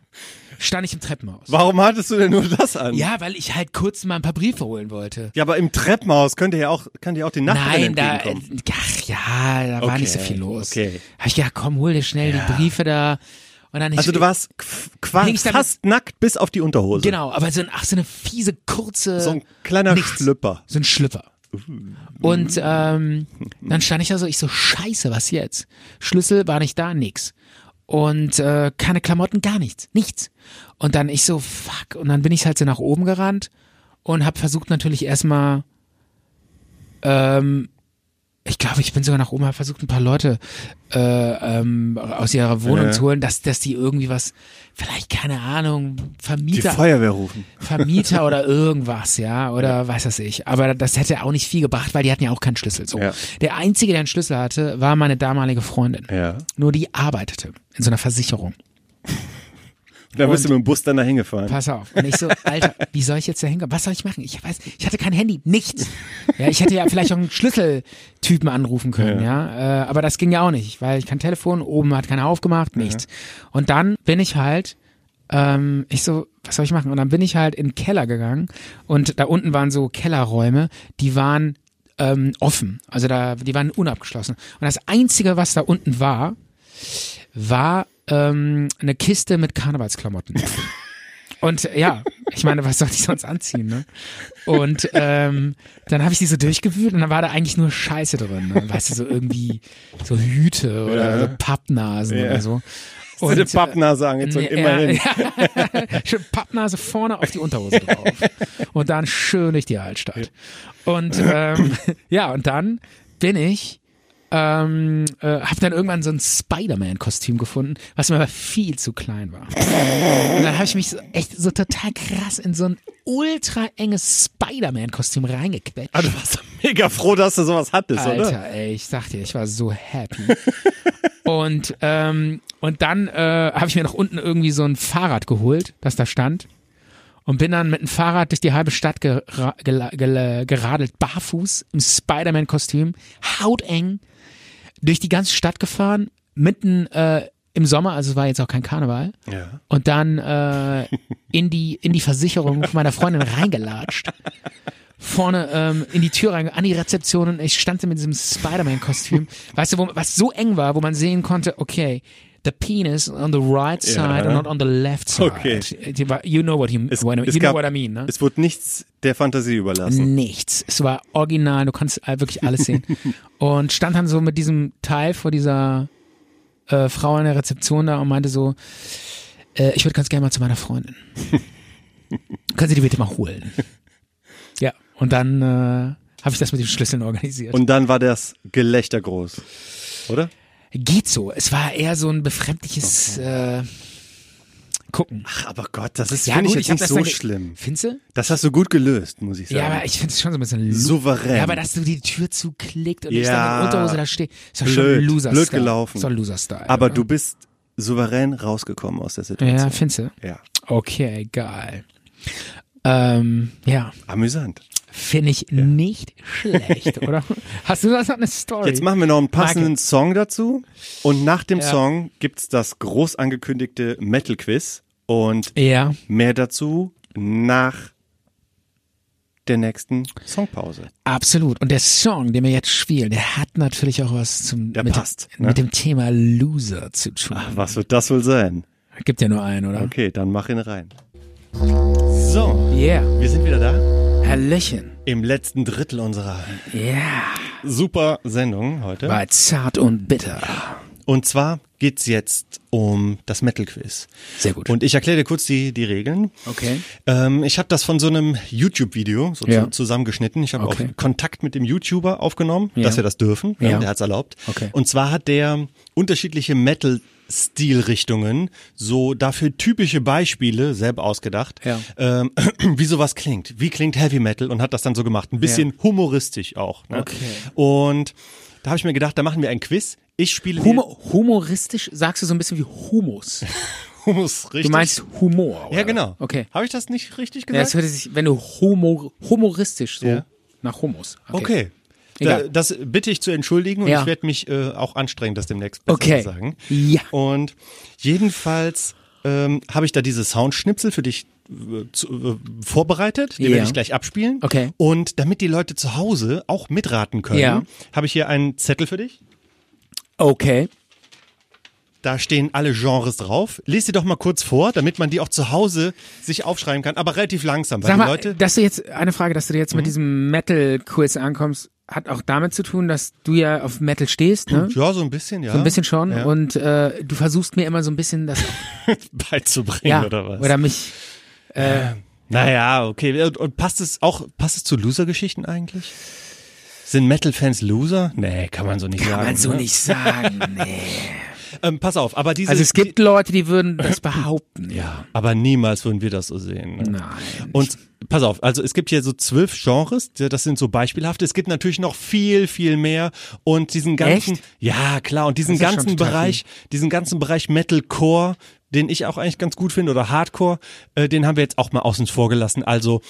Speaker 1: stand ich im Treppenhaus.
Speaker 2: Warum hattest du denn nur das an?
Speaker 1: Ja, weil ich halt kurz mal ein paar Briefe holen wollte.
Speaker 2: Ja, aber im Treppenhaus könnte ja auch, kann dir auch die Nachbarin
Speaker 1: Nein, da, äh,
Speaker 2: entgegenkommen.
Speaker 1: ach ja, da war
Speaker 2: Okay,
Speaker 1: nicht so viel los.
Speaker 2: okay.
Speaker 1: Hab ich gedacht, komm, hol dir schnell die Briefe da. Und dann
Speaker 2: also
Speaker 1: ich,
Speaker 2: du warst qu- qua-
Speaker 1: Hing ich damit-
Speaker 2: fast nackt bis auf die Unterhose.
Speaker 1: Genau, aber so ein, ach, so eine fiese, kurze.
Speaker 2: So ein kleiner
Speaker 1: nichts.
Speaker 2: Schlüpper.
Speaker 1: So ein Schlüpper. Und ähm, dann stand ich da so, ich so, scheiße, was jetzt? Schlüssel war nicht da, nix. Und äh, keine Klamotten, gar nichts, nichts. Und dann ich so, fuck. Und dann bin ich halt so nach oben gerannt und habe versucht natürlich erstmal, ähm, ich glaube, ich bin sogar nach oben, habe versucht ein paar Leute äh, ähm, aus ihrer Wohnung
Speaker 2: Ja.
Speaker 1: zu holen, dass, dass die irgendwie was, vielleicht keine Ahnung,
Speaker 2: Die
Speaker 1: Vermieter
Speaker 2: Feuerwehr rufen.
Speaker 1: Vermieter oder irgendwas, ja, oder weiß das ich. Aber das hätte auch nicht viel gebracht, weil die hatten ja auch keinen Schlüssel. So.
Speaker 2: Ja.
Speaker 1: Der einzige, der einen Schlüssel hatte, war meine damalige Freundin.
Speaker 2: Ja.
Speaker 1: Nur die arbeitete in so einer Versicherung.
Speaker 2: Da bist du mit dem Bus dann dahin gefahren.
Speaker 1: Pass auf. Und ich so, Alter, wie soll ich jetzt da hinkommen? Was soll ich machen? Ich weiß, ich hatte kein Handy, nichts. Ja, ich hätte ja vielleicht auch einen Schlüsseltypen anrufen können, ja. Äh, aber das ging ja auch nicht, weil ich kein Telefon, oben hat keiner aufgemacht, nichts. Und dann bin ich halt, ähm, ich so, was soll ich machen? Und dann bin ich halt in den Keller gegangen und da unten waren so Kellerräume, die waren ähm, offen. Also da, die waren unabgeschlossen. Und das Einzige, was da unten war, war ähm, eine Kiste mit Karnevalsklamotten. Und äh, ja, ich meine, was soll ich sonst anziehen, ne? Und ähm, dann habe ich die so durchgewühlt und dann war da eigentlich nur Scheiße drin, ne? Weißt du, so irgendwie so Hüte oder so Pappnasen oder so.
Speaker 2: Und eine Pappnase angezogen,
Speaker 1: äh, Nee,
Speaker 2: immerhin.
Speaker 1: Ja, schön Pappnase vorne auf die Unterhose drauf. und dann schön durch die Altstadt. Und ähm, ja, und dann bin ich, ähm, äh, habe dann irgendwann so ein Spider-Man-Kostüm gefunden, was mir aber viel zu klein war. Und dann habe ich mich so, echt so total krass in so ein ultra enges Spider-Man-Kostüm reingequetscht.
Speaker 2: Ah, du warst doch mega froh, dass du sowas hattest, oder?
Speaker 1: Alter, ey, ich sag dir, ich war so happy. und ähm, und dann äh, habe ich mir noch unten irgendwie so ein Fahrrad geholt, das da stand. Und bin dann mit dem Fahrrad durch die halbe Stadt gera gela- gel- geradelt, barfuß, im Spider-Man-Kostüm, hauteng, durch die ganze Stadt gefahren, mitten äh, im Sommer, also es war jetzt auch kein Karneval.
Speaker 2: Ja.
Speaker 1: Und dann äh, in, die, in die Versicherung von meiner Freundin reingelatscht. Vorne ähm, in die Tür rein, an die Rezeption und ich stand da mit diesem Spider-Man-Kostüm. Weißt du, wo, was so eng war, wo man sehen konnte, okay, the penis on the right side
Speaker 2: Ja.
Speaker 1: and not on the left side.
Speaker 2: Okay.
Speaker 1: Die war- You know what, you, what I- you know what I mean, ne?
Speaker 2: Es wurde nichts der Fantasie überlassen.
Speaker 1: Nichts. Es war original, du kannst äh, wirklich alles sehen. und stand dann so mit diesem Teil vor dieser äh, Frau an der Rezeption da und meinte so, äh, ich würde ganz gerne mal zu meiner Freundin. Können Sie die bitte mal holen? ja, und dann äh, habe ich das mit den Schlüsseln organisiert.
Speaker 2: Und dann war das Gelächter groß. Oder?
Speaker 1: Geht so. Es war eher so ein befremdliches äh, Gucken.
Speaker 2: Ach, aber Gott, das ist,
Speaker 1: Ja,
Speaker 2: finde ich
Speaker 1: gut,
Speaker 2: jetzt
Speaker 1: hab
Speaker 2: nicht
Speaker 1: das
Speaker 2: so
Speaker 1: dann ge-
Speaker 2: schlimm.
Speaker 1: Findest du?
Speaker 2: Das hast du gut gelöst, muss ich sagen.
Speaker 1: Ja, aber ich finde es schon so ein bisschen lo-
Speaker 2: Souverän.
Speaker 1: Ja, aber dass du die Tür zuklickt und ich
Speaker 2: Ähm, Ja.
Speaker 1: dann mit Unterhose da stehe, ist doch schon
Speaker 2: Blöd.
Speaker 1: Loser-Style.
Speaker 2: Blöd gelaufen.
Speaker 1: Ist doch Loser-Style.
Speaker 2: Aber
Speaker 1: oder?
Speaker 2: du bist souverän rausgekommen aus der
Speaker 1: Ja,
Speaker 2: Situation.
Speaker 1: findest du?
Speaker 2: Ja.
Speaker 1: Okay, geil. Ähm, ja,
Speaker 2: Amüsant.
Speaker 1: finde ich nicht schlecht, oder? Hast du das noch eine Story?
Speaker 2: Jetzt machen wir noch einen passenden
Speaker 1: Marke.
Speaker 2: Song dazu. Und nach dem
Speaker 1: Ja.
Speaker 2: Song gibt's das groß angekündigte Metal Quiz. Und
Speaker 1: Ja,
Speaker 2: mehr dazu nach der nächsten Songpause.
Speaker 1: absolut. Und der Song, den wir jetzt spielen, der hat natürlich auch was zum
Speaker 2: Der
Speaker 1: mit,
Speaker 2: passt,
Speaker 1: dem,
Speaker 2: ne?
Speaker 1: mit dem Thema Loser zu tun.
Speaker 2: Was wird das wohl sein?
Speaker 1: Gibt ja nur einen, oder?
Speaker 2: Okay, dann mach ihn rein. So,
Speaker 1: Yeah.
Speaker 2: wir sind wieder da.
Speaker 1: Hallöchen.
Speaker 2: Im letzten Drittel unserer
Speaker 1: Yeah.
Speaker 2: super Sendung heute.
Speaker 1: Bei zart und bitter.
Speaker 2: Und zwar geht's jetzt um das Metal Quiz.
Speaker 1: Sehr gut.
Speaker 2: Und ich erkläre dir kurz die, die Regeln.
Speaker 1: Okay.
Speaker 2: Ähm, ich habe das von so einem YouTube-Video so
Speaker 1: Ja.
Speaker 2: zu- zusammengeschnitten. Ich habe
Speaker 1: Okay.
Speaker 2: auch Kontakt mit dem YouTuber aufgenommen, dass wir das dürfen.
Speaker 1: Ja.
Speaker 2: Der hat es erlaubt.
Speaker 1: Okay.
Speaker 2: Und zwar hat der unterschiedliche Metal- Stilrichtungen, so dafür typische Beispiele selber ausgedacht,
Speaker 1: Ja.
Speaker 2: ähm, wie sowas klingt. Wie klingt Heavy Metal und hat das dann so gemacht. Ein bisschen humoristisch auch. Ne?
Speaker 1: Okay.
Speaker 2: Und da habe ich mir gedacht, da machen wir ein Quiz. Ich spiele dir-
Speaker 1: Humo humoristisch sagst du so ein bisschen wie Humus.
Speaker 2: Humus, richtig.
Speaker 1: Du meinst Humor. Oder?
Speaker 2: Ja, genau.
Speaker 1: Okay.
Speaker 2: Habe ich das nicht richtig
Speaker 1: Ja,
Speaker 2: gesagt?
Speaker 1: das hört sich, wenn du homo, humoristisch so
Speaker 2: Ja.
Speaker 1: nach Humus.
Speaker 2: Okay. Da,
Speaker 1: Egal.
Speaker 2: das bitte ich zu entschuldigen und
Speaker 1: Ja.
Speaker 2: ich werde mich äh, auch anstrengen, das demnächst besser
Speaker 1: Okay.
Speaker 2: zu sagen.
Speaker 1: Ja.
Speaker 2: Und jedenfalls ähm, habe ich da diese Soundschnipsel für dich äh, zu, äh, vorbereitet. Die
Speaker 1: Ja.
Speaker 2: werde ich gleich abspielen.
Speaker 1: Okay.
Speaker 2: Und damit die Leute zu Hause auch mitraten können,
Speaker 1: Ja.
Speaker 2: habe ich hier einen Zettel für dich.
Speaker 1: Okay.
Speaker 2: Da stehen alle Genres drauf. Lies sie doch mal kurz vor, damit man die auch zu Hause sich aufschreiben kann, aber relativ langsam, weil
Speaker 1: Sag mal,
Speaker 2: die Leute. Mhm.
Speaker 1: dass du jetzt, eine Frage, dass du jetzt mit diesem Metal-Quiz ankommst, hat auch damit zu tun, dass du ja auf Metal stehst, ne?
Speaker 2: Ja, so ein bisschen, ja.
Speaker 1: So ein bisschen schon.
Speaker 2: Ja.
Speaker 1: Und äh, du versuchst mir immer so ein bisschen das
Speaker 2: beizubringen
Speaker 1: ja,
Speaker 2: oder was?
Speaker 1: oder mich.
Speaker 2: naja, okay. Und- Und passt es auch, passt es zu Loser-Geschichten eigentlich? Sind Metal-Fans Loser? Nee, kann man so nicht sagen. ne?
Speaker 1: sagen. Nee.
Speaker 2: Ähm, pass auf, aber diese.
Speaker 1: Also es gibt Leute, die würden das behaupten.
Speaker 2: Ja, aber niemals würden wir das so sehen. Ne?
Speaker 1: Nein.
Speaker 2: Und pass auf, also es gibt hier so zwölf Genres, die- das sind so beispielhafte. Es gibt natürlich noch viel, viel mehr und diesen ganzen,
Speaker 1: Echt?
Speaker 2: ja klar, und diesen
Speaker 1: Das ist schon
Speaker 2: ganzen
Speaker 1: total
Speaker 2: Bereich, diesen ganzen Bereich Metalcore, den ich auch eigentlich ganz gut finde oder Hardcore, äh, den haben wir jetzt auch mal außen vor gelassen. Also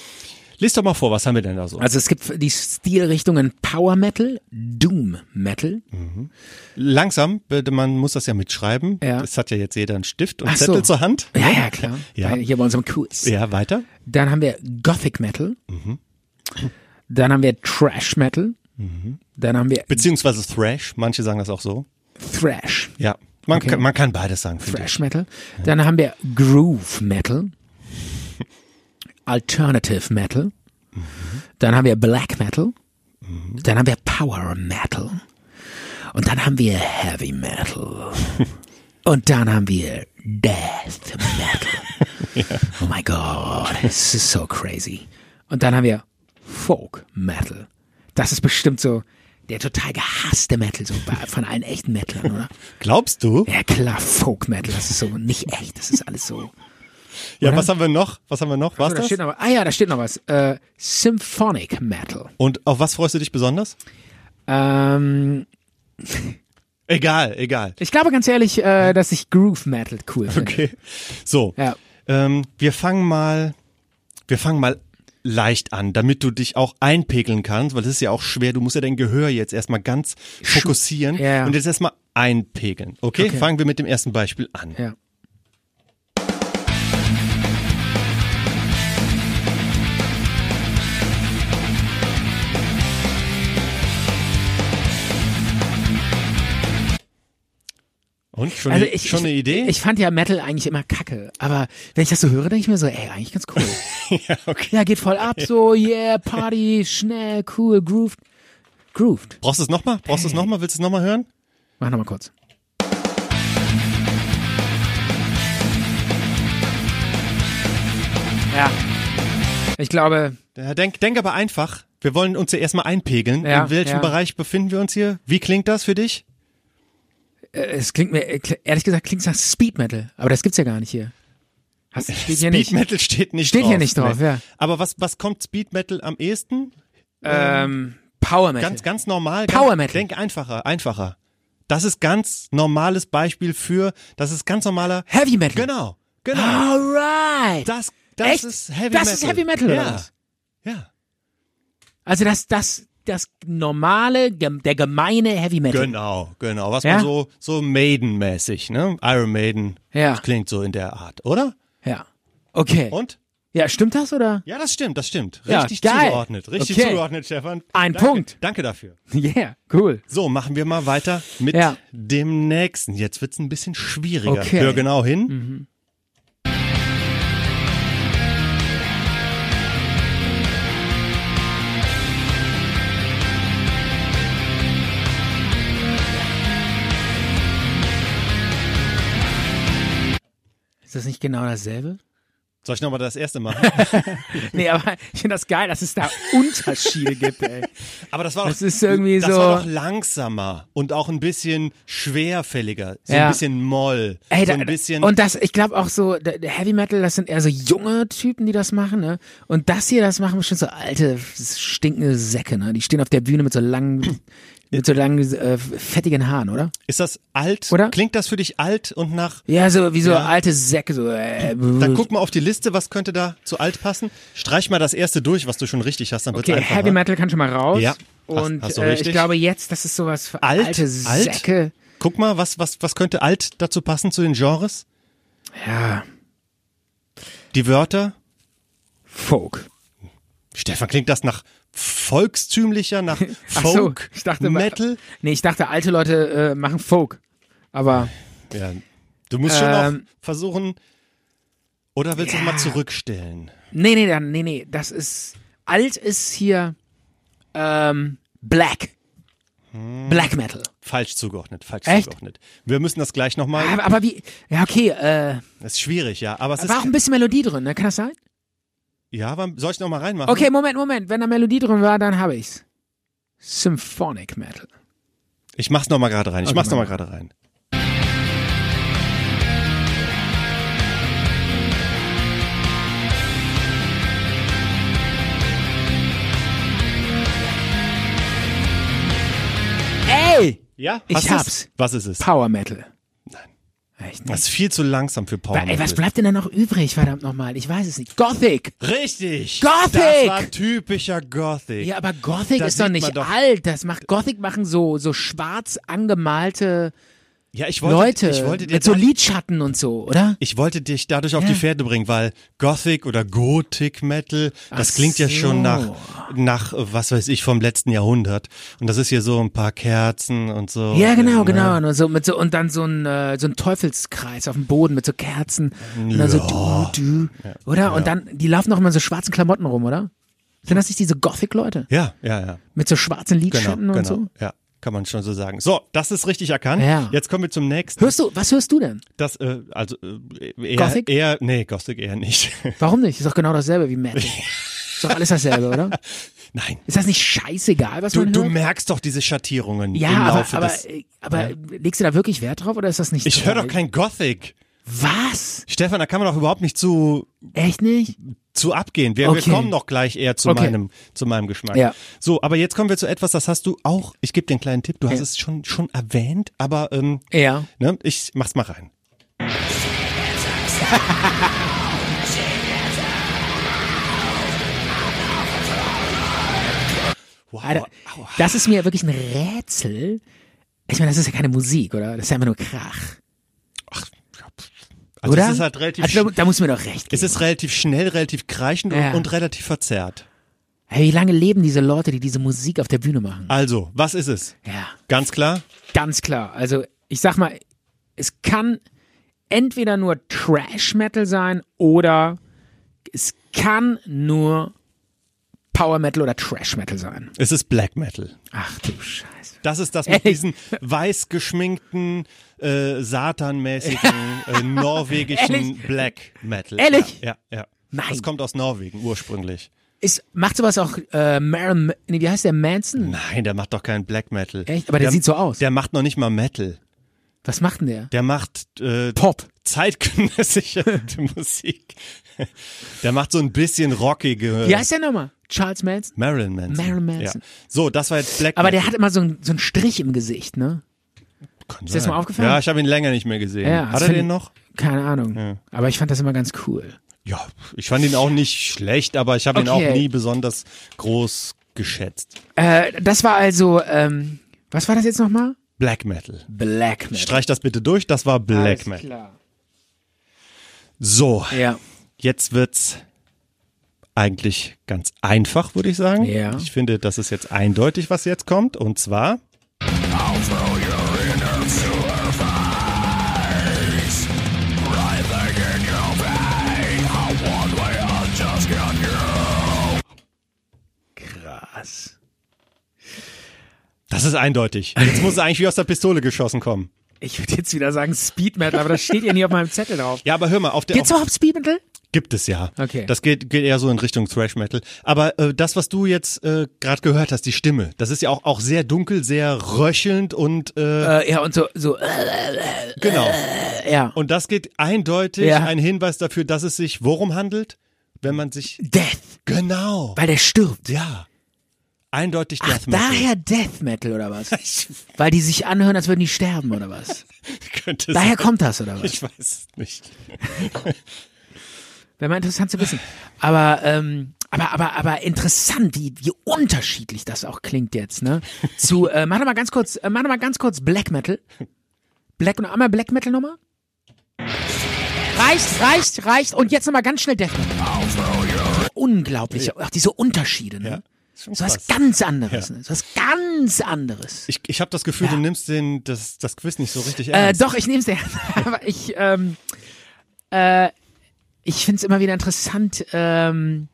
Speaker 2: lies doch mal vor, was haben wir denn da so?
Speaker 1: Also es gibt die Stilrichtungen Power Metal, Doom Metal.
Speaker 2: Langsam, bitte, man muss das ja mitschreiben.
Speaker 1: Ja.
Speaker 2: Das hat ja jetzt jeder einen Stift und
Speaker 1: Ach so.
Speaker 2: Zettel zur Hand. ne?
Speaker 1: Ja, ja, klar.
Speaker 2: Ja.
Speaker 1: Weil Hier bei unserem Quiz.
Speaker 2: Ja, Mhm. weiter.
Speaker 1: Dann haben wir Gothic Metal. Dann haben wir Trash Metal.
Speaker 2: Mhm.
Speaker 1: Dann haben wir
Speaker 2: Beziehungsweise Thrash, manche sagen das auch so.
Speaker 1: Thrash.
Speaker 2: Ja, man,
Speaker 1: Okay.
Speaker 2: kann, man kann beides sagen. finde ich.
Speaker 1: Thrash Metal. Dann haben wir Groove Metal. Alternative Metal. Dann haben wir Black Metal. Dann haben wir Power Metal. Und dann haben wir Heavy Metal. Und dann haben wir Death Metal. Oh my God, this is so crazy. Und dann haben wir Folk Metal. Das ist bestimmt so der total gehasste Metal so bei- von allen echten Metalern, oder?
Speaker 2: Glaubst du?
Speaker 1: Ja klar, Folk Metal, das ist so nicht echt, das ist alles so.
Speaker 2: Ja,
Speaker 1: Oder?
Speaker 2: was haben wir noch? Was haben wir noch? Was
Speaker 1: So, da
Speaker 2: das?
Speaker 1: steht noch, was- ah ja, da steht noch was. Äh, Symphonic Metal.
Speaker 2: Und auf was freust du dich besonders?
Speaker 1: Ähm,
Speaker 2: Egal, egal.
Speaker 1: ich glaube ganz ehrlich, äh, dass ich Groove Metal cool finde.
Speaker 2: Okay. So,
Speaker 1: Ja.
Speaker 2: ähm, wir fangen mal, wir fangen mal leicht an, damit du dich auch einpegeln kannst, weil das ist ja auch schwer. Du musst ja dein Gehör jetzt erstmal ganz fokussieren
Speaker 1: Ja, ja.
Speaker 2: und jetzt erstmal einpegeln. Okay?
Speaker 1: Okay.
Speaker 2: fangen wir mit dem ersten Beispiel an.
Speaker 1: Ja.
Speaker 2: Und schon,
Speaker 1: Also
Speaker 2: eine-
Speaker 1: ich,
Speaker 2: schon eine
Speaker 1: ich,
Speaker 2: Idee?
Speaker 1: Ich fand ja Metal eigentlich immer kacke, aber wenn ich das so höre, denke ich mir so, ey, eigentlich ganz cool.
Speaker 2: ja, okay.
Speaker 1: ja, geht voll ab, so, yeah, Party, schnell, cool, grooved. Grooved.
Speaker 2: Brauchst du es nochmal? Brauchst du es nochmal? Willst du es nochmal hören?
Speaker 1: Mach nochmal kurz. Ja. Ich glaube,
Speaker 2: Ja, Denk, denk aber einfach. Wir wollen uns ja erstmal einpegeln.
Speaker 1: Ja,
Speaker 2: In welchem
Speaker 1: ja.
Speaker 2: Bereich befinden wir uns hier? Wie klingt das für dich?
Speaker 1: es klingt mir, ehrlich gesagt, klingt nach Speed Metal. Aber das gibt's ja gar nicht hier. Hast, steht hier
Speaker 2: Speed
Speaker 1: nicht.
Speaker 2: Metal steht nicht
Speaker 1: Steht
Speaker 2: drauf.
Speaker 1: hier nicht drauf, ja.
Speaker 2: Aber was, was kommt Speed Metal am ehesten?
Speaker 1: Ähm, Power Metal.
Speaker 2: Ganz, ganz normal.
Speaker 1: Power
Speaker 2: ganz,
Speaker 1: Metal.
Speaker 2: Denk einfacher, einfacher. Das ist ganz normales Beispiel für, das ist ganz normaler.
Speaker 1: Heavy Metal.
Speaker 2: Genau, genau.
Speaker 1: Alright.
Speaker 2: Das, das
Speaker 1: Echt?
Speaker 2: ist Heavy Metal.
Speaker 1: das ist Heavy Metal,
Speaker 2: ja.
Speaker 1: oder was?
Speaker 2: Ja.
Speaker 1: Also das, das, das normale, gem- der gemeine Heavy Metal.
Speaker 2: Genau, genau. Was
Speaker 1: Ja?
Speaker 2: man so, so Maiden-mäßig, ne? Iron Maiden.
Speaker 1: Ja.
Speaker 2: Das klingt so in der Art, oder?
Speaker 1: Ja. Okay.
Speaker 2: Und?
Speaker 1: Ja, stimmt das oder?
Speaker 2: Ja, das stimmt, das stimmt.
Speaker 1: Ja,
Speaker 2: Richtig
Speaker 1: geil.
Speaker 2: zugeordnet. Richtig
Speaker 1: Okay.
Speaker 2: zugeordnet, Stefan.
Speaker 1: Ein
Speaker 2: danke,
Speaker 1: Punkt.
Speaker 2: Danke dafür.
Speaker 1: Yeah, cool.
Speaker 2: So, machen wir mal weiter mit
Speaker 1: Ja.
Speaker 2: dem nächsten. Jetzt wird's ein bisschen schwieriger.
Speaker 1: Okay. Mhm.
Speaker 2: Hör genau hin.
Speaker 1: Ist das nicht genau dasselbe?
Speaker 2: Soll ich nochmal das erste machen?
Speaker 1: Nee, aber ich finde das geil, dass es da Unterschiede gibt, ey.
Speaker 2: Aber das war doch,
Speaker 1: Das ist irgendwie
Speaker 2: das
Speaker 1: so-
Speaker 2: war doch langsamer und auch ein bisschen schwerfälliger. So
Speaker 1: Ja.
Speaker 2: ein bisschen Moll.
Speaker 1: Ey,
Speaker 2: so
Speaker 1: da,
Speaker 2: ein bisschen.
Speaker 1: Und das, ich glaube auch so, der, der Heavy Metal, das sind eher so junge Typen, die das machen, ne? Und das hier, das machen bestimmt so alte, stinkende Säcke, ne? Die stehen auf der Bühne mit so langen, mit so langen, äh, fettigen Haaren, oder?
Speaker 2: ist das alt?
Speaker 1: Oder?
Speaker 2: Klingt das für dich alt und nach.
Speaker 1: Ja, so wie so alte Säcke, so, äh,
Speaker 2: Dann guck mal auf die Liste, was könnte da zu alt passen. Streich mal das erste durch, was du schon richtig hast, dann wird's
Speaker 1: Okay,
Speaker 2: einfacher.
Speaker 1: Heavy Metal kann schon mal raus.
Speaker 2: Ja. Hast-
Speaker 1: Und
Speaker 2: hast du
Speaker 1: äh, ich
Speaker 2: richtig.
Speaker 1: glaube jetzt, das ist sowas für
Speaker 2: Alt?
Speaker 1: alte
Speaker 2: alt?
Speaker 1: Säcke.
Speaker 2: Guck mal, was, was, was könnte alt dazu passen zu den Genres?
Speaker 1: Ja.
Speaker 2: Die Wörter?
Speaker 1: Folk.
Speaker 2: Stefan, klingt das nach volkstümlicher, nach
Speaker 1: Ach so,
Speaker 2: Folk,
Speaker 1: ich dachte,
Speaker 2: Metal?
Speaker 1: Nee, ich dachte, alte Leute äh, machen Folk. Aber
Speaker 2: Ja, du musst schon
Speaker 1: Ähm.
Speaker 2: auch versuchen, oder willst du es
Speaker 1: Ja.
Speaker 2: mal zurückstellen?
Speaker 1: nee, nee, dann- nee, nee, das ist alt ist hier ähm, Black.
Speaker 2: Hm.
Speaker 1: Black Metal.
Speaker 2: Falsch zugeordnet, falsch
Speaker 1: Echt?
Speaker 2: zugeordnet. Wir müssen das gleich nochmal.
Speaker 1: Aber, aber wie Ja, okay, äh
Speaker 2: Das ist schwierig, ja. Aber es
Speaker 1: war auch ein
Speaker 2: ist. Mhm.
Speaker 1: bisschen Melodie drin, ne? Kann das sein?
Speaker 2: Ja, aber soll ich nochmal reinmachen?
Speaker 1: Okay, Moment, Moment, wenn da Melodie drin war, dann habe ich's. Symphonic Metal.
Speaker 2: Ich mach's nochmal gerade rein. Ich
Speaker 1: Okay,
Speaker 2: mach's
Speaker 1: mach
Speaker 2: nochmal gerade rein.
Speaker 1: Ey!
Speaker 2: Ja?
Speaker 1: Ich
Speaker 2: hast du's?
Speaker 1: hab's.
Speaker 2: Was ist es?
Speaker 1: Power Metal. Nein. Echt nicht.
Speaker 2: Das ist viel zu langsam für Power.
Speaker 1: Ey, was
Speaker 2: Metal.
Speaker 1: bleibt denn da noch übrig, verdammt nochmal? Ich weiß es nicht. Gothic!
Speaker 2: Richtig!
Speaker 1: Gothic!
Speaker 2: Das war typischer Gothic.
Speaker 1: Ja, aber Gothic
Speaker 2: Da
Speaker 1: ist doch
Speaker 2: sieht
Speaker 1: nicht
Speaker 2: man doch-
Speaker 1: alt. Das macht Gothic machen so so schwarz angemalte
Speaker 2: Ja, ich wollte,
Speaker 1: Leute
Speaker 2: ich wollte dir
Speaker 1: mit so
Speaker 2: da-
Speaker 1: Lidschatten und so, oder?
Speaker 2: Ich wollte dich dadurch auf die Pferde bringen, weil Gothic oder Gothic Metal, das
Speaker 1: Ach
Speaker 2: klingt ja schon
Speaker 1: so.
Speaker 2: nach, nach, äh, was weiß ich, vom letzten Jahrhundert. Und das ist hier so ein paar Kerzen und so.
Speaker 1: ja, genau,
Speaker 2: Ne?
Speaker 1: genau. Und, so, mit so, und dann so ein, äh, so ein Teufelskreis auf dem Boden mit so Kerzen. Und dann so du, du, oder? Und dann, die laufen doch immer in so schwarzen Klamotten rum, oder? Sind das nicht diese Gothic-Leute?
Speaker 2: Ja, ja, ja.
Speaker 1: Mit so schwarzen
Speaker 2: Genau,
Speaker 1: Lidschatten
Speaker 2: genau.
Speaker 1: und so?
Speaker 2: Ja, kann man schon so sagen. So, das ist richtig erkannt.
Speaker 1: Ja.
Speaker 2: Jetzt kommen wir zum nächsten.
Speaker 1: Hörst du, was hörst du denn?
Speaker 2: Das, äh, also, äh, eher,
Speaker 1: Gothic?
Speaker 2: eher, nee, Gothic eher nicht.
Speaker 1: Warum nicht? Ist doch genau dasselbe wie Metal. ist doch alles dasselbe, oder?
Speaker 2: Nein.
Speaker 1: Ist das nicht scheißegal, was
Speaker 2: Du,
Speaker 1: man
Speaker 2: du
Speaker 1: hört?
Speaker 2: merkst doch diese Schattierungen
Speaker 1: ja,
Speaker 2: im
Speaker 1: aber,
Speaker 2: Laufe
Speaker 1: aber,
Speaker 2: des.
Speaker 1: äh, aber legst du da wirklich Wert drauf oder ist das nicht
Speaker 2: Ich
Speaker 1: so
Speaker 2: höre doch
Speaker 1: weit?
Speaker 2: kein Gothic.
Speaker 1: Was?
Speaker 2: Stefan, da kann man doch überhaupt nicht zu
Speaker 1: Echt nicht?
Speaker 2: zu abgehen. Wir,
Speaker 1: Okay.
Speaker 2: wir kommen noch gleich eher zu
Speaker 1: Okay.
Speaker 2: meinem zu meinem Geschmack.
Speaker 1: Ja.
Speaker 2: So, aber jetzt kommen wir zu etwas, das hast du auch. Ich gebe dir einen kleinen Tipp. Du hast
Speaker 1: Ja.
Speaker 2: es schon schon erwähnt, aber ähm,
Speaker 1: Ja.
Speaker 2: ne, ich mach's mal rein. Wow.
Speaker 1: Alter, das ist mir wirklich ein Rätsel. Ich meine, das ist ja keine Musik, oder? Das ist ja einfach nur Krach,
Speaker 2: Also
Speaker 1: oder?
Speaker 2: es ist halt relativ
Speaker 1: also, da,
Speaker 2: sch-
Speaker 1: da muss mir doch recht
Speaker 2: es
Speaker 1: geben.
Speaker 2: ist relativ schnell, relativ kreischend
Speaker 1: Ja.
Speaker 2: und, und relativ verzerrt.
Speaker 1: Hey, wie lange leben diese Leute, die diese Musik auf der Bühne machen?
Speaker 2: Also, was ist es?
Speaker 1: Ja,
Speaker 2: Ganz klar?
Speaker 1: ganz klar. Also, ich sag mal, es kann entweder nur Trash Metal sein oder es kann nur Power Metal oder Trash Metal sein.
Speaker 2: Es ist Black Metal.
Speaker 1: Ach du Scheiße.
Speaker 2: Das ist das mit
Speaker 1: Ey.
Speaker 2: diesen weiß geschminkten, äh, satanmäßigen, äh, norwegischen
Speaker 1: Ehrlich?
Speaker 2: Black Metal.
Speaker 1: Ehrlich?
Speaker 2: Ja, ja. ja.
Speaker 1: Nein.
Speaker 2: Das kommt aus Norwegen ursprünglich.
Speaker 1: Ist, macht sowas auch äh, Marilyn, nee, wie heißt der, Manson?
Speaker 2: Nein, der macht doch keinen Black Metal.
Speaker 1: Echt? Aber der sieht so aus.
Speaker 2: Der macht noch nicht mal Metal.
Speaker 1: Was macht denn der?
Speaker 2: Der macht äh,
Speaker 1: Pop.
Speaker 2: zeitgenössische Musik. Der macht so ein bisschen rockige
Speaker 1: Wie heißt der nochmal? Charles Manson?
Speaker 2: Marilyn Manson.
Speaker 1: Marilyn Manson.
Speaker 2: Ja. So, das war jetzt Black
Speaker 1: Aber
Speaker 2: Metal.
Speaker 1: der hat immer so, einen- so einen Strich im Gesicht, ne?
Speaker 2: Kann
Speaker 1: dir das
Speaker 2: sein.
Speaker 1: mal aufgefallen?
Speaker 2: Ja, ich habe ihn länger nicht mehr gesehen.
Speaker 1: Ja,
Speaker 2: hat
Speaker 1: das
Speaker 2: er
Speaker 1: find
Speaker 2: den
Speaker 1: ich-
Speaker 2: noch?
Speaker 1: Keine Ahnung. Aber ich fand das immer ganz cool.
Speaker 2: Ja, ich fand ihn auch nicht schlecht, aber ich habe ihn
Speaker 1: Okay.
Speaker 2: auch nie besonders groß geschätzt.
Speaker 1: Äh, das war also, ähm, was war das jetzt nochmal?
Speaker 2: Black Metal.
Speaker 1: Black Metal.
Speaker 2: Streich das bitte durch, das war Black
Speaker 1: Alles
Speaker 2: Metal.
Speaker 1: Klar.
Speaker 2: So,
Speaker 1: Ja.
Speaker 2: jetzt wird's eigentlich ganz einfach, würde ich sagen.
Speaker 1: Ja.
Speaker 2: Ich finde, das ist jetzt eindeutig, was jetzt kommt. Und zwar.
Speaker 1: Krass.
Speaker 2: Das ist eindeutig. Jetzt muss es eigentlich wie aus der Pistole geschossen kommen.
Speaker 1: Ich würde jetzt wieder sagen Speed Metal, aber das steht ja nie auf meinem Zettel drauf.
Speaker 2: Ja, aber hör mal, auf der.
Speaker 1: Gibt's
Speaker 2: auf,
Speaker 1: überhaupt Speed Metal?
Speaker 2: gibt es ja.
Speaker 1: Okay.
Speaker 2: Das geht, geht eher so in Richtung Thrash Metal. Aber äh, das, was du jetzt äh, gerade gehört hast, die Stimme, das ist ja auch, auch sehr dunkel, sehr röchelnd und äh,
Speaker 1: Äh, ja, und so, so äh,
Speaker 2: Genau.
Speaker 1: ja.
Speaker 2: Und das geht eindeutig
Speaker 1: Ja.
Speaker 2: ein Hinweis dafür, dass es sich worum handelt, wenn man sich
Speaker 1: Death,
Speaker 2: genau,
Speaker 1: weil der stirbt.
Speaker 2: ja, eindeutig
Speaker 1: Ach,
Speaker 2: Death Metal.
Speaker 1: daher Death Metal oder was? Weil die sich anhören, als würden die sterben oder was?
Speaker 2: könnte
Speaker 1: Daher
Speaker 2: sein.
Speaker 1: kommt das oder was?
Speaker 2: Ich weiß es nicht.
Speaker 1: Wäre mal interessant zu wissen. Aber, ähm, aber, aber, aber interessant, wie, wie unterschiedlich das auch klingt jetzt, ne? Zu, äh, mach doch mal ganz kurz, äh, mach doch mal ganz kurz Black Metal. Black, noch einmal Black Metal nochmal? reicht, reicht, reicht. Und jetzt nochmal ganz schnell Deathmatch. Unglaublich. Auch diese Unterschiede, ne?
Speaker 2: Ja.
Speaker 1: So was ganz anderes, ne? So was ganz anderes.
Speaker 2: Ich, ich habe das Gefühl,
Speaker 1: Ja.
Speaker 2: du nimmst den, das, das Quiz nicht so richtig
Speaker 1: Äh,
Speaker 2: ernst.
Speaker 1: doch, ich nehme es ernst. Aber ich, ähm, äh, ich finde es immer wieder interessant, ähm,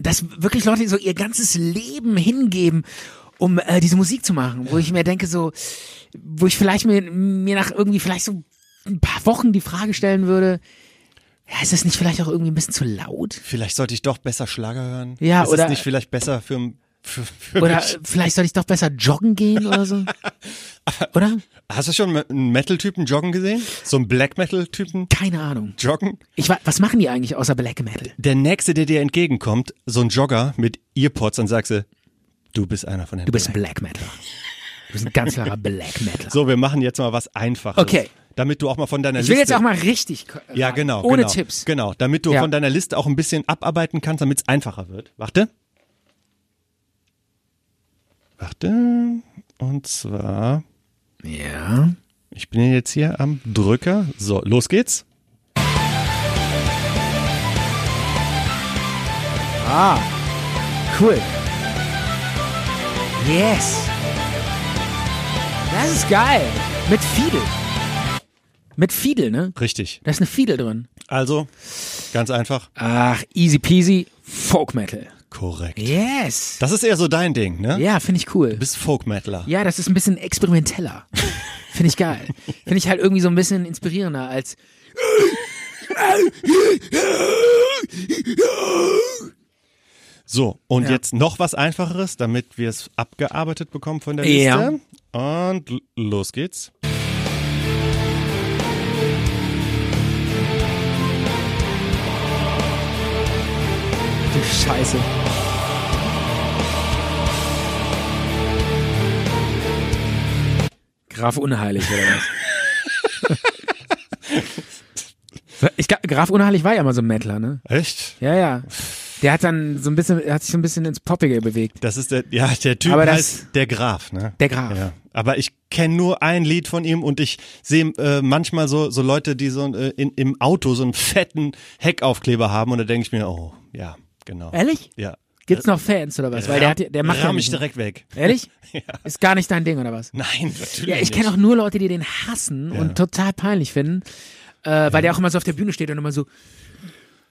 Speaker 1: dass wirklich Leute so ihr ganzes Leben hingeben, um äh, diese Musik zu machen. Wo ich mir denke, so, wo ich vielleicht mir, mir nach irgendwie vielleicht so ein paar Wochen die Frage stellen würde, ja, ist das nicht vielleicht auch irgendwie ein bisschen zu laut?
Speaker 2: vielleicht sollte ich doch besser Schlager hören.
Speaker 1: Ja,
Speaker 2: ist
Speaker 1: oder-
Speaker 2: Es nicht vielleicht besser für, für, für
Speaker 1: Oder
Speaker 2: mich?
Speaker 1: vielleicht soll ich doch besser joggen gehen oder so? Oder?
Speaker 2: Hast du schon einen Metal-Typen joggen gesehen? So einen Black-Metal-Typen
Speaker 1: Keine Ahnung.
Speaker 2: joggen?
Speaker 1: Ich, wa- was machen die eigentlich außer Black Metal?
Speaker 2: Der Nächste, der dir entgegenkommt, so ein Jogger mit Earpods, dann sagst du, du bist einer von den
Speaker 1: Du bist ein Black Metal. Du bist ein ganz klarer Black Metal.
Speaker 2: So, wir machen jetzt mal was Einfaches.
Speaker 1: Okay.
Speaker 2: Damit du auch mal von deiner
Speaker 1: ich
Speaker 2: Liste...
Speaker 1: will jetzt auch mal richtig. k-
Speaker 2: Ja,
Speaker 1: raten.
Speaker 2: genau.
Speaker 1: Ohne
Speaker 2: genau,
Speaker 1: Tipps.
Speaker 2: Genau, damit du
Speaker 1: Ja.
Speaker 2: von deiner Liste auch ein bisschen abarbeiten kannst, damit es einfacher wird. Warte. Warte. Und zwar,
Speaker 1: Ja.
Speaker 2: ich bin ja jetzt hier am Drücker. So, los geht's.
Speaker 1: Cool. Yes. Das ist geil. Mit Fiedel. Mit Fiedel, ne?
Speaker 2: Richtig.
Speaker 1: Da ist eine Fiedel drin.
Speaker 2: Also, ganz einfach.
Speaker 1: Ach, easy peasy. Folk Metal.
Speaker 2: Korrekt.
Speaker 1: Yes.
Speaker 2: Das ist eher so dein Ding, ne?
Speaker 1: Ja, finde ich cool.
Speaker 2: Du bist Folk-Metaler.
Speaker 1: Ja, das ist ein bisschen experimenteller. Finde ich geil. Finde ich halt irgendwie so ein bisschen inspirierender als.
Speaker 2: So, und
Speaker 1: Ja.
Speaker 2: jetzt noch was Einfacheres, damit wir es abgearbeitet bekommen von der
Speaker 1: Ja.
Speaker 2: Liste. Und l- los geht's.
Speaker 1: Du Scheiße. Graf Unheilig, oder was? ich, glaub, Graf Unheilig war ja mal so ein Mettler, ne?
Speaker 2: Echt?
Speaker 1: Ja, ja. Der hat dann so ein bisschen, hat sich so ein bisschen ins Poppige bewegt.
Speaker 2: Das ist der, ja, der Typ
Speaker 1: Aber das-
Speaker 2: heißt der Graf, ne?
Speaker 1: Der Graf.
Speaker 2: Ja. Aber ich kenne nur ein Lied von ihm und ich sehe äh, manchmal so, so Leute, die so äh, in, im Auto so einen fetten Heckaufkleber haben und da denke ich mir, oh, ja, genau.
Speaker 1: Ehrlich?
Speaker 2: Ja. Äh,
Speaker 1: Gibt's noch Fans oder was? Weil der, hat, ja- der macht ja
Speaker 2: Ramm ich
Speaker 1: nicht.
Speaker 2: direkt weg.
Speaker 1: Ehrlich?
Speaker 2: Ja.
Speaker 1: Ist gar nicht dein Ding oder was?
Speaker 2: Nein, natürlich
Speaker 1: Ja, ich kenne auch
Speaker 2: nicht.
Speaker 1: nur Leute, die den hassen und total peinlich finden, äh, weil der auch immer so auf der Bühne steht und immer so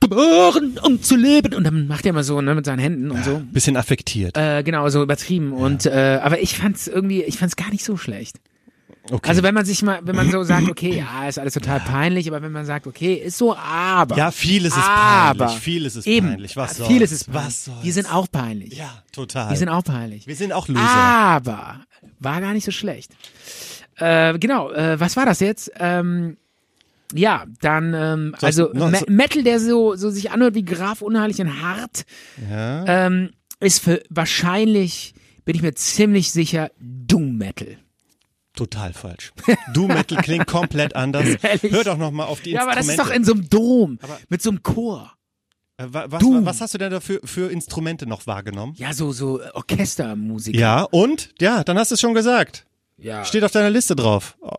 Speaker 1: geboren, um zu leben und dann macht er immer so ne, mit seinen Händen und so.
Speaker 2: Bisschen affektiert.
Speaker 1: Äh, genau, so übertrieben und äh, aber ich fand's irgendwie, ich fand's gar nicht so schlecht.
Speaker 2: Okay.
Speaker 1: Also wenn man sich mal, wenn man so sagt, okay, ja, ist alles total peinlich, aber wenn man sagt, okay, ist so, aber
Speaker 2: ja, vieles ist
Speaker 1: aber
Speaker 2: peinlich. Vieles ist
Speaker 1: eben,
Speaker 2: peinlich. Was soll's?
Speaker 1: vieles ist peinlich.
Speaker 2: Was soll's?
Speaker 1: Die sind auch peinlich.
Speaker 2: Ja, total.
Speaker 1: Die sind auch Ah. peinlich.
Speaker 2: Wir sind auch Loser.
Speaker 1: Aber war gar nicht so schlecht. Äh, genau, äh, was war das jetzt? Ähm, ja, dann, ähm,
Speaker 2: Soll ich
Speaker 1: also
Speaker 2: noch-
Speaker 1: Me Metal, der so, so sich anhört wie Graf Unheilig und hart, ähm, ist für wahrscheinlich, bin ich mir ziemlich sicher, Doom Metal.
Speaker 2: Total falsch. Doom Metal klingt komplett anders.
Speaker 1: Ehrlich?
Speaker 2: Hör doch nochmal auf die
Speaker 1: Ja, aber das
Speaker 2: Instrumente.
Speaker 1: ist doch in so einem Dom, mit so einem Chor.
Speaker 2: Äh, wa- was,
Speaker 1: Doom.
Speaker 2: was hast du denn da für, für Instrumente noch wahrgenommen?
Speaker 1: Ja, so, so Orchestermusik.
Speaker 2: Ja, und? Ja, dann hast du es schon gesagt.
Speaker 1: ja.
Speaker 2: Steht auf deiner Liste drauf. O-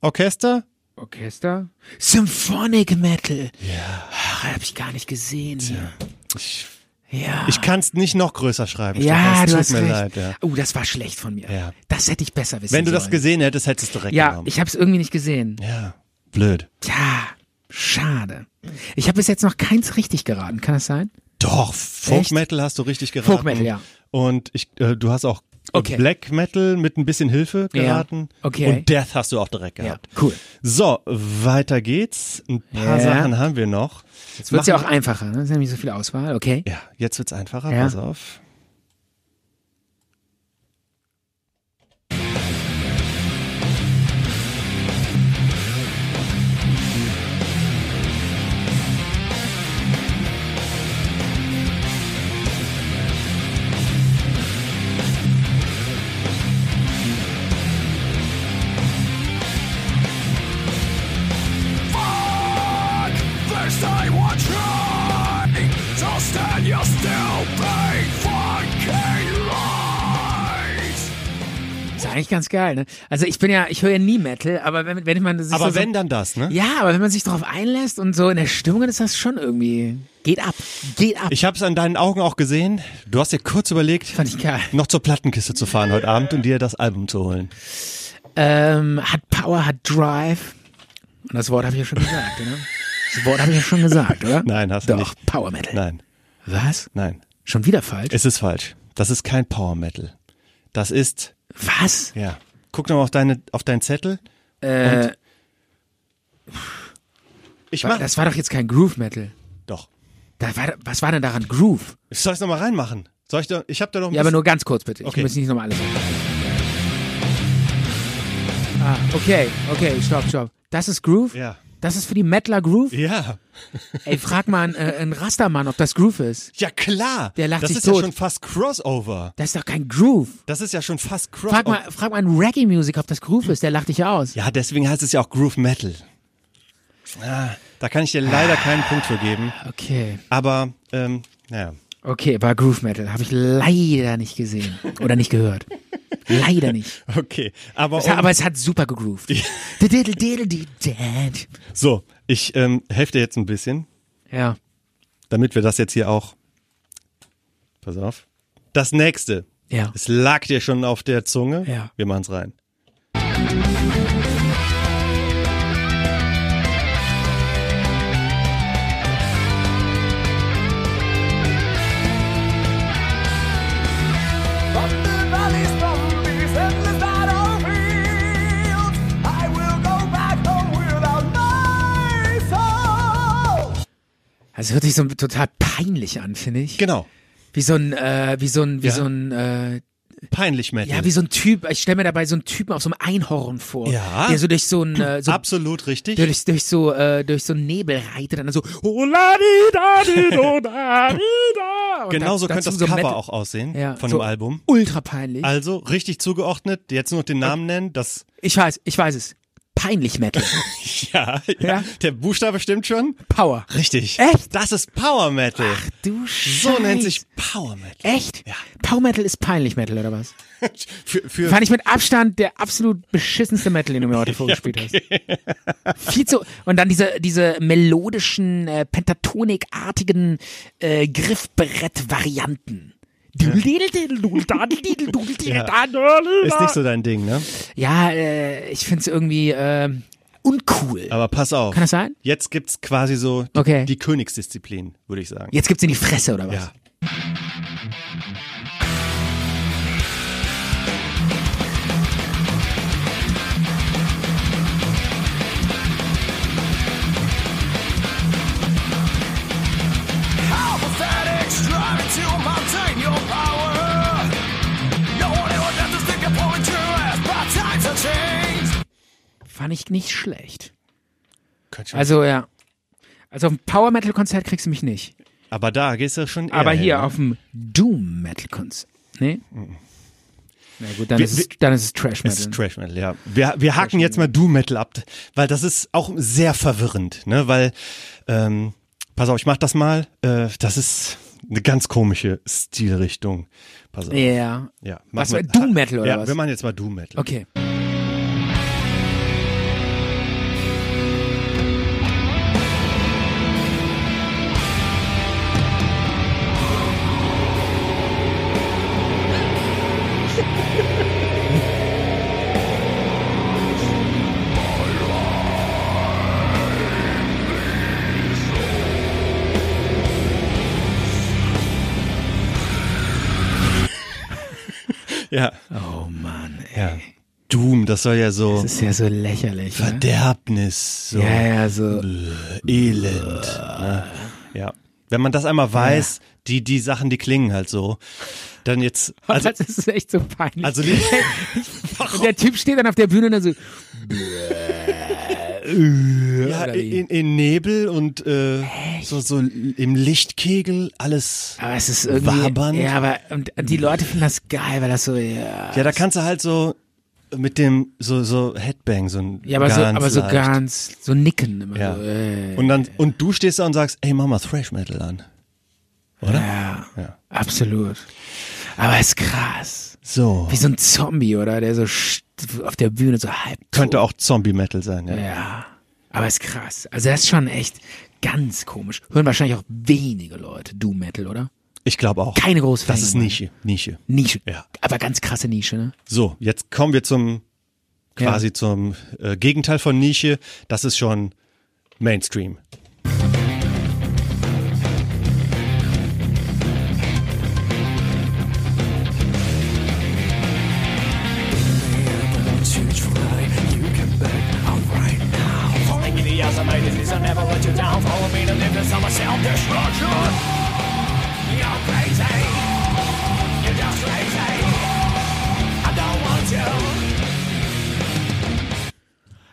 Speaker 2: Orchester?
Speaker 1: Orchester? Symphonic Metal. Ja. Ach, hab ich gar nicht gesehen.
Speaker 2: Ich,
Speaker 1: Ja.
Speaker 2: ich kann es nicht noch größer schreiben.
Speaker 1: Ah. Ja,
Speaker 2: Stefan. Es
Speaker 1: du
Speaker 2: tut
Speaker 1: hast
Speaker 2: mir
Speaker 1: recht.
Speaker 2: leid. Ja.
Speaker 1: Oh, das war schlecht von mir.
Speaker 2: Ja.
Speaker 1: Das hätte ich besser wissen
Speaker 2: Wenn du das
Speaker 1: sollen.
Speaker 2: gesehen hättest, hättest du es direkt
Speaker 1: Ja,
Speaker 2: genommen.
Speaker 1: ich habe es irgendwie nicht gesehen.
Speaker 2: ja, blöd.
Speaker 1: Tja, schade. Ich habe bis jetzt noch keins richtig geraten, kann das sein?
Speaker 2: Doch, Folk
Speaker 1: Echt?
Speaker 2: Metal hast du richtig geraten.
Speaker 1: Folk Metal, ja.
Speaker 2: Und ich, äh, du hast auch äh,
Speaker 1: Okay.
Speaker 2: Black Metal mit ein bisschen Hilfe
Speaker 1: Ja.
Speaker 2: geraten.
Speaker 1: Okay.
Speaker 2: Und Death hast du auch direkt gehabt.
Speaker 1: cool.
Speaker 2: So, weiter geht's. Ein paar
Speaker 1: Ja.
Speaker 2: Sachen haben wir noch.
Speaker 1: Jetzt wird's ja auch einfacher, ne? Es ist ja nicht so viel Auswahl, okay?
Speaker 2: Ja, jetzt wird's einfacher,
Speaker 1: Ja.
Speaker 2: pass auf.
Speaker 5: First I will try So stand you still painful
Speaker 1: eigentlich ganz geil, ne? Also ich bin ja, ich höre ja nie Metal, aber wenn, wenn man sich
Speaker 2: Aber
Speaker 1: so,
Speaker 2: wenn dann das, ne?
Speaker 1: Ja, aber wenn man sich darauf einlässt und so in der Stimmung ist das schon irgendwie. Geht ab. Geht ab.
Speaker 2: Ich habe es an deinen Augen auch gesehen. Du hast dir kurz überlegt,
Speaker 1: Fand ich geil.
Speaker 2: noch zur Plattenkiste zu fahren heute Abend und dir das Album zu holen.
Speaker 1: Ähm, hat Power, hat Drive. Und das Wort habe ich ja schon gesagt, oder? Das Wort habe ich ja schon gesagt, oder?
Speaker 2: Nein, hast du
Speaker 1: Doch,
Speaker 2: nicht.
Speaker 1: Power Metal.
Speaker 2: Nein,
Speaker 1: Was?
Speaker 2: nein.
Speaker 1: Schon wieder falsch?
Speaker 2: Es ist falsch. Das ist kein Power Metal. Das ist,
Speaker 1: Was?
Speaker 2: ja. Guck noch mal auf, deine, auf deinen Zettel.
Speaker 1: Äh,
Speaker 2: Ich mach.
Speaker 1: das war doch jetzt kein Groove Metal.
Speaker 2: Doch.
Speaker 1: Da war, was war denn daran Groove?
Speaker 2: Soll ich noch mal reinmachen? Soll ich da, ich hab da noch ein
Speaker 1: Ja, aber
Speaker 2: bisschen-
Speaker 1: nur ganz kurz bitte.
Speaker 2: Okay.
Speaker 1: Ich muss nicht nochmal alles. Ah, okay, okay, stopp, stopp. Das ist Groove?
Speaker 2: Ja.
Speaker 1: Das ist für die Mettler Groove?
Speaker 2: Ja.
Speaker 1: Ey, frag mal einen, äh, einen Rastermann, ob das Groove ist.
Speaker 2: Ja, klar.
Speaker 1: Der lacht
Speaker 2: das
Speaker 1: sich
Speaker 2: ist ja
Speaker 1: tot.
Speaker 2: schon fast Crossover.
Speaker 1: Das ist doch kein Groove.
Speaker 2: Das ist ja schon fast Crossover.
Speaker 1: Frag mal, frag mal einen Reggae-Musiker, ob das Groove ist. Der lacht dich aus.
Speaker 2: Ja, deswegen heißt es ja auch Groove Metal. Ah, da kann ich dir leider keinen Punkt für geben.
Speaker 1: Okay,
Speaker 2: Aber, ähm, naja.
Speaker 1: okay, war Groove Metal. Habe ich leider nicht gesehen. Oder nicht gehört. leider nicht.
Speaker 2: Okay. Aber, um-
Speaker 1: Es hat, aber es hat super gegroovt. Diddle-diddle-diddle.
Speaker 2: so, ich ähm, helfe dir jetzt ein bisschen,
Speaker 1: ja.
Speaker 2: damit wir das jetzt hier auch. Pass auf. Das nächste.
Speaker 1: Ja.
Speaker 2: Es lag dir schon auf der Zunge.
Speaker 1: Ja.
Speaker 2: Wir machen's rein.
Speaker 5: From the valleys, from these endless battlefields, I will go back home without my soul.
Speaker 1: Also es hört sich so total peinlich an, finde ich.
Speaker 2: Genau.
Speaker 1: Wie so ein, äh, wie so ein, wie
Speaker 2: Ja.
Speaker 1: so ein, äh,
Speaker 2: Peinlich Metal.
Speaker 1: ja, wie so ein Typ. Ich stelle mir dabei so einen Typen auf so einem Einhorn vor.
Speaker 2: Ja.
Speaker 1: Der so durch so ein, äh, so
Speaker 2: Absolut richtig.
Speaker 1: der durch, durch so äh, durch so einen Nebel reitet und dann so "Oh, Genau
Speaker 2: Genauso könnte das Cover auch aussehen
Speaker 1: Ja,
Speaker 2: von
Speaker 1: so
Speaker 2: dem Album.
Speaker 1: Ultra peinlich.
Speaker 2: Also richtig zugeordnet, jetzt nur noch den Namen nennen, das
Speaker 1: Ich weiß, ich weiß es. Peinlich Metal.
Speaker 2: ja, ja,
Speaker 1: Ja.
Speaker 2: der Buchstabe stimmt schon.
Speaker 1: Power.
Speaker 2: Richtig.
Speaker 1: Echt?
Speaker 2: Das ist Power Metal.
Speaker 1: Du
Speaker 2: so
Speaker 1: Scheiß.
Speaker 2: nennt sich Power Metal.
Speaker 1: Echt? Power Metal ist peinlich Metal oder was?
Speaker 2: Für, für
Speaker 1: Fand ich mit Abstand der absolut beschissenste Metal, den du mir heute vorgespielt hast. Viel zu und dann diese diese melodischen äh, pentatonikartigen äh, Griffbrett-Varianten.
Speaker 2: ist nicht so dein Ding, ne?
Speaker 1: Ja, äh, ich find's irgendwie äh, uncool.
Speaker 2: Aber pass auf.
Speaker 1: Kann das sein?
Speaker 2: Jetzt gibt's quasi so die,
Speaker 1: Okay.
Speaker 2: die Königsdisziplin, würde ich sagen.
Speaker 1: Jetzt gibt's in die Fresse oder was?
Speaker 2: Ja.
Speaker 5: Pathetics striving to maintain your power. No one ever left to stick a point to us, but times have changed.
Speaker 1: Fand ich nicht schlecht.
Speaker 2: Könnte schon-
Speaker 1: Also ja. Also auf dem Power Metal Konzert kriegst du mich nicht.
Speaker 2: aber da gehst du schon eher
Speaker 1: Aber
Speaker 2: hin,
Speaker 1: hier
Speaker 2: ne?
Speaker 1: auf dem Doom Metal Konzert. Nee? Na gut, dann,
Speaker 2: Wir-
Speaker 1: ist
Speaker 2: wir-
Speaker 1: es, dann ist es Trash Metal.
Speaker 2: Es ist Trash Metal, ja. Wir, wir haken jetzt mal Doom Metal ab, weil das ist auch sehr verwirrend, ne? Weil, ähm, pass auf, ich mach das mal. Äh, das ist eine ganz komische Stilrichtung. Pass auf.
Speaker 1: Ja.
Speaker 2: Ja, mach
Speaker 1: Was
Speaker 2: mal-
Speaker 1: war Doom Metal oder
Speaker 2: ja,
Speaker 1: was?
Speaker 2: wir machen jetzt mal Doom Metal.
Speaker 1: Okay.
Speaker 2: Ja.
Speaker 1: Oh Mann, ey.
Speaker 2: ja. Doom, das soll ja so
Speaker 1: Das ist ja so lächerlich. Ne?
Speaker 2: Verderbnis, so
Speaker 1: Ja, ja, so.
Speaker 2: Elend. Ne? Ja. Wenn man das einmal weiß, die, die Sachen, die klingen halt so, dann jetzt. Also,
Speaker 1: das ist echt halt so peinlich.
Speaker 2: also die,
Speaker 1: und der Typ steht dann auf der Bühne und dann so.
Speaker 2: ja,
Speaker 1: oder wie?
Speaker 2: in, in Nebel und äh, so, so im Lichtkegel, alles.
Speaker 1: Aber es ist irgendwie.
Speaker 2: Wabernd.
Speaker 1: Ja, aber und die Leute finden das geil, weil das so. Ja,
Speaker 2: Ja, da kannst du halt so mit dem, so, so Headbang, so ein
Speaker 1: ja aber, so,
Speaker 2: ganz
Speaker 1: aber so
Speaker 2: leicht.
Speaker 1: ganz. So nicken immer.
Speaker 2: Ja.
Speaker 1: So, äh,
Speaker 2: Und dann, und du stehst da und sagst, ey, mach mal Thrash Metal an. Oder?
Speaker 1: ja, absolut. Aber ist krass.
Speaker 2: So.
Speaker 1: Wie so ein Zombie, oder? Der so sch- auf der Bühne so halb.
Speaker 2: Könnte auch Zombie-Metal sein, ja.
Speaker 1: Ja. Aber ist krass. Also das ist schon echt ganz komisch. Hören wahrscheinlich auch wenige Leute Doom Metal, oder?
Speaker 2: Ich glaube auch.
Speaker 1: Keine große
Speaker 2: Das
Speaker 1: Fan-
Speaker 2: ist Nische. Nische.
Speaker 1: Nische.
Speaker 2: Ja.
Speaker 1: Aber ganz krasse Nische, ne?
Speaker 2: So, jetzt kommen wir zum quasi zum äh, Gegenteil von Nische. Das ist schon Mainstream.
Speaker 6: Falling in the eyes of my disease, I'll never let you down. Follow me to live this on myself destruction. You're crazy. You're just crazy. I don't want you.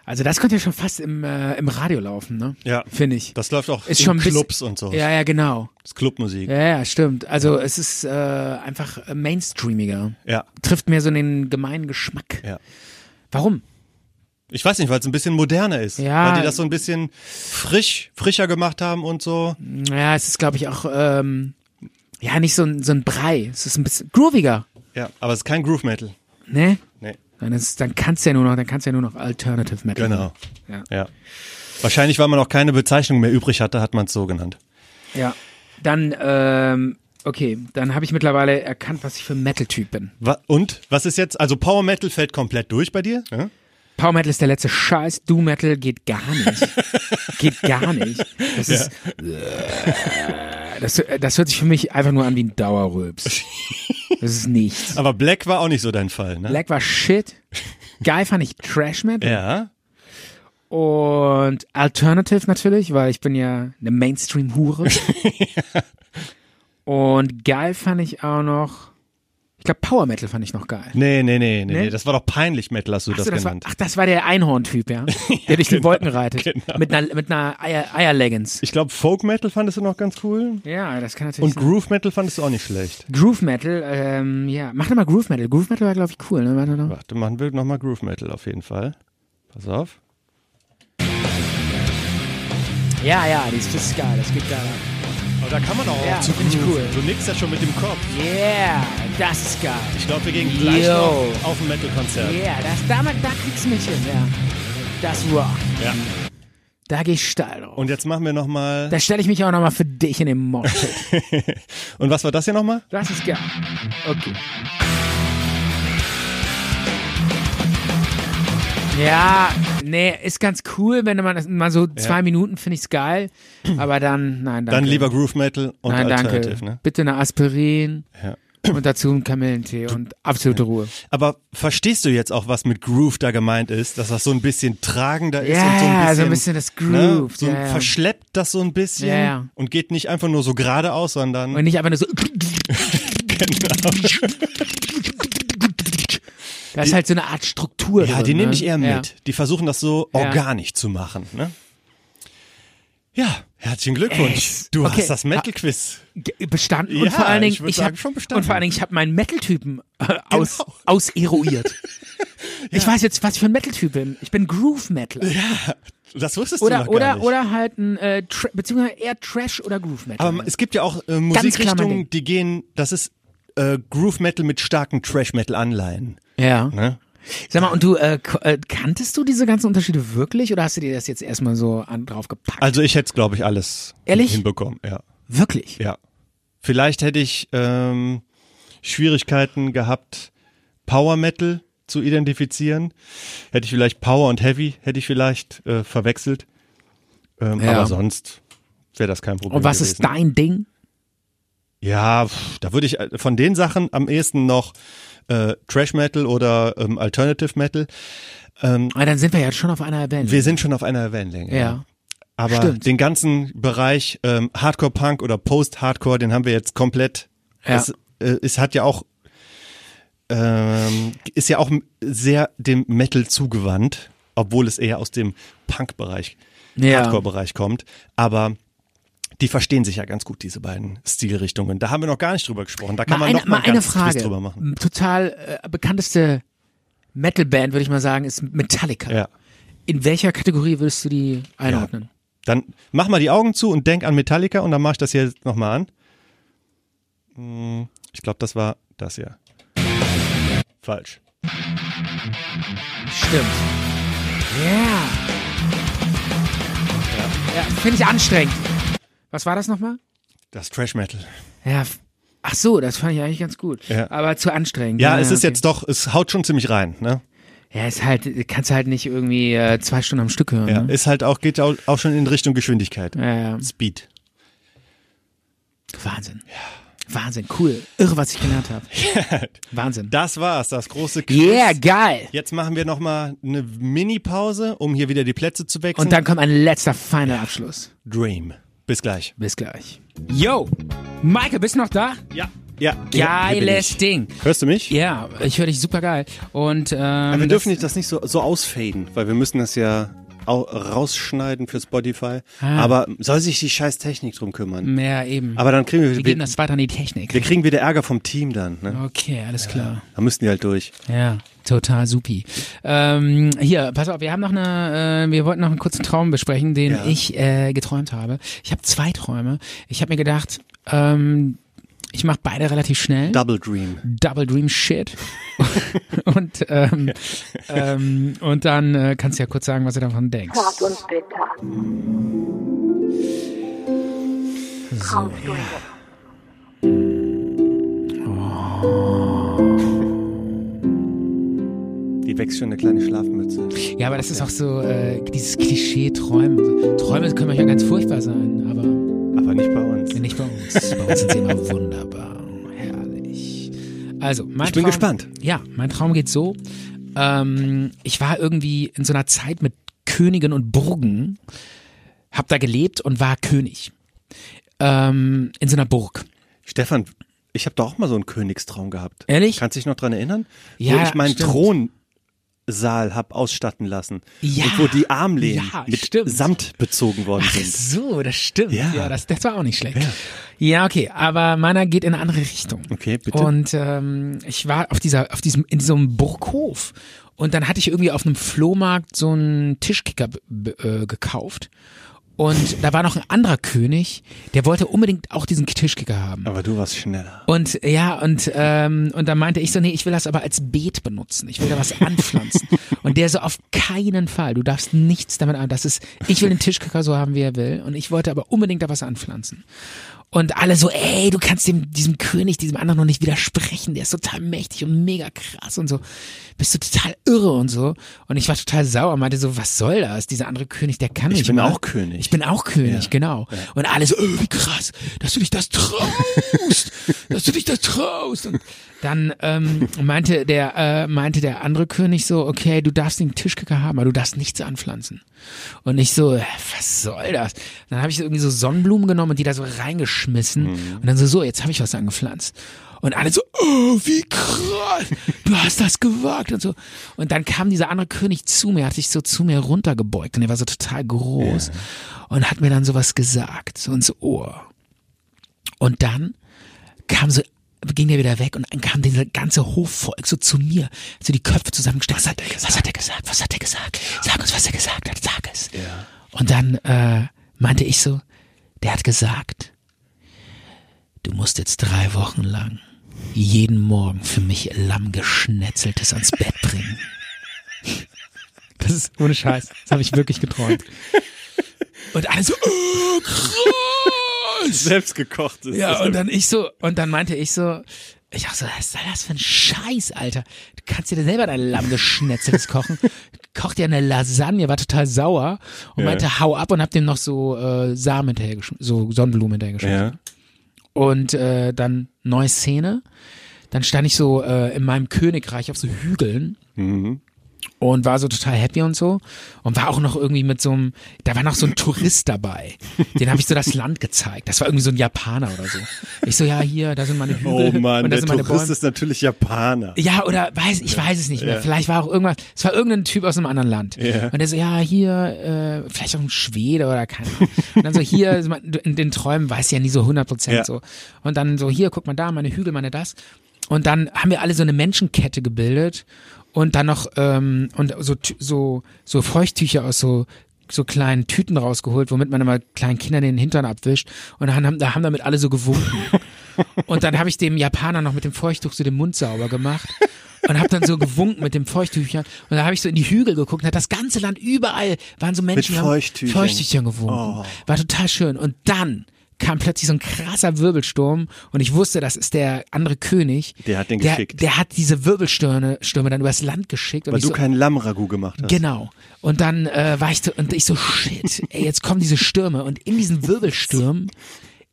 Speaker 1: Also das könnte ja schon fast im, äh, im Radio laufen, ne?
Speaker 2: Ja.
Speaker 1: Finde ich.
Speaker 2: Das läuft auch
Speaker 1: ist
Speaker 2: in
Speaker 1: schon ein bisschen-
Speaker 2: Clubs und so.
Speaker 1: Ja, ja, genau.
Speaker 2: Das ist Clubmusik.
Speaker 1: Ja, ja, stimmt. Also es ist äh, einfach äh, mainstreamiger.
Speaker 2: Ja.
Speaker 1: Trifft mehr so den gemeinen Geschmack.
Speaker 2: Ja.
Speaker 1: Warum?
Speaker 2: Ich weiß nicht, weil es ein bisschen moderner ist.
Speaker 1: Ja.
Speaker 2: Weil die das so ein bisschen frisch, frischer gemacht haben und so.
Speaker 1: Ja, es ist, glaube ich, auch ähm, ja nicht so ein, so ein Brei. Es ist ein bisschen grooviger,
Speaker 2: Ja. Aber es ist kein Groove Metal.
Speaker 1: ne?
Speaker 2: Nee.
Speaker 1: Dann, ist, dann kannst du ja nur noch, dann kannst du ja nur noch Alternative Metal.
Speaker 2: Genau.
Speaker 1: Ja.
Speaker 2: Ja. Wahrscheinlich, weil man auch keine Bezeichnung mehr übrig hatte, hat man es so genannt.
Speaker 1: Ja. Dann, ähm, okay, dann habe ich mittlerweile erkannt, was ich für ein Metal-Typ bin.
Speaker 2: Wa und was ist jetzt? Also Power Metal fällt komplett durch bei dir. Ja?
Speaker 1: Power Metal ist der letzte Scheiß, Doom Metal geht gar nicht. geht gar nicht. Das ist. Das, das hört sich für mich einfach nur an wie ein Dauerröps. Das ist nichts.
Speaker 2: Aber Black war auch nicht so dein Fall, ne?
Speaker 1: Black war shit. Geil fand ich Trash Metal.
Speaker 2: Ja.
Speaker 1: Und Alternative natürlich, weil ich bin ja eine Mainstream-Hure. Und geil fand ich auch noch. Ich glaube, Power Metal fand ich noch geil.
Speaker 2: Nee, nee, nee, nee, nee,
Speaker 1: Nee?
Speaker 2: das war doch peinlich Metal, hast du das,
Speaker 1: Achso, das war,
Speaker 2: genannt. genau,
Speaker 1: ach, das war der Einhorn-Typ, ja? Der durch die Wolken reitet. Mit einer, mit einer Eier, Eierleggings.
Speaker 2: ich glaube, Folk Metal fandest du noch ganz cool.
Speaker 1: Ja, das kann natürlich
Speaker 2: Und
Speaker 1: sein.
Speaker 2: Groove Metal fandest du auch nicht schlecht.
Speaker 1: Groove Metal, ähm, ja. Mach doch mal Groove Metal. Groove Metal war, glaube ich, cool, ne? Warte noch.
Speaker 2: Warte, machen wir nochmal Groove Metal auf jeden Fall. Pass auf.
Speaker 1: Ja, ja, das ist- das ist geil, das geht geil ab.
Speaker 2: Aber da kann man auch
Speaker 1: Ja,
Speaker 2: zu
Speaker 1: finde ich
Speaker 2: grooven.
Speaker 1: cool.
Speaker 2: Du nickst ja schon mit dem Kopf.
Speaker 1: Yeah, das ist geil.
Speaker 2: Ich glaube, wir gehen gleich
Speaker 1: Yo.
Speaker 2: noch auf ein Metal-Konzert.
Speaker 1: Yeah, das, damit, da kriegst du mich hin, ja. Das rock.
Speaker 2: Ja.
Speaker 1: Da geh ich steil drauf.
Speaker 2: Und jetzt machen wir nochmal.
Speaker 1: da stelle ich mich auch nochmal für dich in den Mosh.
Speaker 2: Und was war das hier nochmal?
Speaker 1: Das ist geil. Okay. Ja, nee, ist ganz cool, wenn man das mal so zwei Minuten finde ich's geil, aber dann, nein, danke.
Speaker 2: Dann lieber Groove Metal und
Speaker 1: Nein,
Speaker 2: Alternative,
Speaker 1: danke.
Speaker 2: ne?
Speaker 1: Bitte eine Aspirin
Speaker 2: Ja.
Speaker 1: und dazu einen Kamillentee und absolute Ruhe.
Speaker 2: Aber verstehst du jetzt auch, was mit Groove da gemeint ist? Dass das so ein bisschen tragender ist
Speaker 1: Ja,
Speaker 2: und so ein bisschen,
Speaker 1: so ein bisschen das
Speaker 2: Ne,
Speaker 1: Groove,
Speaker 2: so
Speaker 1: ja, ja.
Speaker 2: verschleppt das so ein bisschen
Speaker 1: Ja, ja.
Speaker 2: und geht nicht einfach nur so geradeaus, sondern
Speaker 1: Und nicht einfach nur so.
Speaker 2: Genau.
Speaker 1: Das ist halt so eine Art Struktur.
Speaker 2: ja,
Speaker 1: drin,
Speaker 2: die nehme ich
Speaker 1: ne?
Speaker 2: eher
Speaker 1: Ja.
Speaker 2: mit. Die versuchen das so
Speaker 1: Ja.
Speaker 2: organisch zu machen. Ne? Ja, herzlichen Glückwunsch.
Speaker 1: Ey,
Speaker 2: Du
Speaker 1: okay. Ah.
Speaker 2: hast das Metal Quiz.
Speaker 1: Ge- bestanden
Speaker 2: Ja,
Speaker 1: und vor allen Dingen
Speaker 2: ich würd
Speaker 1: ich,
Speaker 2: sagen,
Speaker 1: hab,
Speaker 2: schon bestanden.
Speaker 1: und vor allen Dingen ich habe meinen Metal-Typen äh, aus
Speaker 2: Genau.
Speaker 1: auseruiert. Ich weiß jetzt, was ich für ein Metal-Typ bin. Ich bin Groove-Metal
Speaker 2: Das wusstest du
Speaker 1: oder
Speaker 2: noch gar
Speaker 1: oder
Speaker 2: nicht.
Speaker 1: oder halt ein äh, Tra beziehungsweise eher Trash oder Groove-Metal.
Speaker 2: Aber es gibt ja auch äh,
Speaker 1: klammern
Speaker 2: Musikrichtungen,
Speaker 1: Ding.
Speaker 2: die gehen, das ist äh, Groove Metal mit starken Trash Metal Anleihen.
Speaker 1: ja.
Speaker 2: Ne?
Speaker 1: Sag mal, und du äh, k- äh, kanntest du diese ganzen Unterschiede wirklich oder hast du dir das jetzt erstmal so an, drauf gepackt?
Speaker 2: Also ich hätte es, glaube ich, alles
Speaker 1: Ehrlich?
Speaker 2: hinbekommen. Ja.
Speaker 1: wirklich?
Speaker 2: Ja. Vielleicht hätte ich ähm, Schwierigkeiten gehabt, Power Metal zu identifizieren. Hätte ich vielleicht Power und Heavy, hätte ich vielleicht äh, verwechselt. Ähm,
Speaker 1: Ja.
Speaker 2: Aber sonst wäre das kein Problem.
Speaker 1: Und was
Speaker 2: gewesen.
Speaker 1: ist dein Ding?
Speaker 2: Ja, pff, da würde ich äh, von den Sachen am ehesten noch äh, Trash Metal oder ähm, Alternative Metal.
Speaker 1: Ah, dann sind wir ja schon auf einer Band.
Speaker 2: Wir sind schon auf einer Wellenlänge.
Speaker 1: ja.
Speaker 2: Aber
Speaker 1: Stimmt.
Speaker 2: den ganzen Bereich ähm, Hardcore Punk oder Post Hardcore, den haben wir jetzt komplett.
Speaker 1: Ja.
Speaker 2: Es, äh, es hat ja auch ähm, ist ja auch m- sehr dem Metal zugewandt, obwohl es eher aus dem Punk-Bereich,
Speaker 1: Ja.
Speaker 2: Hardcore-Bereich kommt. Aber die verstehen sich ja ganz gut diese beiden Stilrichtungen. Da haben wir noch gar nicht drüber gesprochen. Da kann man
Speaker 1: eine,
Speaker 2: noch mal, ein
Speaker 1: eine
Speaker 2: ganzes
Speaker 1: Frage.
Speaker 2: Quiz drüber machen.
Speaker 1: M, Total äh, bekannteste Metalband würde ich mal sagen, ist Metallica.
Speaker 2: Ja.
Speaker 1: In welcher Kategorie würdest du die einordnen?
Speaker 2: Dann mach mal die Augen zu und denk an Metallica und dann mach ich das hier nochmal an. Mm, Ich glaube, das war das hier. Falsch.
Speaker 1: Stimmt. Yeah. Ja, finde ich anstrengend. Was war das nochmal?
Speaker 2: Das Trash Metal.
Speaker 1: Ja. f- Ach so, das fand ich eigentlich ganz gut.
Speaker 2: Ja.
Speaker 1: Aber zu anstrengend. ne?
Speaker 2: Ja, es ist
Speaker 1: okay.
Speaker 2: jetzt doch, es haut schon ziemlich rein, ne?
Speaker 1: Ja, ist halt, kannst halt nicht irgendwie äh, zwei Stunden am Stück hören.
Speaker 2: Ja,
Speaker 1: ne?
Speaker 2: ist halt auch, geht auch, auch schon in Richtung Geschwindigkeit.
Speaker 1: Ja, ja.
Speaker 2: Speed.
Speaker 1: Wahnsinn. Wahnsinn, cool. Irre, was ich gelernt habe. Wahnsinn.
Speaker 2: Das war's, das große Quiz.
Speaker 1: Yeah, geil.
Speaker 2: Jetzt machen wir nochmal eine Mini-Pause, um hier wieder die Plätze zu wechseln.
Speaker 1: Und dann kommt ein letzter feiner Abschluss.
Speaker 2: Dream. Bis gleich.
Speaker 1: Bis gleich. Yo, Maike, bist du noch da?
Speaker 2: Ja. Ja. hier bin
Speaker 1: Geiles
Speaker 2: ich.
Speaker 1: Ding.
Speaker 2: Hörst du mich?
Speaker 1: Ja, ich höre dich super geil. Und ähm,
Speaker 2: Aber wir
Speaker 1: das-
Speaker 2: dürfen nicht- das nicht so, so ausfaden, weil wir müssen das ja au- rausschneiden für Spotify.
Speaker 1: Ah.
Speaker 2: Aber soll sich die scheiß Technik drum kümmern.
Speaker 1: mehr eben.
Speaker 2: Aber dann kriegen wir,
Speaker 1: Mhm. wir
Speaker 2: wir,
Speaker 1: geben das weiter an die Technik.
Speaker 2: wir kriegen wieder Ärger vom Team dann. Ne?
Speaker 1: Okay, alles klar.
Speaker 2: Da müssen die halt durch.
Speaker 1: Ja, total supi. Ähm, hier, pass auf, wir haben noch eine, äh, wir wollten noch einen kurzen Traum besprechen, den
Speaker 2: Ja.
Speaker 1: ich äh, geträumt habe. Ich habe zwei Träume. Ich habe mir gedacht, ähm, ich mache beide relativ schnell.
Speaker 2: Double Dream.
Speaker 1: Double Dream Shit. und ähm, ähm, und dann äh, kannst du ja kurz sagen, was du davon denkst.
Speaker 4: zart und bitter. Traumstunde,
Speaker 2: Die wächst schon eine kleine Schlafmütze.
Speaker 1: Ja, aber das ist auch so äh, dieses Klischee Träumen. Träume können manchmal ganz furchtbar sein, aber
Speaker 2: Aber nicht bei uns.
Speaker 1: Nicht bei uns. Bei uns sind sie immer wunderbar. Herrlich. Also, mein
Speaker 2: Ich bin
Speaker 1: Traum,
Speaker 2: gespannt.
Speaker 1: Ja, mein Traum geht so. Ähm, ich war irgendwie in so einer Zeit mit Königen und Burgen, hab da gelebt und war König. Ähm, in so einer Burg.
Speaker 2: Stefan, ich habe doch auch mal so einen Königstraum gehabt.
Speaker 1: Ehrlich?
Speaker 2: Kannst dich noch dran erinnern?
Speaker 1: Ja,
Speaker 2: Wo ich meinen
Speaker 1: stimmt.
Speaker 2: Thronsaal hab ausstatten lassen.
Speaker 1: Ja.
Speaker 2: Und wo die Armlehnen
Speaker 1: Ja,
Speaker 2: mit
Speaker 1: stimmt.
Speaker 2: Samt bezogen worden
Speaker 1: Ach
Speaker 2: sind.
Speaker 1: so, das stimmt.
Speaker 2: Ja.
Speaker 1: Ja, das, das war auch nicht schlecht. Ja. okay, aber meiner geht in eine andere Richtung.
Speaker 2: Okay, bitte.
Speaker 1: Und ähm, ich war auf dieser, auf diesem, in diesem Burghof und dann hatte ich irgendwie auf einem Flohmarkt so einen Tischkicker b- b- äh, gekauft. Und da war noch ein anderer König, der wollte unbedingt auch diesen Tischkicker haben.
Speaker 2: Aber du warst schneller.
Speaker 1: Und ja, und, ähm, und dann meinte ich so, nee, ich will das aber als Beet benutzen. Ich will da was anpflanzen. und der so, auf keinen Fall. Du darfst nichts damit an. Das ist, ich will den Tischkicker so haben, wie er will. Und ich wollte aber unbedingt da was anpflanzen. Und alle so, ey, du kannst dem, diesem König, diesem anderen noch nicht widersprechen. Der ist total mächtig und mega krass und so. Bist du total irre und so. Und ich war total sauer, meinte so, was soll das? Dieser andere König, der kann
Speaker 2: Ich
Speaker 1: nicht.
Speaker 2: bin
Speaker 1: mal.
Speaker 2: auch König.
Speaker 1: Ich bin auch König, genau. Und alle so, öh, wie krass, dass du dich das traust, dass du dich das traust. Und dann ähm, meinte der äh, meinte der andere König so, okay, du darfst den Tischkicker haben, aber du darfst nichts anpflanzen. Und ich so, äh, was soll das? Dann habe ich so irgendwie so Sonnenblumen genommen und die da so reingeschmissen und dann so, so, jetzt habe ich was angepflanzt. Und alle so, oh, wie krass, du hast das gewagt und so. Und dann kam dieser andere König zu mir, hat sich so zu mir runtergebeugt und er war so total groß und hat mir dann sowas gesagt, so ins Ohr. Und dann kam so, ging der wieder weg und dann kam dieser ganze Hofvolk so zu mir, so die Köpfe zusammengesteckt. Was hat, was hat er gesagt? Was hat er gesagt? Sag uns, was er gesagt hat. Sag es. Und dann äh, meinte ich so, der hat gesagt, du musst jetzt drei Wochen lang jeden Morgen für mich Lammgeschnetzeltes ans Bett bringen. Das ist ohne Scheiß. Das habe ich wirklich geträumt. Und alle so, oh, krass.
Speaker 2: Selbst gekocht ist.
Speaker 1: Ja, und dann ich so, und dann meinte ich so, ich auch so, was soll das für ein Scheiß, Alter? Du kannst dir da selber dein Lammgeschnetzeltes kochen. Kocht dir eine Lasagne, war total sauer und meinte, hau ab und hab dem noch so äh, Samen hinterhergeschmissen, so Sonnenblumen hinterhergeschmissen.
Speaker 2: Ja.
Speaker 1: Und äh, dann neue Szene. Dann stand ich so äh, in meinem Königreich auf so Hügeln
Speaker 2: Mhm.
Speaker 1: und war so total happy und so. Und war auch noch irgendwie mit so einem, da war noch so ein Tourist dabei. Den habe ich so das Land gezeigt. Das war irgendwie so ein Japaner oder so. Ich so, ja, hier, da sind meine
Speaker 2: Oh
Speaker 1: Hügel.
Speaker 2: Mann,
Speaker 1: und da
Speaker 2: der
Speaker 1: sind meine Bäume.
Speaker 2: Tourist ist natürlich Japaner.
Speaker 1: Ja, oder weiß, ich weiß es nicht mehr. Vielleicht war auch irgendwas, es war irgendein Typ aus einem anderen Land. Und der so, ja, hier, äh, vielleicht auch ein Schwede oder keine Ahnung. Und dann so, hier, in den Träumen weiß ich ja nie so 100 Prozent
Speaker 2: Ja.
Speaker 1: so. Und dann so, hier, guck mal da, meine Hügel, meine das. Und dann haben wir alle so eine Menschenkette gebildet und dann noch, ähm, und so, Tü- so, so Feuchttücher aus so, so kleinen Tüten rausgeholt, womit man immer kleinen Kindern den Hintern abwischt. Und dann haben, da haben damit alle so gewunken. Und dann habe ich dem Japaner noch mit dem Feuchttuch so den Mund sauber gemacht und habe dann so gewunken mit dem Feuchttüchern. Und da habe ich so in die Hügel geguckt und hat das ganze Land überall waren so Menschen, die haben
Speaker 2: Feuchttüchern. Oh.
Speaker 1: Feuchttüchern gewunken. War total schön. Und dann kam plötzlich so ein krasser Wirbelsturm und ich wusste, das ist der andere König.
Speaker 2: Der hat den
Speaker 1: der,
Speaker 2: geschickt.
Speaker 1: Der hat diese Wirbelstürme Stürme dann übers Land geschickt. und
Speaker 2: Weil
Speaker 1: ich
Speaker 2: du
Speaker 1: so,
Speaker 2: keinen Lammragout gemacht hast.
Speaker 1: Genau. Und dann äh, war ich so, und ich so, shit, ey, jetzt kommen diese Stürme. Und in diesen Wirbelstürmen,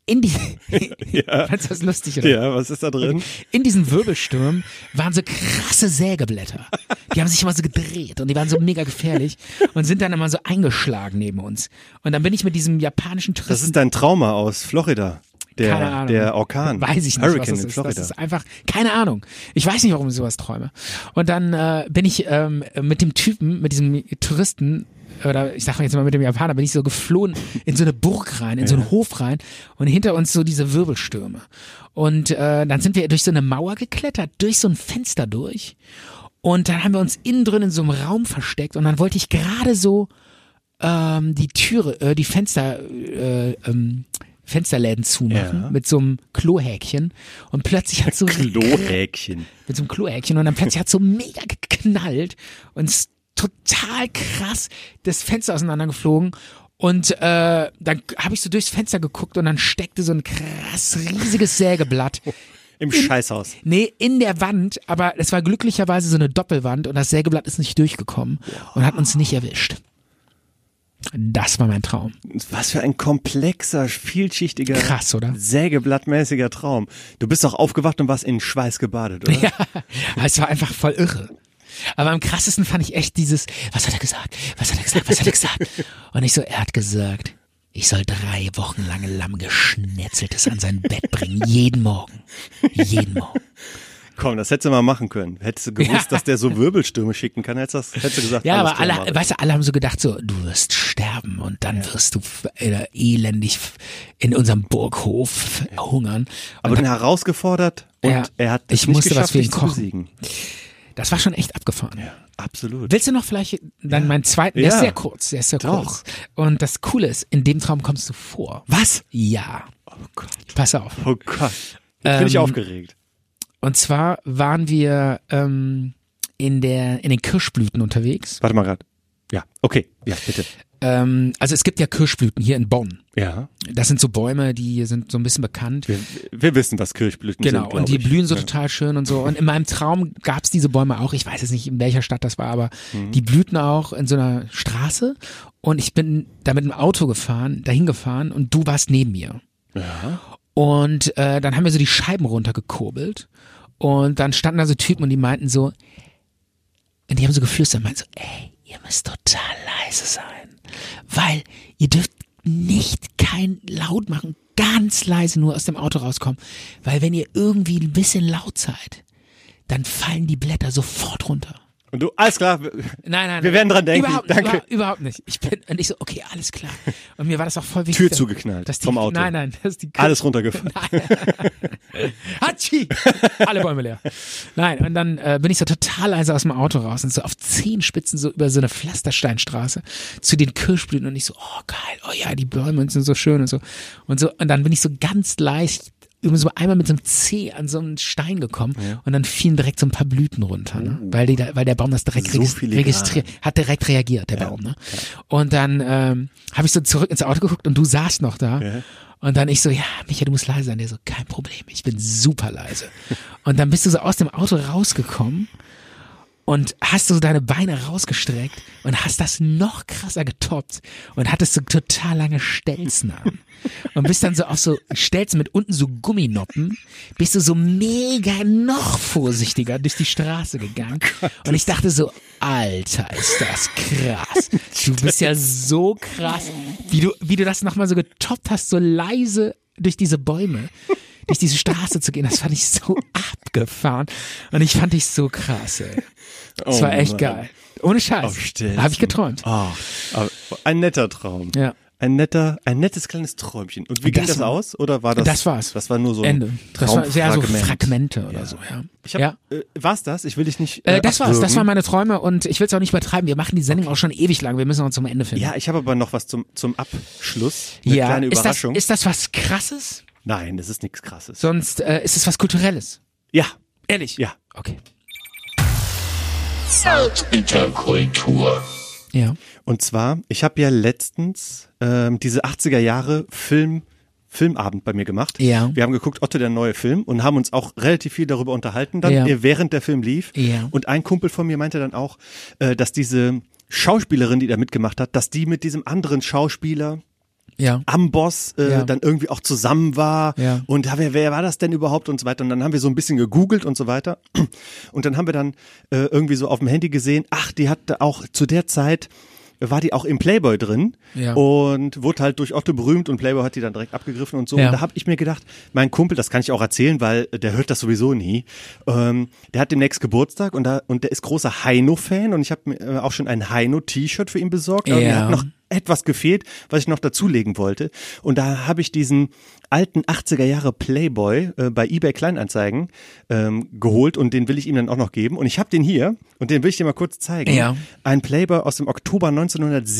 Speaker 1: in die, fandst du das lustig, oder?
Speaker 2: Ja, was ist da drin?
Speaker 1: In diesen Wirbelstürmen waren so krasse Sägeblätter. Die haben sich immer so gedreht und die waren so mega gefährlich und sind dann immer so eingeschlagen neben uns. Und dann bin ich mit diesem japanischen
Speaker 2: Das
Speaker 1: Touristen,
Speaker 2: ist dein Trauma aus Florida.
Speaker 1: keine
Speaker 2: Der,
Speaker 1: Ahnung.
Speaker 2: der Orkan.
Speaker 1: Weiß ich nicht,
Speaker 2: Hurricane
Speaker 1: was das
Speaker 2: in
Speaker 1: ist.
Speaker 2: Florida.
Speaker 1: Das ist einfach, keine Ahnung. Ich weiß nicht, warum ich sowas träume. Und dann äh, bin ich ähm, mit dem Typen, mit diesem Touristen, oder ich sage jetzt mal mit dem Japaner, bin ich so geflohen in so eine Burg rein, in so einen Hof rein und hinter uns so diese Wirbelstürme. Und äh, dann sind wir durch so eine Mauer geklettert, durch so ein Fenster durch. Und dann haben wir uns innen drin in so einem Raum versteckt und dann wollte ich gerade so ähm, die Türe, äh, die Fenster, äh, ähm, Fensterläden zumachen
Speaker 2: Ja.
Speaker 1: mit so einem Klohäkchen und plötzlich hat so
Speaker 2: Klohäkchen.
Speaker 1: mit so einem Klohäkchen und dann plötzlich hat so mega geknallt und ist total krass das Fenster auseinandergeflogen und äh, dann habe ich so durchs Fenster geguckt und dann steckte so ein krass riesiges Sägeblatt
Speaker 2: Im Scheißhaus.
Speaker 1: Nee, in der Wand, aber es war glücklicherweise so eine Doppelwand und das Sägeblatt ist nicht durchgekommen und hat uns nicht erwischt. Das war mein Traum.
Speaker 2: Was für ein komplexer, vielschichtiger,
Speaker 1: Krass, oder?
Speaker 2: sägeblattmäßiger Traum. Du bist doch aufgewacht und warst in Schweiß gebadet, oder?
Speaker 1: Ja, aber es war einfach voll irre. Aber am krassesten fand ich echt dieses, was hat er gesagt? Was hat er gesagt? Was hat er gesagt? Und ich so, er hat gesagt, ich soll drei Wochen lang Lamm geschnetzeltes an sein Bett bringen. Jeden Morgen. Jeden Morgen.
Speaker 2: Komm, das hättest du mal machen können. Hättest du gewusst,
Speaker 1: Ja.
Speaker 2: dass der so Wirbelstürme schicken kann, hättest, das, hättest du gesagt,
Speaker 1: Ja,
Speaker 2: alles
Speaker 1: aber alle,
Speaker 2: klar, Marvin.
Speaker 1: weißt du, alle haben so gedacht, so, du wirst sterben und dann wirst du f- äh, elendig f- in unserem Burghof hungern.
Speaker 2: Aber dann herausgefordert und
Speaker 1: Ja.
Speaker 2: er hat es
Speaker 1: Ich
Speaker 2: nicht
Speaker 1: musste was
Speaker 2: geschafft,
Speaker 1: für ihn
Speaker 2: dich zu
Speaker 1: kochen.
Speaker 2: besiegen.
Speaker 1: Das war schon echt abgefahren.
Speaker 2: Absolut.
Speaker 1: Willst du noch vielleicht dann meinen zweiten? Der
Speaker 2: Ja.
Speaker 1: ist sehr kurz, der ist sehr
Speaker 2: Doch.
Speaker 1: kurz. Und das Coole ist, in dem Traum kommst du vor.
Speaker 2: Was?
Speaker 1: Ja.
Speaker 2: Oh Gott.
Speaker 1: Pass auf.
Speaker 2: Oh Gott. Jetzt bin ich
Speaker 1: Ähm,
Speaker 2: aufgeregt.
Speaker 1: Und zwar waren wir ähm, in der in den Kirschblüten unterwegs.
Speaker 2: Warte mal grad. Ja, okay. Ja, bitte.
Speaker 1: Ähm, also es gibt ja Kirschblüten hier in Bonn.
Speaker 2: Ja.
Speaker 1: Das sind so Bäume, die sind so ein bisschen bekannt.
Speaker 2: Wir, wir wissen, was Kirschblüten
Speaker 1: Genau,
Speaker 2: sind. glaub
Speaker 1: und die
Speaker 2: ich.
Speaker 1: blühen so
Speaker 2: ja.
Speaker 1: total schön und so. Und in meinem Traum gab's diese Bäume auch. Ich weiß jetzt nicht, in welcher Stadt das war, aber
Speaker 2: Mhm.
Speaker 1: die blühten auch in so einer Straße. Und ich bin da mit dem Auto gefahren, dahin gefahren und du warst neben mir. Und äh, dann haben wir so die Scheiben runtergekurbelt. Und dann standen da so Typen und die meinten so, und die haben so geflüstert, meinten so, ey, ihr müsst total leise sein. Weil ihr dürft nicht kein laut machen, ganz leise nur aus dem Auto rauskommen. Weil wenn ihr irgendwie ein bisschen laut seid, dann fallen die Blätter sofort runter.
Speaker 2: Und du, alles klar.
Speaker 1: Nein, nein.
Speaker 2: Wir
Speaker 1: nein.
Speaker 2: werden dran denken.
Speaker 1: Überhaupt,
Speaker 2: Danke.
Speaker 1: Überhaupt, überhaupt nicht. Ich bin, und ich so, okay, alles klar. Und mir war das auch voll wichtig.
Speaker 2: Tür
Speaker 1: dass-
Speaker 2: zugeknallt
Speaker 1: dass die,
Speaker 2: vom Auto.
Speaker 1: Nein, nein, dass die
Speaker 2: Alles runtergefallen.
Speaker 1: Hatschi! Alle Bäume leer. Nein, und dann äh, bin ich so total leise aus dem Auto raus und so auf Zehenspitzen so über so eine Pflastersteinstraße zu den Kirschblüten und ich so, oh geil, oh ja, die Bäume sind so schön und so. Und so, und dann bin ich so ganz leicht irgendwie so einmal mit so einem Zeh an so einen Stein gekommen und dann fielen direkt so ein paar Blüten runter, ne? weil, die da, weil der Baum das direkt
Speaker 2: So
Speaker 1: registri-
Speaker 2: filigran.
Speaker 1: registriert, hat direkt reagiert, der Baum. Ne? Und dann ähm, habe ich so zurück ins Auto geguckt und du saßt noch da. Und dann ich so, ja, Micha, du musst leise sein. Der so, kein Problem, ich bin super leise. Und dann bist du so aus dem Auto rausgekommen und hast so deine Beine rausgestreckt und hast das noch krasser getoppt und hattest so total lange Stelzen an. Und bist dann so auf so Stelzen mit unten so Gumminoppen, bist du so mega noch vorsichtiger durch die Straße gegangen. Und ich dachte so, Alter, ist das krass. Du bist ja so krass, wie du, wie du das nochmal so getoppt hast, so leise durch diese Bäume, durch diese Straße zu gehen. Das fand ich so abgefahren. Und ich fand dich so krass, ey. Das
Speaker 2: Oh
Speaker 1: war echt
Speaker 2: Mann.
Speaker 1: geil. Ohne Scheiß.
Speaker 2: Auf Oh, Stelzen.
Speaker 1: Habe Also, ich geträumt.
Speaker 2: Oh, aber ein netter Traum.
Speaker 1: Ja.
Speaker 2: Ein netter, ein nettes kleines Träumchen. Und wie ging
Speaker 1: Das
Speaker 2: das,
Speaker 1: war-
Speaker 2: aus? Oder war das?
Speaker 1: das war's.
Speaker 2: Das war nur so ein
Speaker 1: Ende. Das war ja so
Speaker 2: Traumfragment.
Speaker 1: Fragmente oder so, ja.
Speaker 2: Ich hab,
Speaker 1: ja.
Speaker 2: äh, war's das? Ich will dich nicht. Äh,
Speaker 1: Äh, das war's,
Speaker 2: abwürgen.
Speaker 1: das waren meine Träume und ich will es auch nicht übertreiben. Wir machen die Sendung auch schon ewig lang. Wir müssen uns zum Ende finden.
Speaker 2: Ja, ich habe aber noch was zum zum Abschluss. Eine
Speaker 1: ja.
Speaker 2: kleine
Speaker 1: ist, das,
Speaker 2: Überraschung.
Speaker 1: ist das was krasses?
Speaker 2: Nein, das ist nichts Krasses.
Speaker 1: Sonst äh, ist es was Kulturelles.
Speaker 2: Ja,
Speaker 1: Ehrlich?
Speaker 2: ja.
Speaker 1: Okay.
Speaker 3: Interkultur.
Speaker 1: Ja.
Speaker 2: Und zwar, ich habe ja letztens ähm, diese 80er Jahre Film, Filmabend bei mir gemacht.
Speaker 1: Ja.
Speaker 2: Wir haben geguckt, Otto, der neue Film und haben uns auch relativ viel darüber unterhalten, dann
Speaker 1: Ja.
Speaker 2: äh, während der Film lief.
Speaker 1: Ja.
Speaker 2: Und ein Kumpel von mir meinte dann auch, äh, dass diese Schauspielerin, die da mitgemacht hat, dass die mit diesem anderen Schauspieler
Speaker 1: Ja.
Speaker 2: am Boss äh,
Speaker 1: Ja.
Speaker 2: dann irgendwie auch zusammen war
Speaker 1: Ja.
Speaker 2: und ja, wer, wer war das denn überhaupt und so weiter und dann haben wir so ein bisschen gegoogelt und so weiter und dann haben wir dann äh, irgendwie so auf dem Handy gesehen, ach, die hatte auch zu der Zeit war die auch im Playboy drin
Speaker 1: Ja.
Speaker 2: und wurde halt durch Otto berühmt und Playboy hat die dann direkt abgegriffen und so.
Speaker 1: Ja.
Speaker 2: Und da habe ich mir gedacht, mein Kumpel, das kann ich auch erzählen, weil der hört das sowieso nie. Ähm, der hat demnächst Geburtstag und, da, und der ist großer Heino-Fan und ich habe mir äh, auch schon ein Heino-T-Shirt für ihn besorgt. Und
Speaker 1: Ja.
Speaker 2: er hat noch etwas gefehlt, was ich noch dazulegen wollte. Und da habe ich diesen alten 80er Jahre Playboy äh, bei eBay Kleinanzeigen ähm, geholt und den will ich ihm dann auch noch geben. Und ich habe den hier und den will ich dir mal kurz zeigen.
Speaker 1: Ja.
Speaker 2: Ein Playboy aus dem Oktober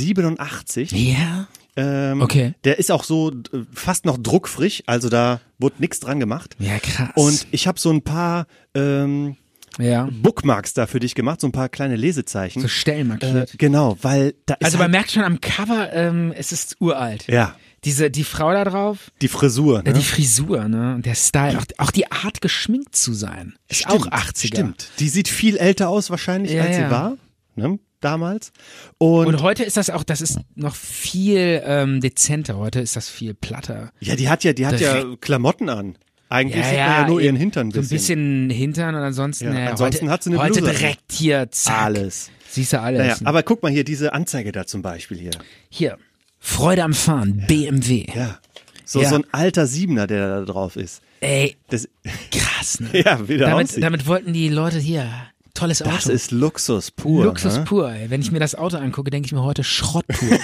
Speaker 2: 1987.
Speaker 1: Ja.
Speaker 2: Ähm,
Speaker 1: Okay.
Speaker 2: Der ist auch so äh, fast noch druckfrisch, also da wurde nichts dran gemacht.
Speaker 1: Ja, krass.
Speaker 2: Und ich habe so ein paar ähm,
Speaker 1: ja.
Speaker 2: Bookmarks da für dich gemacht, so ein paar kleine Lesezeichen.
Speaker 1: So Stellen
Speaker 2: äh,
Speaker 1: markiert.
Speaker 2: genau, weil da ist
Speaker 1: also man
Speaker 2: halt,
Speaker 1: merkt schon am Cover, ähm, es ist uralt.
Speaker 2: ja
Speaker 1: Diese, die Frau da drauf,
Speaker 2: die Frisur. Ne?
Speaker 1: die Frisur, ne? Und der Style, auch, auch die Art geschminkt zu sein. Ist auch 80er.
Speaker 2: Stimmt. Die sieht viel älter aus wahrscheinlich,
Speaker 1: Ja,
Speaker 2: als sie
Speaker 1: ja.
Speaker 2: war, ne? damals. Und,
Speaker 1: Und heute ist das auch, das ist noch viel ähm, dezenter. Heute ist das viel platter.
Speaker 2: ja, die hat ja, die hat ja
Speaker 1: Direkt-
Speaker 2: Klamotten an. Eigentlich sieht man ja nur ihren Hintern ein
Speaker 1: So ein
Speaker 2: bisschen.
Speaker 1: bisschen Hintern und ansonsten,
Speaker 2: Ja,
Speaker 1: ja,
Speaker 2: ansonsten
Speaker 1: heute,
Speaker 2: hat sie eine
Speaker 1: Heute
Speaker 2: Bluse an.
Speaker 1: direkt hier, zack.
Speaker 2: Alles.
Speaker 1: Siehst du alles.
Speaker 2: Naja, aber guck mal hier, diese Anzeige da zum Beispiel hier.
Speaker 1: hier, Freude am Fahren, BMW.
Speaker 2: Ja. So,
Speaker 1: Ja.
Speaker 2: so ein alter Siebener, der da drauf ist.
Speaker 1: Ey,
Speaker 2: Das,
Speaker 1: krass, ne?
Speaker 2: ja, wie der
Speaker 1: damit,
Speaker 2: aussieht.
Speaker 1: damit wollten die Leute hier, tolles Auto.
Speaker 2: das ist Luxus pur.
Speaker 1: Luxus
Speaker 2: ne?
Speaker 1: pur, ey. Wenn ich mir das Auto angucke, denke ich mir heute Schrott pur.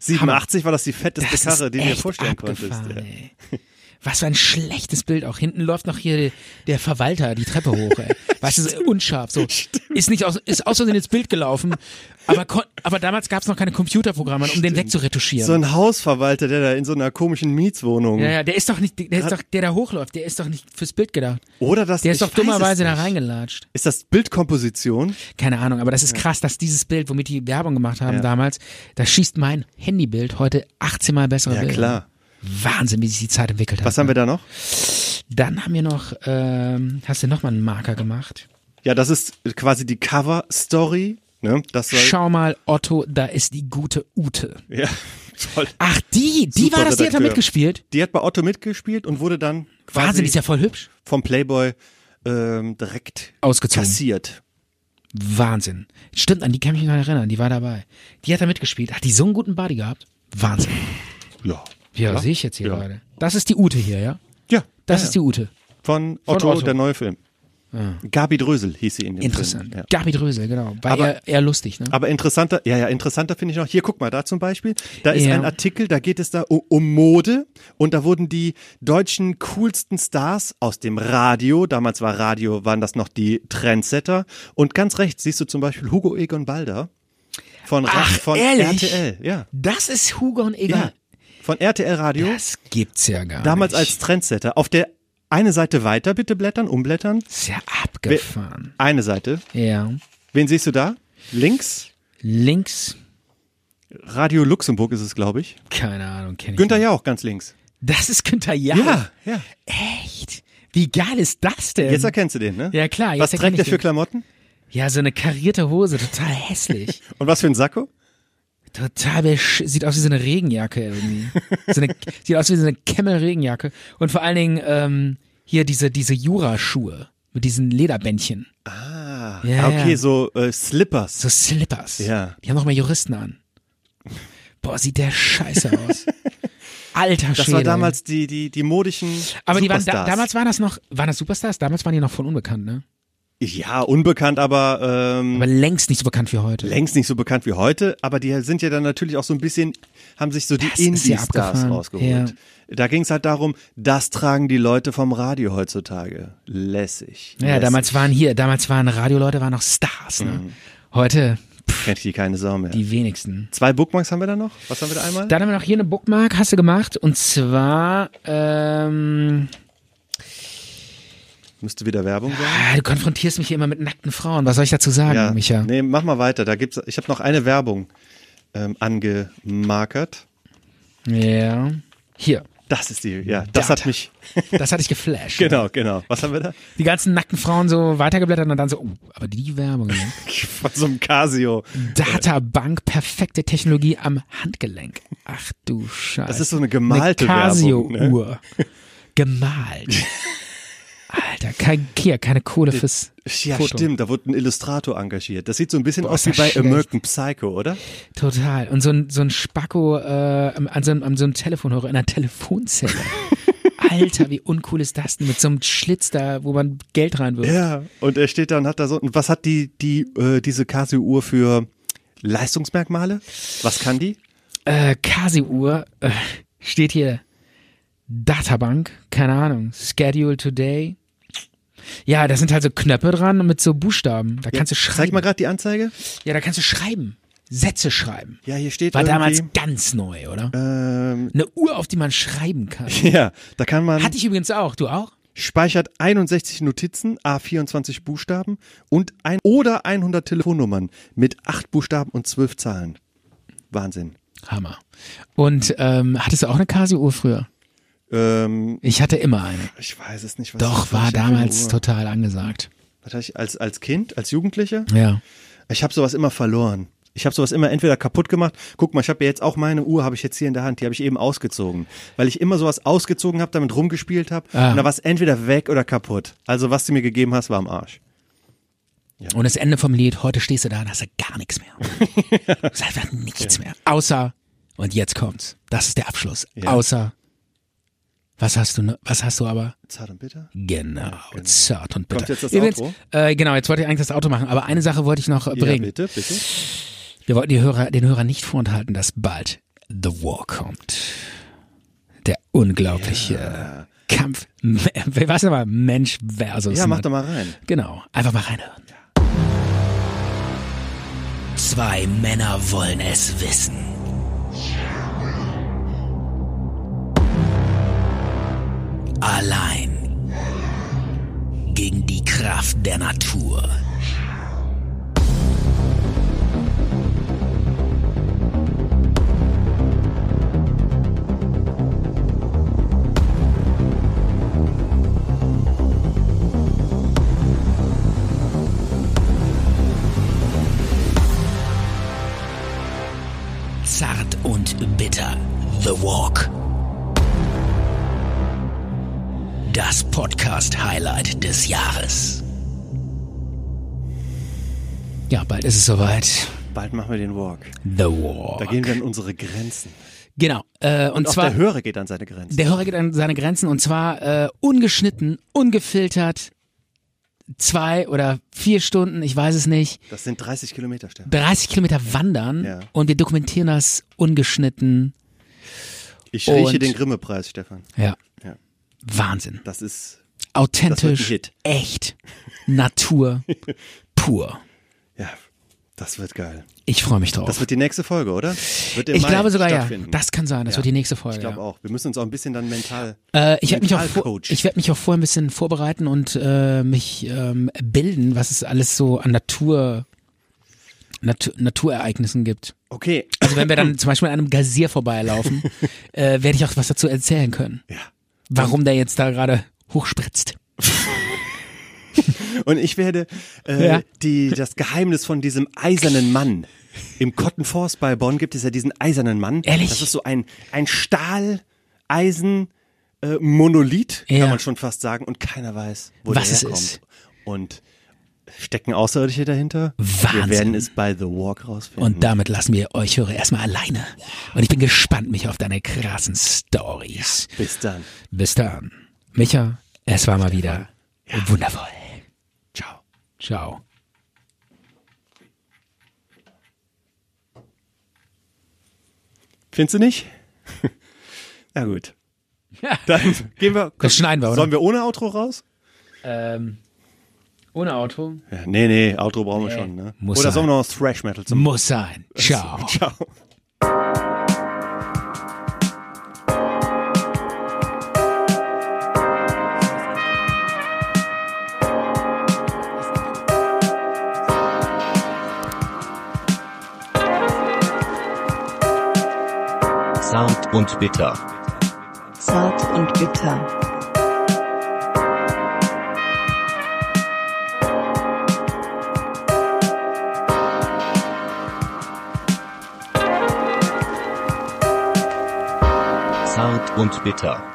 Speaker 2: 87 war das die fetteste
Speaker 1: Das
Speaker 2: Karre,
Speaker 1: ist
Speaker 2: die du dir
Speaker 1: echt
Speaker 2: vorstellen konntest.
Speaker 1: abgefahren,
Speaker 2: Ja.
Speaker 1: ey. Was für ein schlechtes Bild auch. Hinten läuft noch hier der Verwalter die Treppe hoch, ey. Weißt du, so unscharf, so. Ist nicht aus, ist aus Versehen ins Bild gelaufen, aber, kon- aber damals gab es noch keine Computerprogramme, um den wegzuretuschieren.
Speaker 2: So ein Hausverwalter, der da in so einer komischen Mietswohnung.
Speaker 1: ja, ja, der ist doch nicht, der ist doch, der da hochläuft, der ist doch nicht fürs Bild gedacht.
Speaker 2: Oder das
Speaker 1: Der ist
Speaker 2: ich
Speaker 1: doch
Speaker 2: weiß es
Speaker 1: dummerweise da
Speaker 2: nicht.
Speaker 1: reingelatscht.
Speaker 2: Ist das Bildkomposition?
Speaker 1: Keine Ahnung, aber das ist krass, dass dieses Bild, womit die Werbung gemacht haben
Speaker 2: Ja.
Speaker 1: damals, da schießt mein Handybild heute 18 mal bessere
Speaker 2: Ja,
Speaker 1: Bilder.
Speaker 2: klar.
Speaker 1: Wahnsinn, wie sich die Zeit entwickelt hat.
Speaker 2: Was haben wir da noch?
Speaker 1: Dann haben wir noch, ähm, hast du nochmal einen Marker gemacht?
Speaker 2: Ja, das ist quasi die Cover-Story. Ne? Das soll,
Speaker 1: Schau mal, Otto, da ist die gute Ute.
Speaker 2: ja, toll.
Speaker 1: Ach, die, die
Speaker 2: Super
Speaker 1: war das, die hat da
Speaker 2: Redakteur.
Speaker 1: mitgespielt.
Speaker 2: Die hat bei Otto mitgespielt und wurde dann quasi
Speaker 1: Wahnsinn, die ist ja voll hübsch.
Speaker 2: vom Playboy ähm, direkt
Speaker 1: Ausgezogen.
Speaker 2: kassiert.
Speaker 1: Wahnsinn. Stimmt, an die kann ich mich noch erinnern, die war dabei. Die hat da mitgespielt. Hat die so einen guten Body gehabt? Wahnsinn.
Speaker 2: Ja.
Speaker 1: Ja, sehe ich jetzt hier
Speaker 2: Ja.
Speaker 1: gerade. Das ist die Ute hier, ja?
Speaker 2: Ja,
Speaker 1: Das
Speaker 2: ja,
Speaker 1: ist die Ute.
Speaker 2: ja. von, Otto,
Speaker 1: Otto.
Speaker 2: der neue Film. Gabi Drösel hieß sie in dem
Speaker 1: Interessant.
Speaker 2: Film. Ja.
Speaker 1: Gabi Drösel, genau. War
Speaker 2: Aber-
Speaker 1: eher, eher lustig, ne?
Speaker 2: Aber interessanter, ja, ja, interessanter finde ich noch. Hier, guck mal, da zum Beispiel, da ist
Speaker 1: Ja.
Speaker 2: ein Artikel, da geht es da um, um Mode und da wurden die deutschen coolsten Stars aus dem Radio, damals war Radio, waren das noch die Trendsetter und ganz rechts siehst du zum Beispiel Hugo Egon Balder von, Ra-
Speaker 1: Ach,
Speaker 2: von
Speaker 1: ehrlich?
Speaker 2: RTL, ja,
Speaker 1: Das ist Hugo und
Speaker 2: ja,
Speaker 1: Egal.
Speaker 2: von RTL Radio,
Speaker 1: Das gibt's ja gar
Speaker 2: damals
Speaker 1: nicht.
Speaker 2: als Trendsetter. Auf der eine Seite weiter, bitte blättern, umblättern,
Speaker 1: Ist ja abgefahren.
Speaker 2: eine Seite.
Speaker 1: Ja.
Speaker 2: Wen siehst du da? Links,
Speaker 1: Links,
Speaker 2: Radio Luxemburg ist es, glaube ich.
Speaker 1: keine Ahnung, kenn ich
Speaker 2: Günther
Speaker 1: nicht.
Speaker 2: Jauch ganz links.
Speaker 1: Das ist Günther Jauch.
Speaker 2: ja.
Speaker 1: Echt? Wie geil ist das denn?
Speaker 2: Jetzt erkennst du den, ne?
Speaker 1: Ja, klar, jetzt
Speaker 2: Was
Speaker 1: erkenn
Speaker 2: trägt
Speaker 1: ich
Speaker 2: der für
Speaker 1: den.
Speaker 2: Klamotten?
Speaker 1: ja, so eine karierte Hose, total hässlich.
Speaker 2: Und was für ein Sakko?
Speaker 1: total besch sieht aus wie so eine Regenjacke irgendwie. So eine, sieht aus wie so eine Camel-Regenjacke. Und vor allen Dingen ähm, hier diese, diese Jura-Schuhe mit diesen Lederbändchen. Ah, ja,
Speaker 2: Ah, okay,
Speaker 1: ja.
Speaker 2: so äh, Slippers.
Speaker 1: So Slippers.
Speaker 2: Ja.
Speaker 1: Die haben noch mal Juristen an. Boah, sieht der scheiße aus. Alter
Speaker 2: das
Speaker 1: Schwede.
Speaker 2: war damals die, die, die modischen
Speaker 1: Aber die waren da,
Speaker 2: Superstars.
Speaker 1: damals waren das noch, waren das Superstars? Damals waren die noch voll unbekannt, ne?
Speaker 2: Ja, unbekannt, aber ähm,
Speaker 1: Aber längst nicht so bekannt wie heute.
Speaker 2: längst nicht so bekannt wie heute. Aber die sind ja dann natürlich auch so ein bisschen, haben sich so die
Speaker 1: Das ist ja
Speaker 2: Indie-Stars
Speaker 1: abgefahren.
Speaker 2: rausgeholt. Da ging es halt darum, das tragen die Leute vom Radio heutzutage. Lässig.
Speaker 1: Ja,
Speaker 2: lässig. Mhm.
Speaker 1: damals waren hier, damals waren Radioleute, waren noch Stars, ne? Heute
Speaker 2: Kennt die keine Sau mehr.
Speaker 1: Die wenigsten.
Speaker 2: Zwei Bookmarks haben wir da noch. Was haben wir da einmal?
Speaker 1: Dann haben wir noch hier eine Bookmark, hast du gemacht. Und zwar, ähm,
Speaker 2: Müsste wieder Werbung sein.
Speaker 1: ah, du konfrontierst mich hier immer mit nackten Frauen. Was soll ich dazu sagen, Micha?
Speaker 2: Nee, mach mal weiter. Da gibt's, ich habe noch eine Werbung ähm, angemarkert.
Speaker 1: Ja. Hier.
Speaker 2: Das ist die, ja, das hat mich.
Speaker 1: Das hatte ich geflasht.
Speaker 2: Genau, genau. Was haben wir da?
Speaker 1: Die ganzen nackten Frauen so weitergeblättert und dann so, oh, aber die Werbung. Ne?
Speaker 2: Von so einem Casio.
Speaker 1: Databank, perfekte Technologie am Handgelenk. Ach du Scheiße.
Speaker 2: Das ist so eine gemalte
Speaker 1: eine
Speaker 2: Werbung, ne?
Speaker 1: Casio-Uhr. Gemalt. Alter, kein Kia, keine Kohle fürs
Speaker 2: Ja,
Speaker 1: Foto.
Speaker 2: stimmt, da wurde ein Illustrator engagiert. Das sieht so ein bisschen aus
Speaker 1: ist
Speaker 2: wie
Speaker 1: das
Speaker 2: bei
Speaker 1: schlecht.
Speaker 2: American Psycho, oder?
Speaker 1: Total. Und so ein, so ein Spacko äh, am- an, so einem, an so einem Telefonhörer, in einer Telefonzelle. Alter, wie uncool ist das denn mit so einem Schlitz da, wo man Geld reinwirft.
Speaker 2: Ja, und er steht da und hat da so, und was hat die, die, äh, diese Casio-Uhr für Leistungsmerkmale? Was kann die?
Speaker 1: Äh, Casio-Uhr äh, steht hier. Databank, keine Ahnung. Schedule today. Ja, da sind halt so Knöpfe dran mit so Buchstaben. Da kannst du
Speaker 2: Zeig mal
Speaker 1: schreiben.
Speaker 2: gerade die Anzeige.
Speaker 1: Ja, da kannst du schreiben. Sätze schreiben.
Speaker 2: Ja, hier steht
Speaker 1: War damals
Speaker 2: irgendwie,
Speaker 1: ganz neu, oder?
Speaker 2: ähm,
Speaker 1: Eine Uhr, auf die man schreiben kann.
Speaker 2: ja, da kann man,
Speaker 1: Hatte ich übrigens auch. Du auch?
Speaker 2: speichert 61 Notizen, A24 Buchstaben und ein, oder 100 Telefonnummern mit 8 Buchstaben und 12 Zahlen. Wahnsinn.
Speaker 1: Hammer. Und ähm, hattest du auch eine Casio-Uhr früher?
Speaker 2: Ähm,
Speaker 1: Ich hatte immer eine.
Speaker 2: ich weiß es nicht. Was
Speaker 1: Doch,
Speaker 2: was
Speaker 1: war
Speaker 2: ich da für eine
Speaker 1: damals
Speaker 2: Uhr-
Speaker 1: total angesagt.
Speaker 2: Was hatte ich als, als Kind, als Jugendlicher?
Speaker 1: Ja.
Speaker 2: Ich habe sowas immer verloren. Ich habe sowas immer entweder kaputt gemacht. Guck mal, ich habe ja jetzt auch meine Uhr, habe ich jetzt hier in der Hand. Die habe ich eben ausgezogen, weil ich immer sowas ausgezogen habe, damit rumgespielt habe.
Speaker 1: Ah.
Speaker 2: Und da war es entweder weg oder kaputt. Also was du mir gegeben hast, war am Arsch.
Speaker 1: Und das Ende vom Lied, heute stehst du da und hast du gar nichts mehr. du hast einfach nichts mehr. Außer, und jetzt kommt's. Das ist der Abschluss. Außer, was hast du, ne- was hast du aber?
Speaker 2: Zart und bitter.
Speaker 1: Genau, zart und bitter.
Speaker 2: Kommt jetzt das
Speaker 1: Übrigens,
Speaker 2: Outro?
Speaker 1: Äh, genau, jetzt wollte ich eigentlich das Auto machen, aber eine Sache wollte ich noch äh,
Speaker 2: Ja,
Speaker 1: bringen.
Speaker 2: bitte, bitte.
Speaker 1: Wir wollten die Hörer, den Hörern nicht vorenthalten, dass bald The War kommt. Der unglaubliche Kampf, was aber Mensch versus
Speaker 2: Ja, mach
Speaker 1: Nat-
Speaker 2: doch mal rein.
Speaker 1: Genau, einfach mal reinhören. Zwei Männer wollen es wissen. Allein gegen die Kraft der Natur. Zart und bitter. The Walk. Das Podcast-Highlight des Jahres. Ja, bald ist es soweit.
Speaker 2: Bald machen wir den Walk.
Speaker 1: The
Speaker 2: Da
Speaker 1: Walk.
Speaker 2: gehen wir an unsere Grenzen.
Speaker 1: Genau. Äh, und
Speaker 2: Und auch
Speaker 1: zwar.
Speaker 2: der Hörer geht an seine Grenzen.
Speaker 1: Der Hörer geht an seine Grenzen und zwar äh, ungeschnitten, ungefiltert, zwei oder vier Stunden, ich weiß es nicht,
Speaker 2: Das sind 30 Kilometer, Stefan.
Speaker 1: 30 Kilometer wandern
Speaker 2: Ja.
Speaker 1: und wir dokumentieren das ungeschnitten.
Speaker 2: Ich
Speaker 1: Und-
Speaker 2: rieche den Grimme-Preis, Stefan.
Speaker 1: Ja.
Speaker 2: Ja.
Speaker 1: Wahnsinn.
Speaker 2: Das ist, wird ein
Speaker 1: Authentisch,
Speaker 2: Hit.
Speaker 1: echt, Natur, pur.
Speaker 2: ja, das wird geil.
Speaker 1: Ich freue mich drauf.
Speaker 2: Das wird die nächste Folge, oder? Wird im
Speaker 1: ich
Speaker 2: Mai
Speaker 1: glaube sogar ja.
Speaker 2: stattfinden.
Speaker 1: Das kann sein. Das
Speaker 2: Ja.
Speaker 1: wird die nächste Folge.
Speaker 2: Ich glaube
Speaker 1: ja.
Speaker 2: auch. Wir müssen uns auch ein bisschen dann mental.
Speaker 1: Äh, ich werde mich, auch vor-
Speaker 2: Mentalcoach.
Speaker 1: ich werd mich auch vorher ein bisschen vorbereiten und äh, mich ähm, bilden, was es alles so an Natur, Natu- Naturereignissen gibt.
Speaker 2: Okay.
Speaker 1: Also wenn wir dann zum Beispiel an einem Gazier vorbeilaufen, äh, werde ich auch was dazu erzählen können.
Speaker 2: Ja.
Speaker 1: Warum der jetzt da gerade hochspritzt.
Speaker 2: Und ich werde äh,
Speaker 1: Ja.
Speaker 2: die, das Geheimnis von diesem eisernen Mann. Im Cotton Force bei Bonn gibt es ja diesen eisernen Mann.
Speaker 1: Ehrlich?
Speaker 2: Das ist so ein, ein Stahl, Eisen, äh, Monolith,
Speaker 1: Ja.
Speaker 2: kann man schon fast sagen. Und keiner weiß, wo
Speaker 1: Was
Speaker 2: der
Speaker 1: es
Speaker 2: herkommt.
Speaker 1: ist.
Speaker 2: Und stecken Außerirdische dahinter?
Speaker 1: Wahnsinn.
Speaker 2: Wir werden es bei The Walk rausfinden.
Speaker 1: Und damit lassen wir euch Hörer erstmal alleine. Und ich bin gespannt mich auf deine krassen Stories.
Speaker 2: Bis dann.
Speaker 1: Bis dann. Micha, es war mal wieder wundervoll. Ciao. Ciao.
Speaker 2: Findest du nicht? Na gut. Dann gehen wir.
Speaker 1: Das schneiden wir, oder?
Speaker 2: Sollen wir ohne Outro raus?
Speaker 1: Ähm, Ohne Auto.
Speaker 2: Ja, nee, nee, Outro brauchen wir schon. Ne?
Speaker 1: Muss
Speaker 2: Oder
Speaker 1: sein.
Speaker 2: sollen wir noch was Thrash Metal zum
Speaker 1: Muss sein. Ciao.
Speaker 2: Ciao.
Speaker 7: Zart und bitter.
Speaker 8: Zart und bitter.
Speaker 7: Zart und bitter.